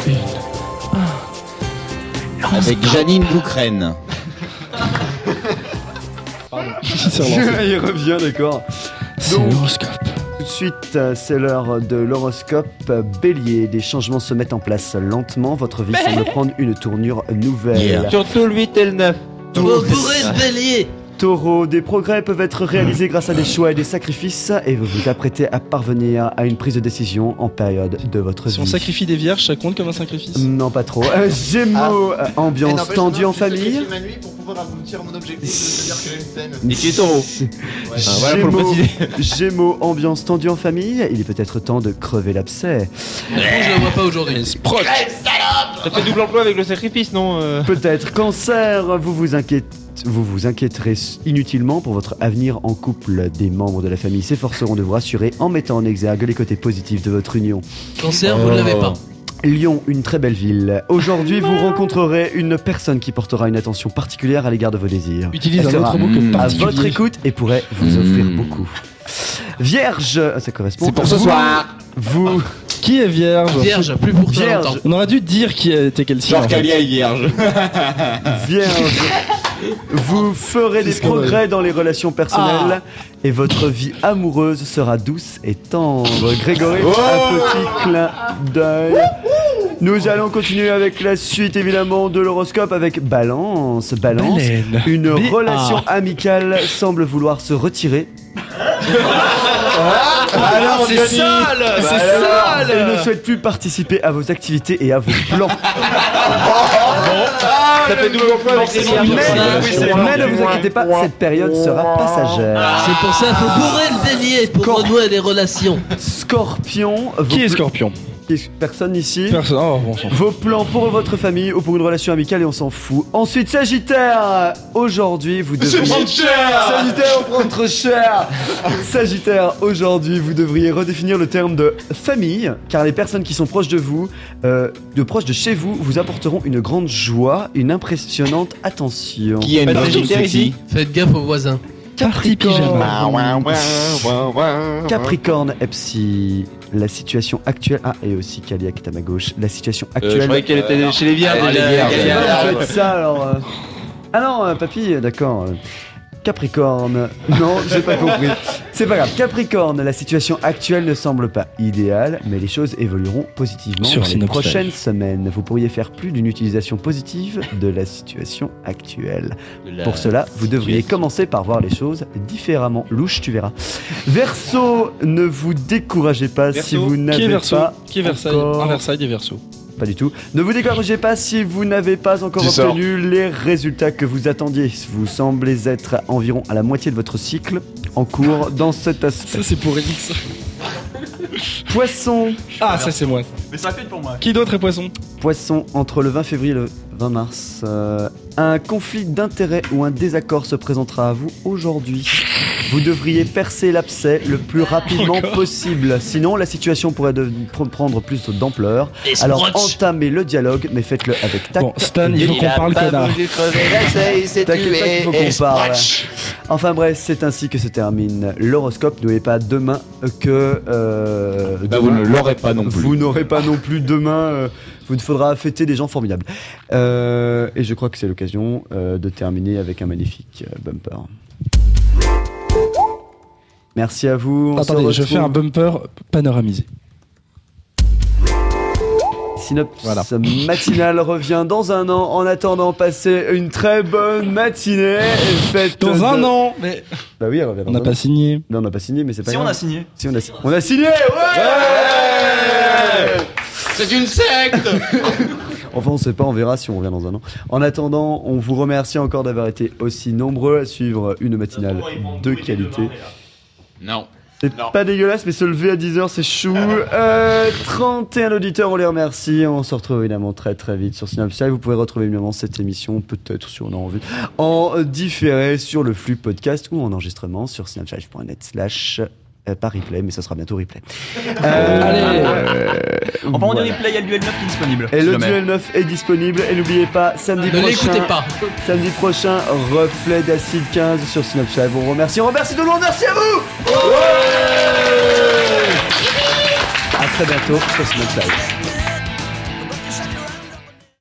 [SPEAKER 5] Avec Janine Boucrène.
[SPEAKER 4] s'est
[SPEAKER 2] (laughs)
[SPEAKER 4] relancé.
[SPEAKER 2] Il revient, d'accord.
[SPEAKER 4] C'est
[SPEAKER 2] Donc,
[SPEAKER 4] l'horoscope.
[SPEAKER 2] Tout de suite, euh, c'est l'heure de l'horoscope euh, bélier. Des changements se mettent en place lentement. Votre vie semble prendre une tournure nouvelle.
[SPEAKER 8] Surtout le 8 et le 9.
[SPEAKER 2] Taureau- Taureau, des progrès peuvent être réalisés grâce à des choix et des sacrifices et vous vous apprêtez à parvenir à une prise de décision en période de votre
[SPEAKER 4] Si on
[SPEAKER 2] vie.
[SPEAKER 4] sacrifie des vierges, ça compte comme un sacrifice
[SPEAKER 2] Non, pas trop. Euh, Gémeaux,
[SPEAKER 8] Ah.
[SPEAKER 2] euh,
[SPEAKER 7] Eh
[SPEAKER 8] Eh
[SPEAKER 2] ambiance tendue en famille.
[SPEAKER 9] ma nuit pour pouvoir aboutir à mon objectif,
[SPEAKER 2] (laughs)
[SPEAKER 9] c'est-à-dire que j'ai une scène.
[SPEAKER 8] Et qui est taureau. Ah, voilà, faut le
[SPEAKER 2] Gémeaux,
[SPEAKER 8] préciser.
[SPEAKER 2] Gémeaux, ambiance tendue en famille. Il est peut-être temps de crever l'abcès.
[SPEAKER 3] Je la vois pas aujourd'hui.
[SPEAKER 8] Ça fait double emploi avec le sacrifice, non euh
[SPEAKER 2] Peut-être cancer, vous vous inquiétez. suite, vous vous inquiéterez inutilement pour votre avenir en couple. Des membres de la famille s'efforceront de vous rassurer en mettant en exergue les côtés positifs de votre union. Euh,
[SPEAKER 3] Cancer, vous ne l'avez pas.
[SPEAKER 2] Lyon, une très belle ville. Aujourd'hui, vous rencontrerez une personne qui portera une attention particulière à l'égard de vos désirs.
[SPEAKER 4] Utilise
[SPEAKER 2] Elle
[SPEAKER 4] un
[SPEAKER 2] sera
[SPEAKER 4] autre mot que
[SPEAKER 2] à
[SPEAKER 4] particulier. Mmh.
[SPEAKER 2] votre écoute et pourrait vous offrir beaucoup. Vierge, ah, ça correspond.
[SPEAKER 4] C'est pour ce
[SPEAKER 2] Vous-
[SPEAKER 4] soir.
[SPEAKER 2] Vous.
[SPEAKER 4] Qui est vierge
[SPEAKER 2] Vierge, plus pour toi
[SPEAKER 4] Vierge.
[SPEAKER 2] longtemps.
[SPEAKER 4] On aurait dû dire qui était quel signe. en fait.
[SPEAKER 2] Calia
[SPEAKER 4] (laughs)
[SPEAKER 2] Vierge. Vous ferez des progrès dans les relations
[SPEAKER 3] Ah.
[SPEAKER 2] personnelles et votre vie amoureuse sera douce et tendre. Grégory,
[SPEAKER 1] Oh
[SPEAKER 2] un petit clin d'œil. Nous allons continuer avec la suite évidemment de l'horoscope avec Balance. Balance,
[SPEAKER 1] Baleine.
[SPEAKER 2] une
[SPEAKER 1] B.A..
[SPEAKER 2] relation amicale semble vouloir se retirer.
[SPEAKER 7] Ah,
[SPEAKER 1] alors, c'est
[SPEAKER 2] Anthony.
[SPEAKER 1] sale,
[SPEAKER 2] Bah
[SPEAKER 1] c'est
[SPEAKER 2] alors,
[SPEAKER 1] sale.
[SPEAKER 2] Elle ne souhaite plus participer à vos activités et à vos plans.
[SPEAKER 6] Ah,
[SPEAKER 1] Ça fait nouveau plan avec les
[SPEAKER 2] Mais, mais ne vous inquiétez pas, cette période sera passagère.
[SPEAKER 3] C'est pour ça qu'il faut bourrer le bélier pour renouer les relations.
[SPEAKER 2] Scorpion.
[SPEAKER 4] Qui est Scorpion
[SPEAKER 2] Personne ici.
[SPEAKER 4] Personne. Oh, bon sang.
[SPEAKER 2] Vos plans pour votre famille ou pour une relation amicale et on s'en fout. Ensuite, Sagittaire. Aujourd'hui, vous devriez.
[SPEAKER 1] Sagittaire
[SPEAKER 2] Sagittaire, on prend trop cher Sagittaire, aujourd'hui, vous devriez redéfinir le terme de famille, car les personnes qui sont proches de vous, euh, de proches de chez vous, vous apporteront une grande joue, une impressionnante attention.
[SPEAKER 5] Qui aime Pas de bien Sagittaire tout ceci ici
[SPEAKER 3] Faites gaffe aux voisins.
[SPEAKER 1] Bah,
[SPEAKER 2] Capricorne.
[SPEAKER 3] pyjama.
[SPEAKER 2] Capricorne, Epsi. La situation actuelle. Ah, et aussi Kalia qui est à ma gauche. La situation actuelle.
[SPEAKER 7] Euh, je croyais qu'elle était chez les vierges, elle est vierge.
[SPEAKER 2] Ah, peut-être ça alors. euh. Ah non, euh, papy, euh, d'accord. euh. Capricorne. Non, j'ai pas compris. C'est pas grave. Capricorne, la situation actuelle ne semble pas idéale, mais les choses évolueront positivement
[SPEAKER 4] Sur
[SPEAKER 2] dans les
[SPEAKER 4] Synopstage.
[SPEAKER 2] prochaines semaines. Vous pourriez faire plus d'une utilisation positive de la situation actuelle.
[SPEAKER 4] De la
[SPEAKER 2] Pour cela, vous devriez commencer par voir les choses différemment. Louche, tu verras. Verseau, ne vous découragez pas si
[SPEAKER 4] Verseau.
[SPEAKER 2] vous
[SPEAKER 4] Qui est
[SPEAKER 2] n'avez
[SPEAKER 4] Verseau
[SPEAKER 2] pas
[SPEAKER 4] Qui est Versailles
[SPEAKER 2] encore-
[SPEAKER 4] Un Versailles des Verseaux.
[SPEAKER 2] pas du tout. Ne vous découragez pas si vous n'avez pas encore
[SPEAKER 4] Dis ça.
[SPEAKER 2] obtenu les résultats que vous attendiez. Vous semblez être à environ à la moitié de votre cycle en cours dans cet aspect. Ça,
[SPEAKER 4] c'est pour Elix.
[SPEAKER 2] Poisson
[SPEAKER 4] Ah, ça c'est moi.
[SPEAKER 6] Mais ça fait pour moi.
[SPEAKER 4] Qui d'autre est poisson
[SPEAKER 2] Poisson, entre le 20 février et le 20 mars, euh, un conflit d'intérêts ou un désaccord se présentera à vous aujourd'hui. Vous devriez percer l'abcès le plus rapidement
[SPEAKER 1] Encore
[SPEAKER 2] possible, sinon la situation pourrait de- pr- prendre plus d'ampleur.
[SPEAKER 1] Des sprots.
[SPEAKER 2] Alors entamez le dialogue, mais faites-le avec tact.
[SPEAKER 4] Bon, Stan,
[SPEAKER 2] et
[SPEAKER 4] il faut qu'on
[SPEAKER 2] délicat.
[SPEAKER 4] parle,
[SPEAKER 2] Pas
[SPEAKER 4] connard.
[SPEAKER 2] voulu crever l'abcès, il s'est
[SPEAKER 1] Tac,
[SPEAKER 2] tué,
[SPEAKER 1] tac, il faut
[SPEAKER 2] et
[SPEAKER 1] qu'on parle.
[SPEAKER 2] scratch. Enfin bref, c'est ainsi que se termine l'horoscope. N'oubliez pas demain que... euh,
[SPEAKER 5] Bah, vous ne l'aurez pas non plus.
[SPEAKER 2] Vous n'aurez pas non plus demain. euh, vous ne faudra fêter des gens formidables. Euh, et je crois que c'est l'occasion euh, de terminer avec un magnifique euh, bumper. Merci à vous. on se
[SPEAKER 4] Attendez, je
[SPEAKER 2] retrouve.
[SPEAKER 4] fais un bumper panoramisé.
[SPEAKER 2] Synopsis matinal revient dans un an. En attendant, passez une très bonne matinée. Et faites
[SPEAKER 4] Dans un
[SPEAKER 2] de-
[SPEAKER 4] an Mais
[SPEAKER 2] Bah oui, elle revient dans
[SPEAKER 4] on n'a
[SPEAKER 2] un
[SPEAKER 4] pas
[SPEAKER 2] an.
[SPEAKER 4] signé.
[SPEAKER 2] Non, on n'a pas signé, mais c'est pas
[SPEAKER 4] Si,
[SPEAKER 2] grave.
[SPEAKER 4] on a signé.
[SPEAKER 2] Si, on a, si- on a signé ouais
[SPEAKER 9] C'est une secte
[SPEAKER 2] Enfin, on sait pas, on verra si on revient dans un an. En attendant, on vous remercie encore d'avoir été aussi nombreux à suivre une matinale de qualité.
[SPEAKER 9] Non.
[SPEAKER 2] C'est pas dégueulasse, mais se lever à 10h, c'est chou. Euh, 31 auditeurs, on les remercie. On se retrouve évidemment très très vite sur Synapsia. Vous pouvez retrouver évidemment cette émission, peut-être si on a envie, en différé sur le flux podcast ou en enregistrement sur synapsia.net slash euh, pas replay, mais ça sera bientôt replay.
[SPEAKER 6] (laughs) Allez.
[SPEAKER 2] on
[SPEAKER 6] En parlant de replay, il y a le duel 9 qui est disponible.
[SPEAKER 2] et
[SPEAKER 6] si
[SPEAKER 2] le
[SPEAKER 6] jamais.
[SPEAKER 2] duel 9 est disponible. Et n'oubliez pas, samedi
[SPEAKER 6] Ne
[SPEAKER 2] prochain.
[SPEAKER 6] l'écoutez pas.
[SPEAKER 2] Samedi prochain, reflet d'acide 15 sur Snapchat. On vous remercie. On remercie tout le monde. Merci à vous. à très bientôt sur Snapchat.